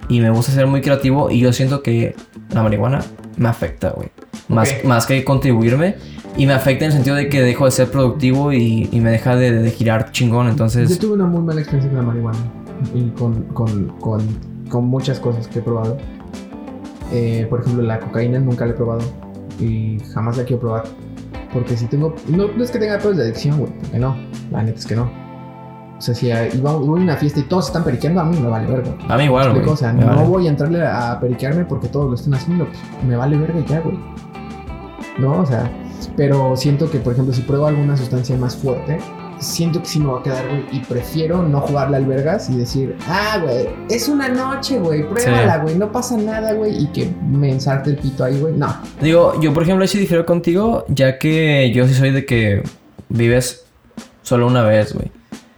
Y me gusta ser muy creativo. Y yo siento que la marihuana me afecta, güey. Más, Ok. más que contribuirme. Y me afecta en el sentido de que dejo de ser productivo y, y me deja de, de girar chingón. Yo Entonces, tuve una muy mala experiencia con la marihuana y con, con, con, con muchas cosas que he probado. Eh, por ejemplo, la cocaína nunca la he probado y jamás la quiero probar. Porque si tengo. No, no es que tenga pedos de adicción, güey, porque no. La neta es que no. O sea, si hay- iba- voy a una fiesta y todos están periqueando, a mí me vale verga. a mí igual, güey. O sea, Me no vale. voy a entrarle a periquearme porque todos lo están haciendo. pues, me vale verga y ya, güey. No, o sea, pero siento que, por ejemplo, si pruebo alguna sustancia más fuerte, siento que sí me va a quedar, güey. Y prefiero no jugarle al vergas y decir, ah, güey, es una noche, güey, pruébala, güey, no pasa nada, güey. Y que me ensarte el pito ahí, güey. No, Digo, yo por ejemplo ahí sí difiero contigo, ya que yo sí soy de que vives solo una vez, güey.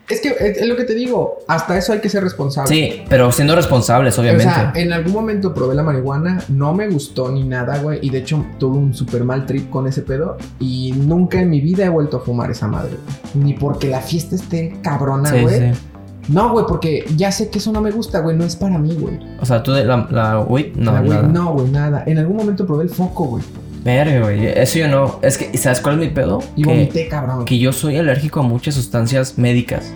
Es que es, es lo que te digo, hasta eso hay que ser responsable. Sí, pero siendo responsables, O obviamente. sea, en algún momento probé la marihuana, no me gustó ni nada, güey. Y de hecho tuve un super mal trip con ese pedo. Y nunca en mi vida he vuelto a fumar esa madre. Ni porque la fiesta esté cabrona, sí, güey. sí. No, güey, porque ya sé que eso no me gusta, güey. No es para mí, güey. O sea, tú de la, la weed, no, La weed, nada. No, güey, nada. En algún momento probé el foco, güey. Verga, güey. Eso yo no. Es que, ¿y ¿sabes cuál es mi pedo? Y que, vomité, cabrón. que yo soy alérgico a muchas sustancias médicas.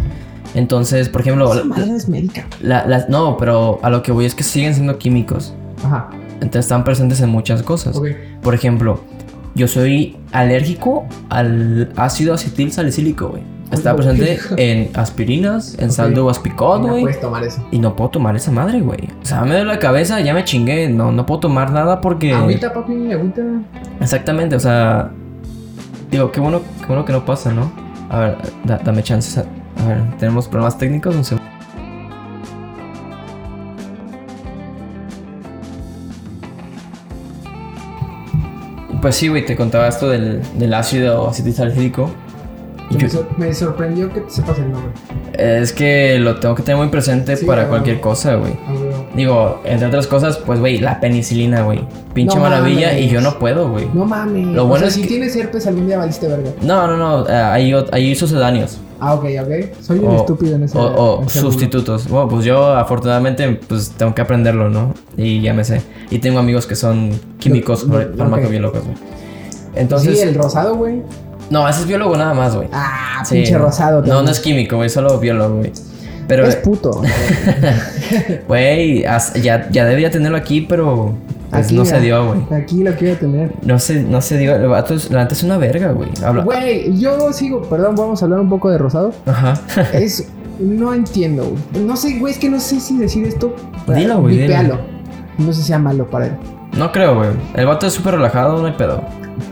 Entonces, por ejemplo, Esa madre es médica. la- la- no, pero a lo que voy es que siguen siendo químicos. Ajá, Entonces están presentes en muchas cosas. ok. Por ejemplo, yo soy alérgico al ácido acetil salicílico, güey. Está Oye, presente en aspirinas, en Ok. pues. saldo aspicot, Mira, güey. puedes tomar eso. Y no puedo tomar esa madre, güey. O sea, me duele la cabeza, ya me chingué. No, no puedo tomar nada porque. Agüita, papi, agüita. Exactamente, o sea. Digo, qué bueno, qué bueno que no pasa, ¿no? A ver, da- dame chances. A, a ver, tenemos problemas técnicos, un segundo. Pues sí, güey, te contaba esto del, del ácido acetilsalicílico. Y Me, yo- sor- me sorprendió que te sepas el nombre. Es que lo tengo que tener muy presente Sí, para claro. cualquier cosa, güey. Ah, güey. Digo, entre otras cosas, pues, güey, la penicilina, güey. Pinche No maravilla y mames. yo no puedo, güey. No mames. Lo O bueno sea, es si que- tienes herpes algún día valiste verga. No, no, no, eh, hay, ot- hay sucedáneos Ah, ok, ok. Soy un O- estúpido en ese o, o en ese sustitutos. Bueno, pues yo afortunadamente pues tengo que aprenderlo, ¿no? Y ya me sé. Y tengo amigos que son químicos, No, no, far- farmacobiólogos, güey. rubro. Entonces, Sí, el rosado, güey. no, ese es biólogo nada más, güey. Ah, Sí, pinche no. No, rosado. también. no es eh. químico, güey, solo biólogo, güey. Pero, Es puto. Pues güey, as- ya, ya debería tenerlo aquí, pero pues, Aquí, no mira. se dio, güey. Aquí lo quiero tener. No se, no se dio. El vato es, la neta es una verga, güey. Habla. Güey, yo sigo. Perdón, vamos a hablar un poco de rosado. Ajá. Es. No entiendo, güey. No sé, güey, es que no sé si decir esto. Dilo, güey, dilo. Vipéalo. No sé si sea malo para él. No creo, güey. El vato es súper relajado, no hay pedo.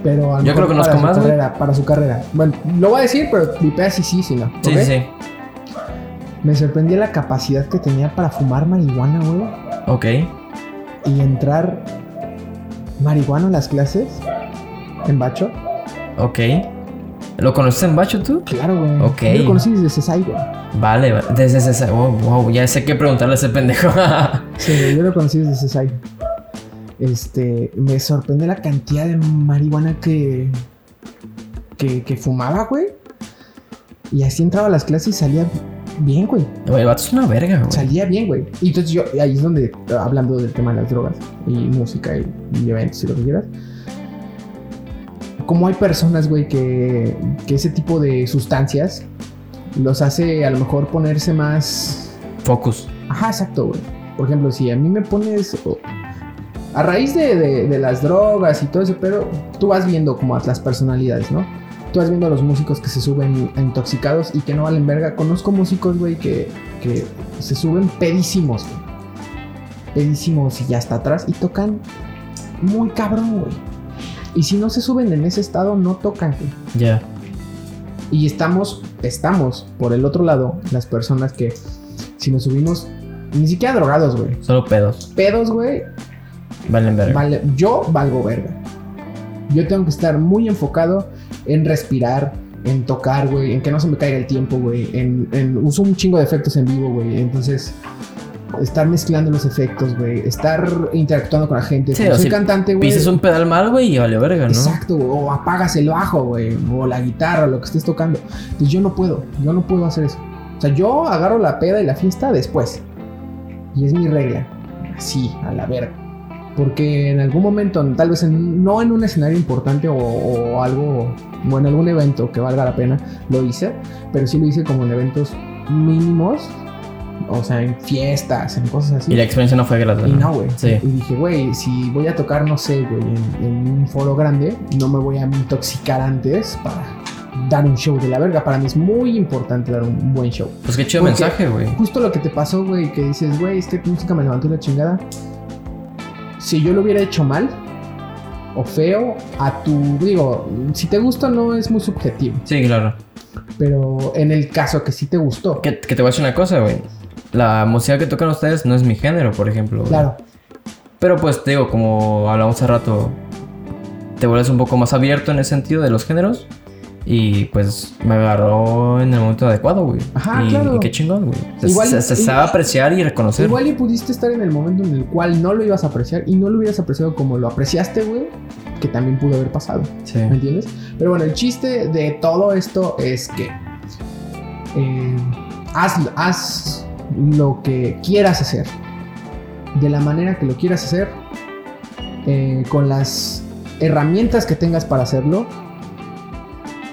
Pero a lo Yo creo mejor que nos para su comas, güey. carrera, para su carrera. Bueno, lo voy a decir, pero vipea si sí, si no. Sí, ¿ok? sí, sí. Me sorprendía la capacidad que tenía para fumar marihuana, güey. Ok. Y entrar marihuana en las clases. En bacho. Ok. ¿Lo conoces en Bacho tú? Claro, güey. Ok. Yo lo conocí desde Cesai, güey. Vale, va- desde ese. ese- Wow, wow, ya sé qué preguntarle a ese pendejo. Sí, güey, yo lo conocí desde Cesai. Este, me sorprende la cantidad de marihuana que, que, que fumaba, güey. Y así entraba a las clases y salía bien, güey. Güey, el vato es una verga, güey. Salía bien, güey. Y entonces yo, ahí es donde, hablando del tema de las drogas y música y, y eventos y lo que quieras. Como hay personas, güey, que, que ese tipo de sustancias los hace a lo mejor ponerse más... Focus. Ajá, exacto, güey. Por ejemplo, si a mí me pones... o- a raíz de, de- de las drogas y todo ese pero tú vas viendo como a las personalidades, ¿no? Tú vas viendo a los músicos que se suben a intoxicados y que no valen verga. Conozco músicos, güey, que, que se suben pedísimos, güey. Pedísimos y ya hasta atrás y tocan muy cabrón, güey. Y si no se suben en ese estado, no tocan, güey. Ya. Y estamos, estamos, por el otro lado, las personas que si nos subimos, ni siquiera drogados, güey. Solo pedos. Pedos, güey, Valen verga. Vale, yo valgo verga. Yo tengo que estar muy enfocado en respirar, en tocar, güey, en que no se me caiga el tiempo, güey. En, en- uso un chingo de efectos en vivo, güey. Entonces, estar mezclando los efectos, güey. Estar interactuando con la gente. Sí, Como o soy si cantante, güey. Pisas un pedal mal, güey, y vale verga, ¿no? Exacto, güey, o apagas el bajo, güey, o la guitarra, lo que estés tocando. Entonces yo no puedo, yo no puedo hacer eso. O sea, yo agarro la peda y la fiesta después. Y es mi regla. Así, a la verga. Porque en algún momento, tal vez en- no en un escenario importante o, o algo, o en algún evento que valga la pena, lo hice, pero sí lo hice como en eventos mínimos, o sea, en fiestas, en cosas así. Y la experiencia no fue grata. Y no, güey. Sí. Y dije, güey, si voy a tocar, no sé, güey, en, en un foro grande, no me voy a intoxicar antes para dar un show de la verga. Para mí es muy importante dar un buen show. Pues qué chido ¿Por qué? mensaje, güey. Justo lo que te pasó, güey, que dices, güey, es que tu música me levantó la chingada. Si yo lo hubiera hecho mal o feo, a tu, digo, si te gusta no es muy subjetivo, Sí, claro. pero en el caso que sí te gustó, Que, que te voy a decir una cosa, güey. La música que tocan ustedes no es mi género, por ejemplo. güey. claro, Pero pues te digo, como hablamos hace rato, te vuelves un poco más abierto en el sentido de los géneros. Y pues me agarró en el momento adecuado, güey. Ajá, y, claro. Y qué chingón, güey. Se, Igual- se- se sabe apreciar y reconocer. Igual y pudiste estar en el momento en el cual no lo ibas a apreciar y no lo hubieras apreciado como lo apreciaste, güey, que también pudo haber pasado. Sí. ¿Me entiendes? Pero bueno, el chiste de todo esto es que eh, haz, haz lo que quieras hacer. De la manera que lo quieras hacer. eh, con las herramientas que tengas para hacerlo.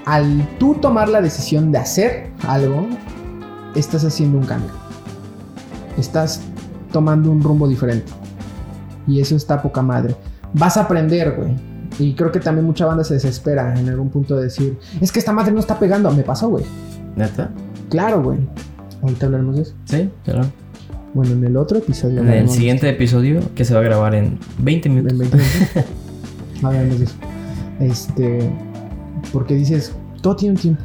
Al tú tomar la decisión de hacer algo, estás haciendo un cambio. Estás tomando un rumbo diferente. Y eso está poca madre. Vas a aprender, güey. Y creo que también mucha banda se desespera en algún punto de decir, es que esta madre no está pegando. Me pasó, güey. ¿Neta? Claro, güey. Ahorita hablaremos de eso. Sí, claro. Bueno, en el otro episodio. En el hablaremos de siguiente episodio, que se va a grabar en 20 esto. minutos. En 20 minutos. hablaremos de eso. Este. Porque dices, todo tiene un tiempo.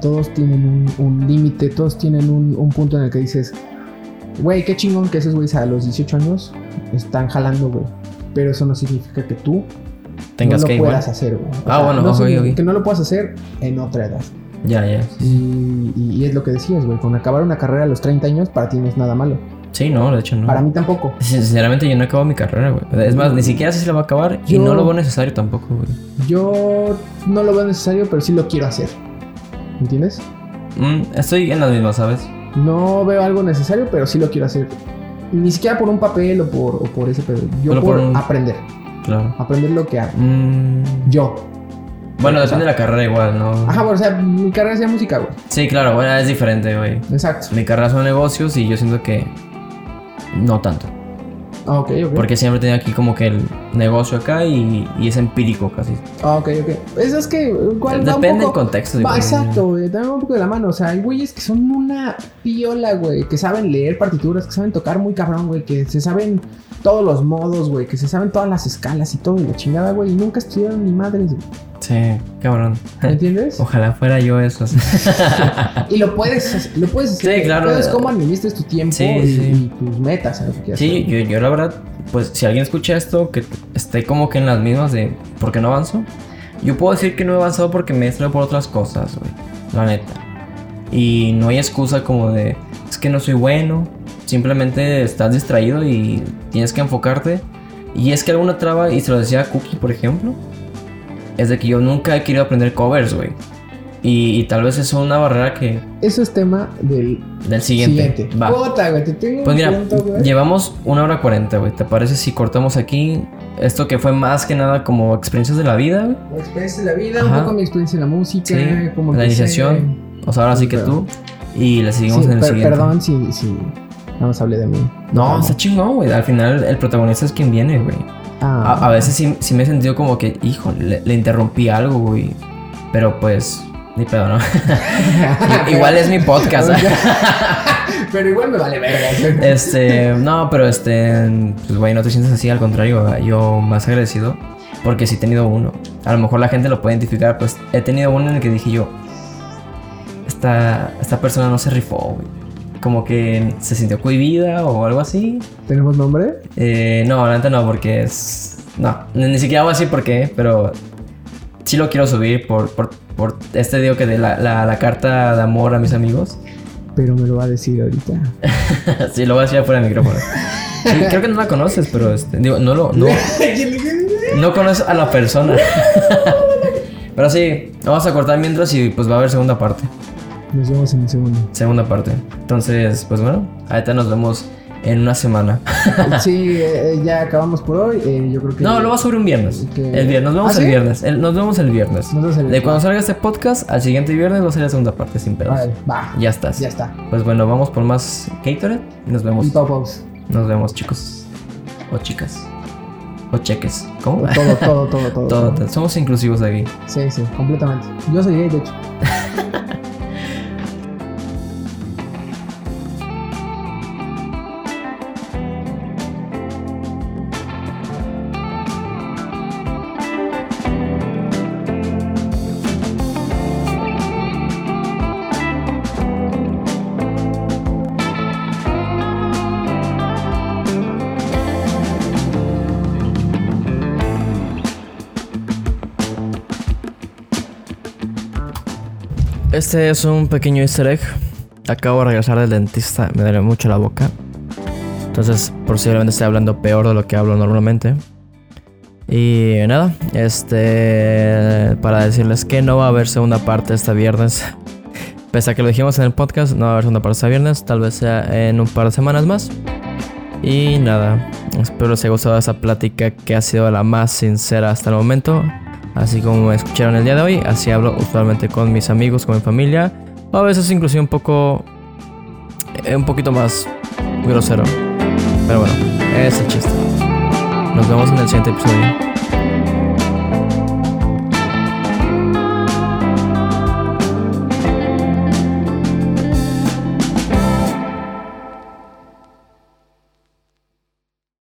Todos tienen un, un límite, todos tienen un, un punto en el que dices, güey, qué chingón que esos güeyes a los 18 años están jalando, güey. Pero eso no significa que tú Tengas no que lo igual. puedas hacer, güey. O Ah, bueno, no ok, significa ok. que no lo puedas hacer en otra edad. Ya, ya. Y, y- y es lo que decías, güey. Con acabar una carrera a los 30 años, para ti no es nada malo. Sí, no, de hecho no. Para mí tampoco. Sin- Sinceramente, yo no he acabado mi carrera, güey. Es más, ni siquiera sé si la va a acabar y Yo- no lo veo necesario tampoco, güey. Yo no lo veo necesario, pero sí lo quiero hacer. ¿Entiendes? Mm, estoy en las mismas, ¿sabes? No veo algo necesario, pero sí lo quiero hacer. Ni siquiera por un papel o por, o por ese pedo. Yo Solo por por un- aprender. Claro. Aprender lo que hago. Mm, Yo. bueno, depende de la carrera igual, ¿no? Ajá, bueno, o sea, mi carrera es de música, güey. Sí, claro, bueno, es diferente, güey. Exacto. Mi carrera son negocios y yo siento que no tanto. Ah, ok, ok. Porque siempre tenía aquí como que el negocio acá y, y es empírico casi. Ah, ok, ok. Eso es que igual va un Depende del poco- contexto. Va, igual. exacto, güey. También va un poco de la mano. O sea, hay güeyes que son una piola, güey. Que saben leer partituras, que saben tocar muy cabrón, güey. Que se saben todos los modos, güey. Que se saben todas las escalas y todo. Y la chingada, güey. Y nunca estudiaron ni madres, güey. Sí, cabrón. ¿Me entiendes? Ojalá fuera yo eso. así. y lo puedes hacer. Lo puedes hacer. Sí, güey. claro. Pero es cómo administres tu tiempo Sí, y, sí. y tus metas. ¿sabes? Lo que quieras Sí, hacer. yo, yo la verdad, pues si alguien escucha esto, que esté como que en las mismas de por qué no avanzo, yo puedo decir que no he avanzado porque me he distraído por otras cosas, güey, la neta. Y no hay excusa como de, es que no soy bueno, simplemente estás distraído y tienes que enfocarte. Y es que alguna traba, y se lo decía a Cookie, por ejemplo, es de que yo nunca he querido aprender covers, güey. Y, y tal vez es una barrera que Eso es tema del del siguiente. siguiente. Va. Puta, güey. Te tengo Pues un mira, punto, güey. llevamos una hora cuarenta, güey. ¿Te parece si cortamos aquí esto que fue más que nada como experiencias de la vida, güey? Mi experiencia de la vida. Un Ajá. poco mi experiencia en la música. Sí, cómo la empecé, iniciación. güey. O sea, ahora sí que Pero- tú. Y le seguimos Sí, en el per- siguiente. Perdón si, si nada más hablé de mí. No, está chingón, güey. Al final el protagonista es quien viene, güey. Ah, A, a veces sí, sí me he sentido como que, hijo, le, le interrumpí algo, güey. Pero pues, ni pedo, ¿no? I- Igual es mi podcast. ¿eh? Pero igual me vale verga. ¿eh? Este, no, pero este, pues güey, no te sientes así, al contrario, ¿verdad? yo más agradecido porque sí he tenido uno. A lo mejor la gente lo puede identificar, pues he tenido uno en el que dije yo, esta, esta persona no se rifó, güey. Como que se sintió cohibida o algo así. ¿Tenemos nombre? Eh, no, la neta no, porque es. No, ni, ni siquiera voy a decir por qué, pero sí lo quiero subir por, por, por este digo que de la, la, la carta de amor a mis amigos. Pero me lo va a decir ahorita. sí, lo voy a decir afuera del micrófono. Sí, creo que no la conoces, pero este, digo, no lo. No, no conoces a la persona. pero sí, vamos a cortar mientras y pues va a haber segunda parte. Nos vemos en un segundo. Segunda parte. Entonces, pues bueno, ahorita nos vemos en una semana. Sí, eh, ya acabamos por hoy. eh, yo creo que. No, lo vas a subir un viernes. Que- El viernes, nos vemos ¿Ah, el sí? viernes. El- nos vemos el viernes. Nos vemos el De cuando salga este podcast, al siguiente viernes va a ser la segunda parte sin pedos. Vale, Ah, eh, va. Ya estás. Ya está. Pues bueno, vamos por más Gatorade. Nos vemos. Y Pau Paus. Nos vemos, chicos. O chicas. O cheques. ¿Cómo? Todo, todo, todo, todo. Todo, todo. Somos inclusivos aquí. Sí, sí, completamente. Yo soy gay, de hecho. Este es un pequeño easter egg. Acabo de regresar del dentista, me duele mucho la boca. Entonces, posiblemente esté hablando peor de lo que hablo normalmente. Y nada, este. Para decirles que no va a haber segunda parte este viernes. Pese a que lo dijimos en el podcast, no va a haber segunda parte este viernes. Tal vez sea en un par de semanas más. Y nada, espero les haya gustado esta plática que ha sido la más sincera hasta el momento. Así como me escucharon el día de hoy, así hablo usualmente con mis amigos, con mi familia. O a veces inclusive un poco... eh, un poquito más grosero. Pero bueno, ese es el chiste. Nos vemos en el siguiente episodio.